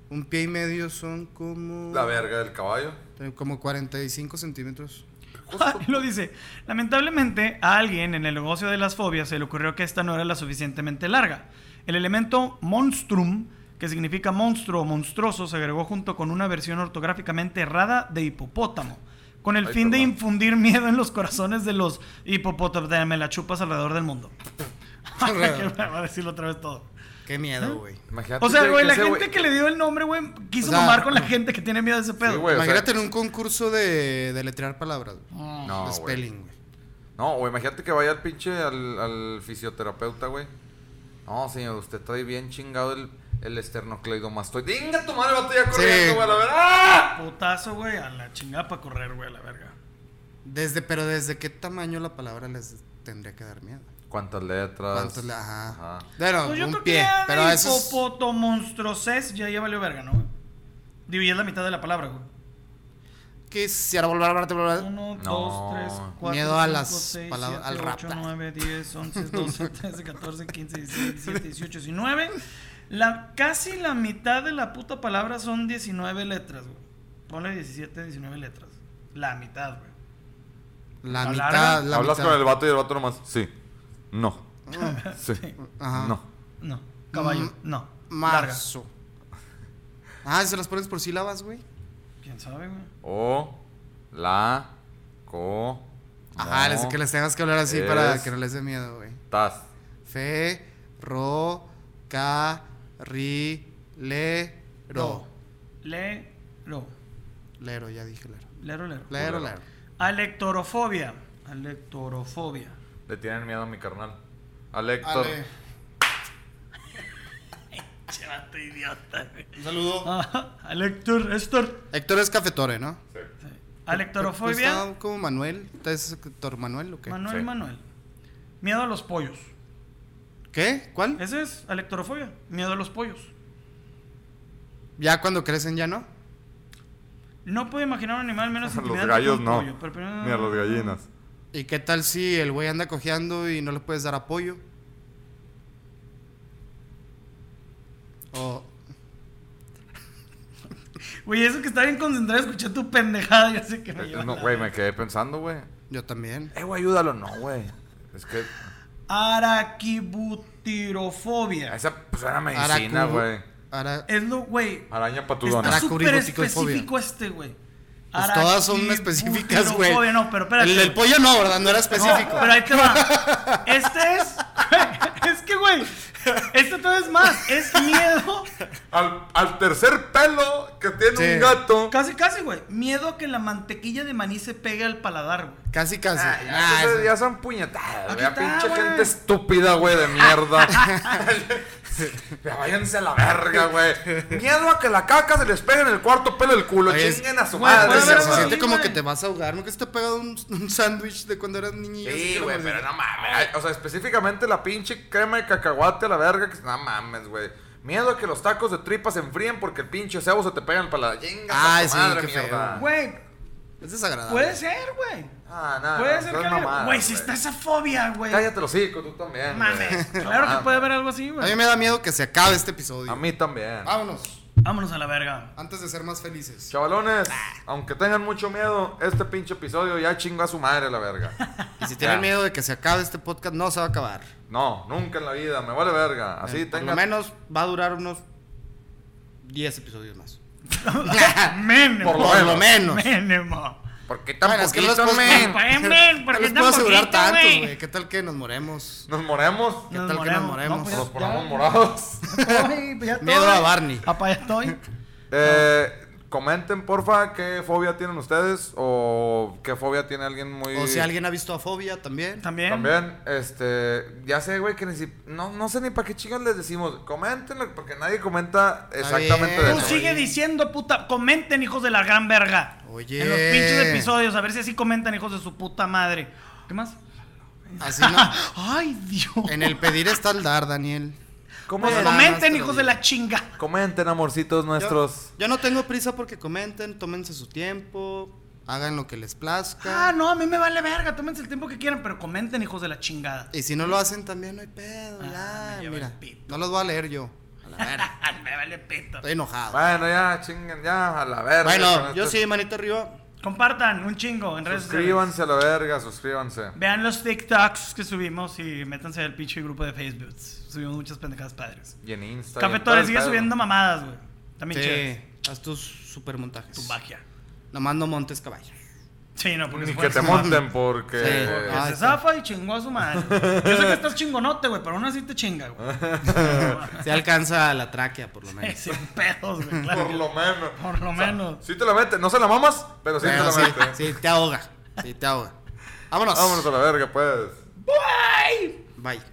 [SPEAKER 3] Un pie y medio son como. eh,
[SPEAKER 1] La verga del caballo.
[SPEAKER 3] Como 45 centímetros.
[SPEAKER 2] Lo dice. Lamentablemente, a alguien en el negocio de las fobias se le ocurrió que esta no era la suficientemente larga. El elemento monstrum, que significa monstruo o monstruoso, se agregó junto con una versión ortográficamente errada de hipopótamo, con el
[SPEAKER 1] Ay,
[SPEAKER 2] fin de
[SPEAKER 1] perdón.
[SPEAKER 2] infundir miedo en los corazones de los hipopótamos. Me la chupas alrededor del mundo. Que me va a decirlo otra vez todo.
[SPEAKER 3] Qué
[SPEAKER 2] ¿Eh?
[SPEAKER 3] miedo, güey.
[SPEAKER 1] Imagínate.
[SPEAKER 2] O sea, güey, la
[SPEAKER 1] ese
[SPEAKER 2] gente que le dio el nombre, güey, quiso
[SPEAKER 3] O sea,
[SPEAKER 2] mamar con la gente que tiene miedo de ese pedo.
[SPEAKER 1] güey. o sea-
[SPEAKER 3] Imagínate en un concurso de, de letrear palabras. güey.
[SPEAKER 2] Ah,
[SPEAKER 1] No,
[SPEAKER 3] De
[SPEAKER 1] güey.
[SPEAKER 3] spelling, güey.
[SPEAKER 1] No, o imagínate que vaya al pinche al, al fisioterapeuta, güey. No, señor, usted está ahí bien chingado el, el esternocleidomastoide. ¡Dinga tu madre, vato ya corriendo,
[SPEAKER 3] Sí.
[SPEAKER 1] güey! a la verga! ¡Ah!
[SPEAKER 2] Putazo, güey, a la chingada para correr, güey, a la verga.
[SPEAKER 3] Desde, pero desde qué tamaño la palabra les tendría que dar miedo.
[SPEAKER 1] ¿Cuántas letras?
[SPEAKER 3] ¿Cuántos le- Ajá.
[SPEAKER 1] Ajá.
[SPEAKER 3] Bueno,
[SPEAKER 2] Pues yo
[SPEAKER 3] un
[SPEAKER 2] creo
[SPEAKER 3] pie.
[SPEAKER 2] que ya
[SPEAKER 3] Pero
[SPEAKER 2] de
[SPEAKER 3] eso es-
[SPEAKER 2] hipopoto monstruoses ya, ya valió verga, ¿no? güey? Digo, ya es la mitad de la palabra, güey.
[SPEAKER 3] Quisiera volver a hablarte. bla, bla, bla.
[SPEAKER 2] Uno,
[SPEAKER 1] No.
[SPEAKER 2] dos, tres, cuatro,
[SPEAKER 3] Miedo a
[SPEAKER 2] cinco,
[SPEAKER 3] las
[SPEAKER 2] seis,
[SPEAKER 3] palabra-
[SPEAKER 2] siete,
[SPEAKER 3] al rap.
[SPEAKER 2] ocho, nueve, diez, once, doce, trece, catorce, quince, dieciséis, diecisiete, dieciocho, diecinueve. La, casi la mitad de la puta palabra son diecinueve letras, güey. Ponle diecisiete, diecinueve letras. La mitad, güey.
[SPEAKER 3] La
[SPEAKER 2] ¿Hablar?
[SPEAKER 3] mitad. La
[SPEAKER 1] Hablas
[SPEAKER 3] mitad. Ah.
[SPEAKER 1] con el vato y el vato nomás. Sí. No. Sí.
[SPEAKER 3] Ajá.
[SPEAKER 1] No.
[SPEAKER 2] No. Caballo.
[SPEAKER 3] Mm,
[SPEAKER 2] no. Larga.
[SPEAKER 3] Marzo. Ah, se las pones por sílabas, güey.
[SPEAKER 2] ¿Quién sabe, güey?
[SPEAKER 1] O. La. Co.
[SPEAKER 3] Ajá,
[SPEAKER 1] mo,
[SPEAKER 3] les- que les tengas que hablar así para
[SPEAKER 1] es-
[SPEAKER 3] que no les dé miedo, güey.
[SPEAKER 1] Tas.
[SPEAKER 3] Fe, ro, ca, ri, le, ro.
[SPEAKER 2] Le, lo.
[SPEAKER 3] Lero, ya dije lero.
[SPEAKER 2] Lero, lero.
[SPEAKER 3] Lero, lero.
[SPEAKER 2] Alectorofobia. Alectorofobia.
[SPEAKER 1] Le tienen miedo a mi carnal. Al Héctor.
[SPEAKER 3] Ale.
[SPEAKER 2] Chevato idiota. güey.
[SPEAKER 3] Un saludo.
[SPEAKER 2] Ajá, Alector, Héctor.
[SPEAKER 3] Héctor es cafetore, ¿no?
[SPEAKER 2] Alectorofobia.
[SPEAKER 3] Está como Manuel. ¿Es Héctor Manuel o qué?
[SPEAKER 2] Manuel,
[SPEAKER 1] Sí.
[SPEAKER 2] Manuel. Miedo a los pollos.
[SPEAKER 3] ¿Qué? ¿Cuál?
[SPEAKER 2] Ese es alectorofobia. Miedo a los pollos.
[SPEAKER 3] Ya cuando crecen ya no.
[SPEAKER 2] No puedo imaginar un animal menos
[SPEAKER 1] Los
[SPEAKER 2] intimidante que
[SPEAKER 1] gallos
[SPEAKER 2] un
[SPEAKER 1] no.
[SPEAKER 2] pollo, pero- pero-
[SPEAKER 1] Ni a los gallinas.
[SPEAKER 3] ¿Y qué tal si el güey anda cojeando y no le puedes dar apoyo? O.
[SPEAKER 2] Güey, eso que está bien concentrado, escuché tu pendejada, ya sé que me
[SPEAKER 1] Eh,
[SPEAKER 2] lleva
[SPEAKER 1] No,
[SPEAKER 2] la
[SPEAKER 1] güey, me
[SPEAKER 2] verga.
[SPEAKER 1] quedé pensando, güey.
[SPEAKER 3] Yo también.
[SPEAKER 1] Eh, güey, ayúdalo. No, güey. Es que
[SPEAKER 2] Araquibutirofobia.
[SPEAKER 1] esa pues, era medicina,
[SPEAKER 3] Aracubo-
[SPEAKER 1] güey.
[SPEAKER 3] Ara-
[SPEAKER 2] Es lo, güey.
[SPEAKER 1] Araña
[SPEAKER 2] Está
[SPEAKER 1] patudona.
[SPEAKER 3] Aracu-
[SPEAKER 2] súper
[SPEAKER 3] Aracubrigoticofobia.
[SPEAKER 2] específico este, güey.
[SPEAKER 3] Pues todas son específicas, güey.
[SPEAKER 2] Araquibutirofobia, No, pero espérate.
[SPEAKER 3] El del pollo no, ¿verdad? No era específico.
[SPEAKER 2] No, pero ahí te va. Este es. Es que, güey. Este todo es más. Es miedo.
[SPEAKER 1] Al, al tercer pelo que tiene
[SPEAKER 3] Sí.
[SPEAKER 1] un gato.
[SPEAKER 2] Casi, casi, güey. Miedo a que la mantequilla de maní se pegue al paladar, güey.
[SPEAKER 3] Casi, casi.
[SPEAKER 1] Ah, ya,
[SPEAKER 3] Ah,
[SPEAKER 1] entonces
[SPEAKER 3] eso-
[SPEAKER 1] ya son puñetadas.
[SPEAKER 2] Aquí
[SPEAKER 1] Vea,
[SPEAKER 2] está,
[SPEAKER 1] pinche
[SPEAKER 2] güey.
[SPEAKER 1] gente estúpida, güey, de mierda. Ya váyanse a la verga, güey. Miedo a que la caca se les pegue en el cuarto pelo del culo.
[SPEAKER 3] Oye, es-
[SPEAKER 1] Chinguen a su
[SPEAKER 2] güey,
[SPEAKER 1] madre.
[SPEAKER 2] puede
[SPEAKER 3] Se,
[SPEAKER 2] haber
[SPEAKER 1] esa
[SPEAKER 2] algo
[SPEAKER 3] Pues, se
[SPEAKER 1] madre.
[SPEAKER 3] siente
[SPEAKER 2] así,
[SPEAKER 3] como
[SPEAKER 2] güey.
[SPEAKER 3] que te vas a ahogar, ¿no? Que se te ha pegado un, un sándwich de cuando eras niño.
[SPEAKER 1] Sí, güey, pero no mames. O sea, específicamente la pinche crema de cacahuate a la verga. Que, no mames, güey. Miedo a que los tacos de tripa se enfríen porque el pinche cebo se te pegan para la chingas a
[SPEAKER 3] Ay,
[SPEAKER 1] tu
[SPEAKER 3] sí,
[SPEAKER 1] madre,
[SPEAKER 3] qué feo.
[SPEAKER 1] mierda.
[SPEAKER 2] Güey,
[SPEAKER 3] Es desagradable.
[SPEAKER 2] puede ser, güey.
[SPEAKER 1] Ah, no,
[SPEAKER 2] Puede
[SPEAKER 1] no,
[SPEAKER 2] ser
[SPEAKER 1] son
[SPEAKER 2] que.
[SPEAKER 1] mamadas,
[SPEAKER 2] Güey, si está esa fobia, güey.
[SPEAKER 1] Cállate los hocico, tú también.
[SPEAKER 2] Mames.
[SPEAKER 1] güey. No
[SPEAKER 2] Claro que
[SPEAKER 1] mames.
[SPEAKER 2] puede haber algo así,
[SPEAKER 3] A mí
[SPEAKER 2] güey.
[SPEAKER 3] me da miedo que se acabe este episodio.
[SPEAKER 1] A mí también.
[SPEAKER 3] Vámonos.
[SPEAKER 2] Vámonos a la verga.
[SPEAKER 3] Antes de ser más felices.
[SPEAKER 1] Chavalones, aunque tengan mucho miedo, este pinche episodio ya chingó a su madre la verga.
[SPEAKER 3] Y si tienen
[SPEAKER 1] Ya.
[SPEAKER 3] miedo de que se acabe este podcast, no se va a acabar.
[SPEAKER 1] No, nunca en la vida, me vale verga. Así
[SPEAKER 3] Eh, Por lo
[SPEAKER 1] tengan.
[SPEAKER 3] menos va a durar unos 10 episodios más.
[SPEAKER 2] Mínimo.
[SPEAKER 1] Por lo
[SPEAKER 3] Por lo menos.
[SPEAKER 2] Mínimo.
[SPEAKER 1] Porque tan
[SPEAKER 3] Bueno, es que no les
[SPEAKER 1] poquito,
[SPEAKER 3] puedo-
[SPEAKER 1] men?
[SPEAKER 2] Pues, men, ¿por
[SPEAKER 3] No
[SPEAKER 2] qué tan
[SPEAKER 3] les puedo asegurar
[SPEAKER 2] poquito,
[SPEAKER 3] tantos,
[SPEAKER 2] güey?
[SPEAKER 3] güey. ¿Qué tal que nos moremos?
[SPEAKER 1] ¿Nos moremos?
[SPEAKER 3] ¿Qué tal que nos moremos?
[SPEAKER 2] No, pues,
[SPEAKER 1] ¿Nos
[SPEAKER 2] ya-
[SPEAKER 1] ponemos morados?
[SPEAKER 2] Ay, pues ya
[SPEAKER 3] Miedo
[SPEAKER 2] estoy.
[SPEAKER 3] a Barney.
[SPEAKER 2] Papá, ya estoy.
[SPEAKER 1] Eh, comenten, porfa, qué fobia tienen ustedes o qué fobia tiene alguien muy...
[SPEAKER 3] O si alguien ha visto a Fobia también.
[SPEAKER 2] También.
[SPEAKER 1] También, este, ya sé, güey, que ni si- no, no sé ni para qué chicos les decimos, comenten, porque nadie comenta exactamente
[SPEAKER 3] bien.
[SPEAKER 1] de
[SPEAKER 2] Tú
[SPEAKER 1] eso.
[SPEAKER 3] sí.
[SPEAKER 2] sigue diciendo, puta. Comenten, hijos de la gran verga.
[SPEAKER 3] Oye.
[SPEAKER 2] En los pinches episodios, a ver si así comentan, hijos de su puta madre. ¿Qué más?
[SPEAKER 3] Así no.
[SPEAKER 2] Ay, Dios.
[SPEAKER 3] En el pedir está el dar, Daniel.
[SPEAKER 1] ¿Cómo
[SPEAKER 2] Pues
[SPEAKER 1] se
[SPEAKER 3] nada
[SPEAKER 1] llama?
[SPEAKER 3] más te
[SPEAKER 2] comenten,
[SPEAKER 3] lo
[SPEAKER 2] hijos
[SPEAKER 3] digo.
[SPEAKER 2] de la chinga.
[SPEAKER 1] Comenten, amorcitos nuestros.
[SPEAKER 3] Yo, yo no tengo prisa porque comenten, tómense su tiempo, hagan lo que les plazca.
[SPEAKER 2] Ah, no, a mí me vale verga. Tómense el tiempo que quieran, pero comenten, hijos de la chingada.
[SPEAKER 3] Y si no lo hacen también no hay pedo,
[SPEAKER 2] Ah, me
[SPEAKER 3] ya,
[SPEAKER 2] lleva el
[SPEAKER 3] mira.
[SPEAKER 2] pito.
[SPEAKER 3] No los voy a leer yo. A la verga.
[SPEAKER 2] Ah, me vale pito.
[SPEAKER 3] Estoy enojado.
[SPEAKER 1] Ah, Bueno, ya, chinguen, ya, a la verga.
[SPEAKER 3] Bueno,
[SPEAKER 1] con
[SPEAKER 3] yo
[SPEAKER 1] esto.
[SPEAKER 3] sí, manito arriba.
[SPEAKER 2] Compartan un chingo en redes sociales.
[SPEAKER 1] Suscríbanse a la verga, suscríbanse.
[SPEAKER 2] Vean los TikToks que subimos y métanse al pinche grupo de Facebook. Subimos muchas pendejadas padres.
[SPEAKER 1] Y en Instagram.
[SPEAKER 2] Cafetores, sigue subiendo mamadas, güey. También
[SPEAKER 3] Sí,
[SPEAKER 2] chévere.
[SPEAKER 3] haz tus supermontajes.
[SPEAKER 2] Tu magia.
[SPEAKER 3] Nomás no montes caballos.
[SPEAKER 2] Sí, no, porque
[SPEAKER 1] Ni
[SPEAKER 2] se
[SPEAKER 1] que
[SPEAKER 2] fue
[SPEAKER 1] te
[SPEAKER 2] a su madre.
[SPEAKER 1] monten porque.
[SPEAKER 3] Sí.
[SPEAKER 1] eh,
[SPEAKER 3] Ah,
[SPEAKER 2] Que se
[SPEAKER 3] está.
[SPEAKER 2] zafa y chingó a su madre. Yo sé que estás chingonote, güey, pero aún así te chinga, güey.
[SPEAKER 3] Se alcanza la tráquea, por lo
[SPEAKER 2] Eh,
[SPEAKER 3] menos.
[SPEAKER 2] Sin pedos, güey, claro.
[SPEAKER 1] Por lo menos.
[SPEAKER 2] Por lo
[SPEAKER 1] O sea,
[SPEAKER 2] menos.
[SPEAKER 1] Sí te la mete, no se la mamas, pero sí
[SPEAKER 3] Pero
[SPEAKER 1] te
[SPEAKER 3] sí,
[SPEAKER 1] la mete.
[SPEAKER 3] sí, te ahoga. Sí, te ahoga. Vámonos.
[SPEAKER 1] Vámonos a la verga, pues.
[SPEAKER 2] Bye.
[SPEAKER 3] Bye.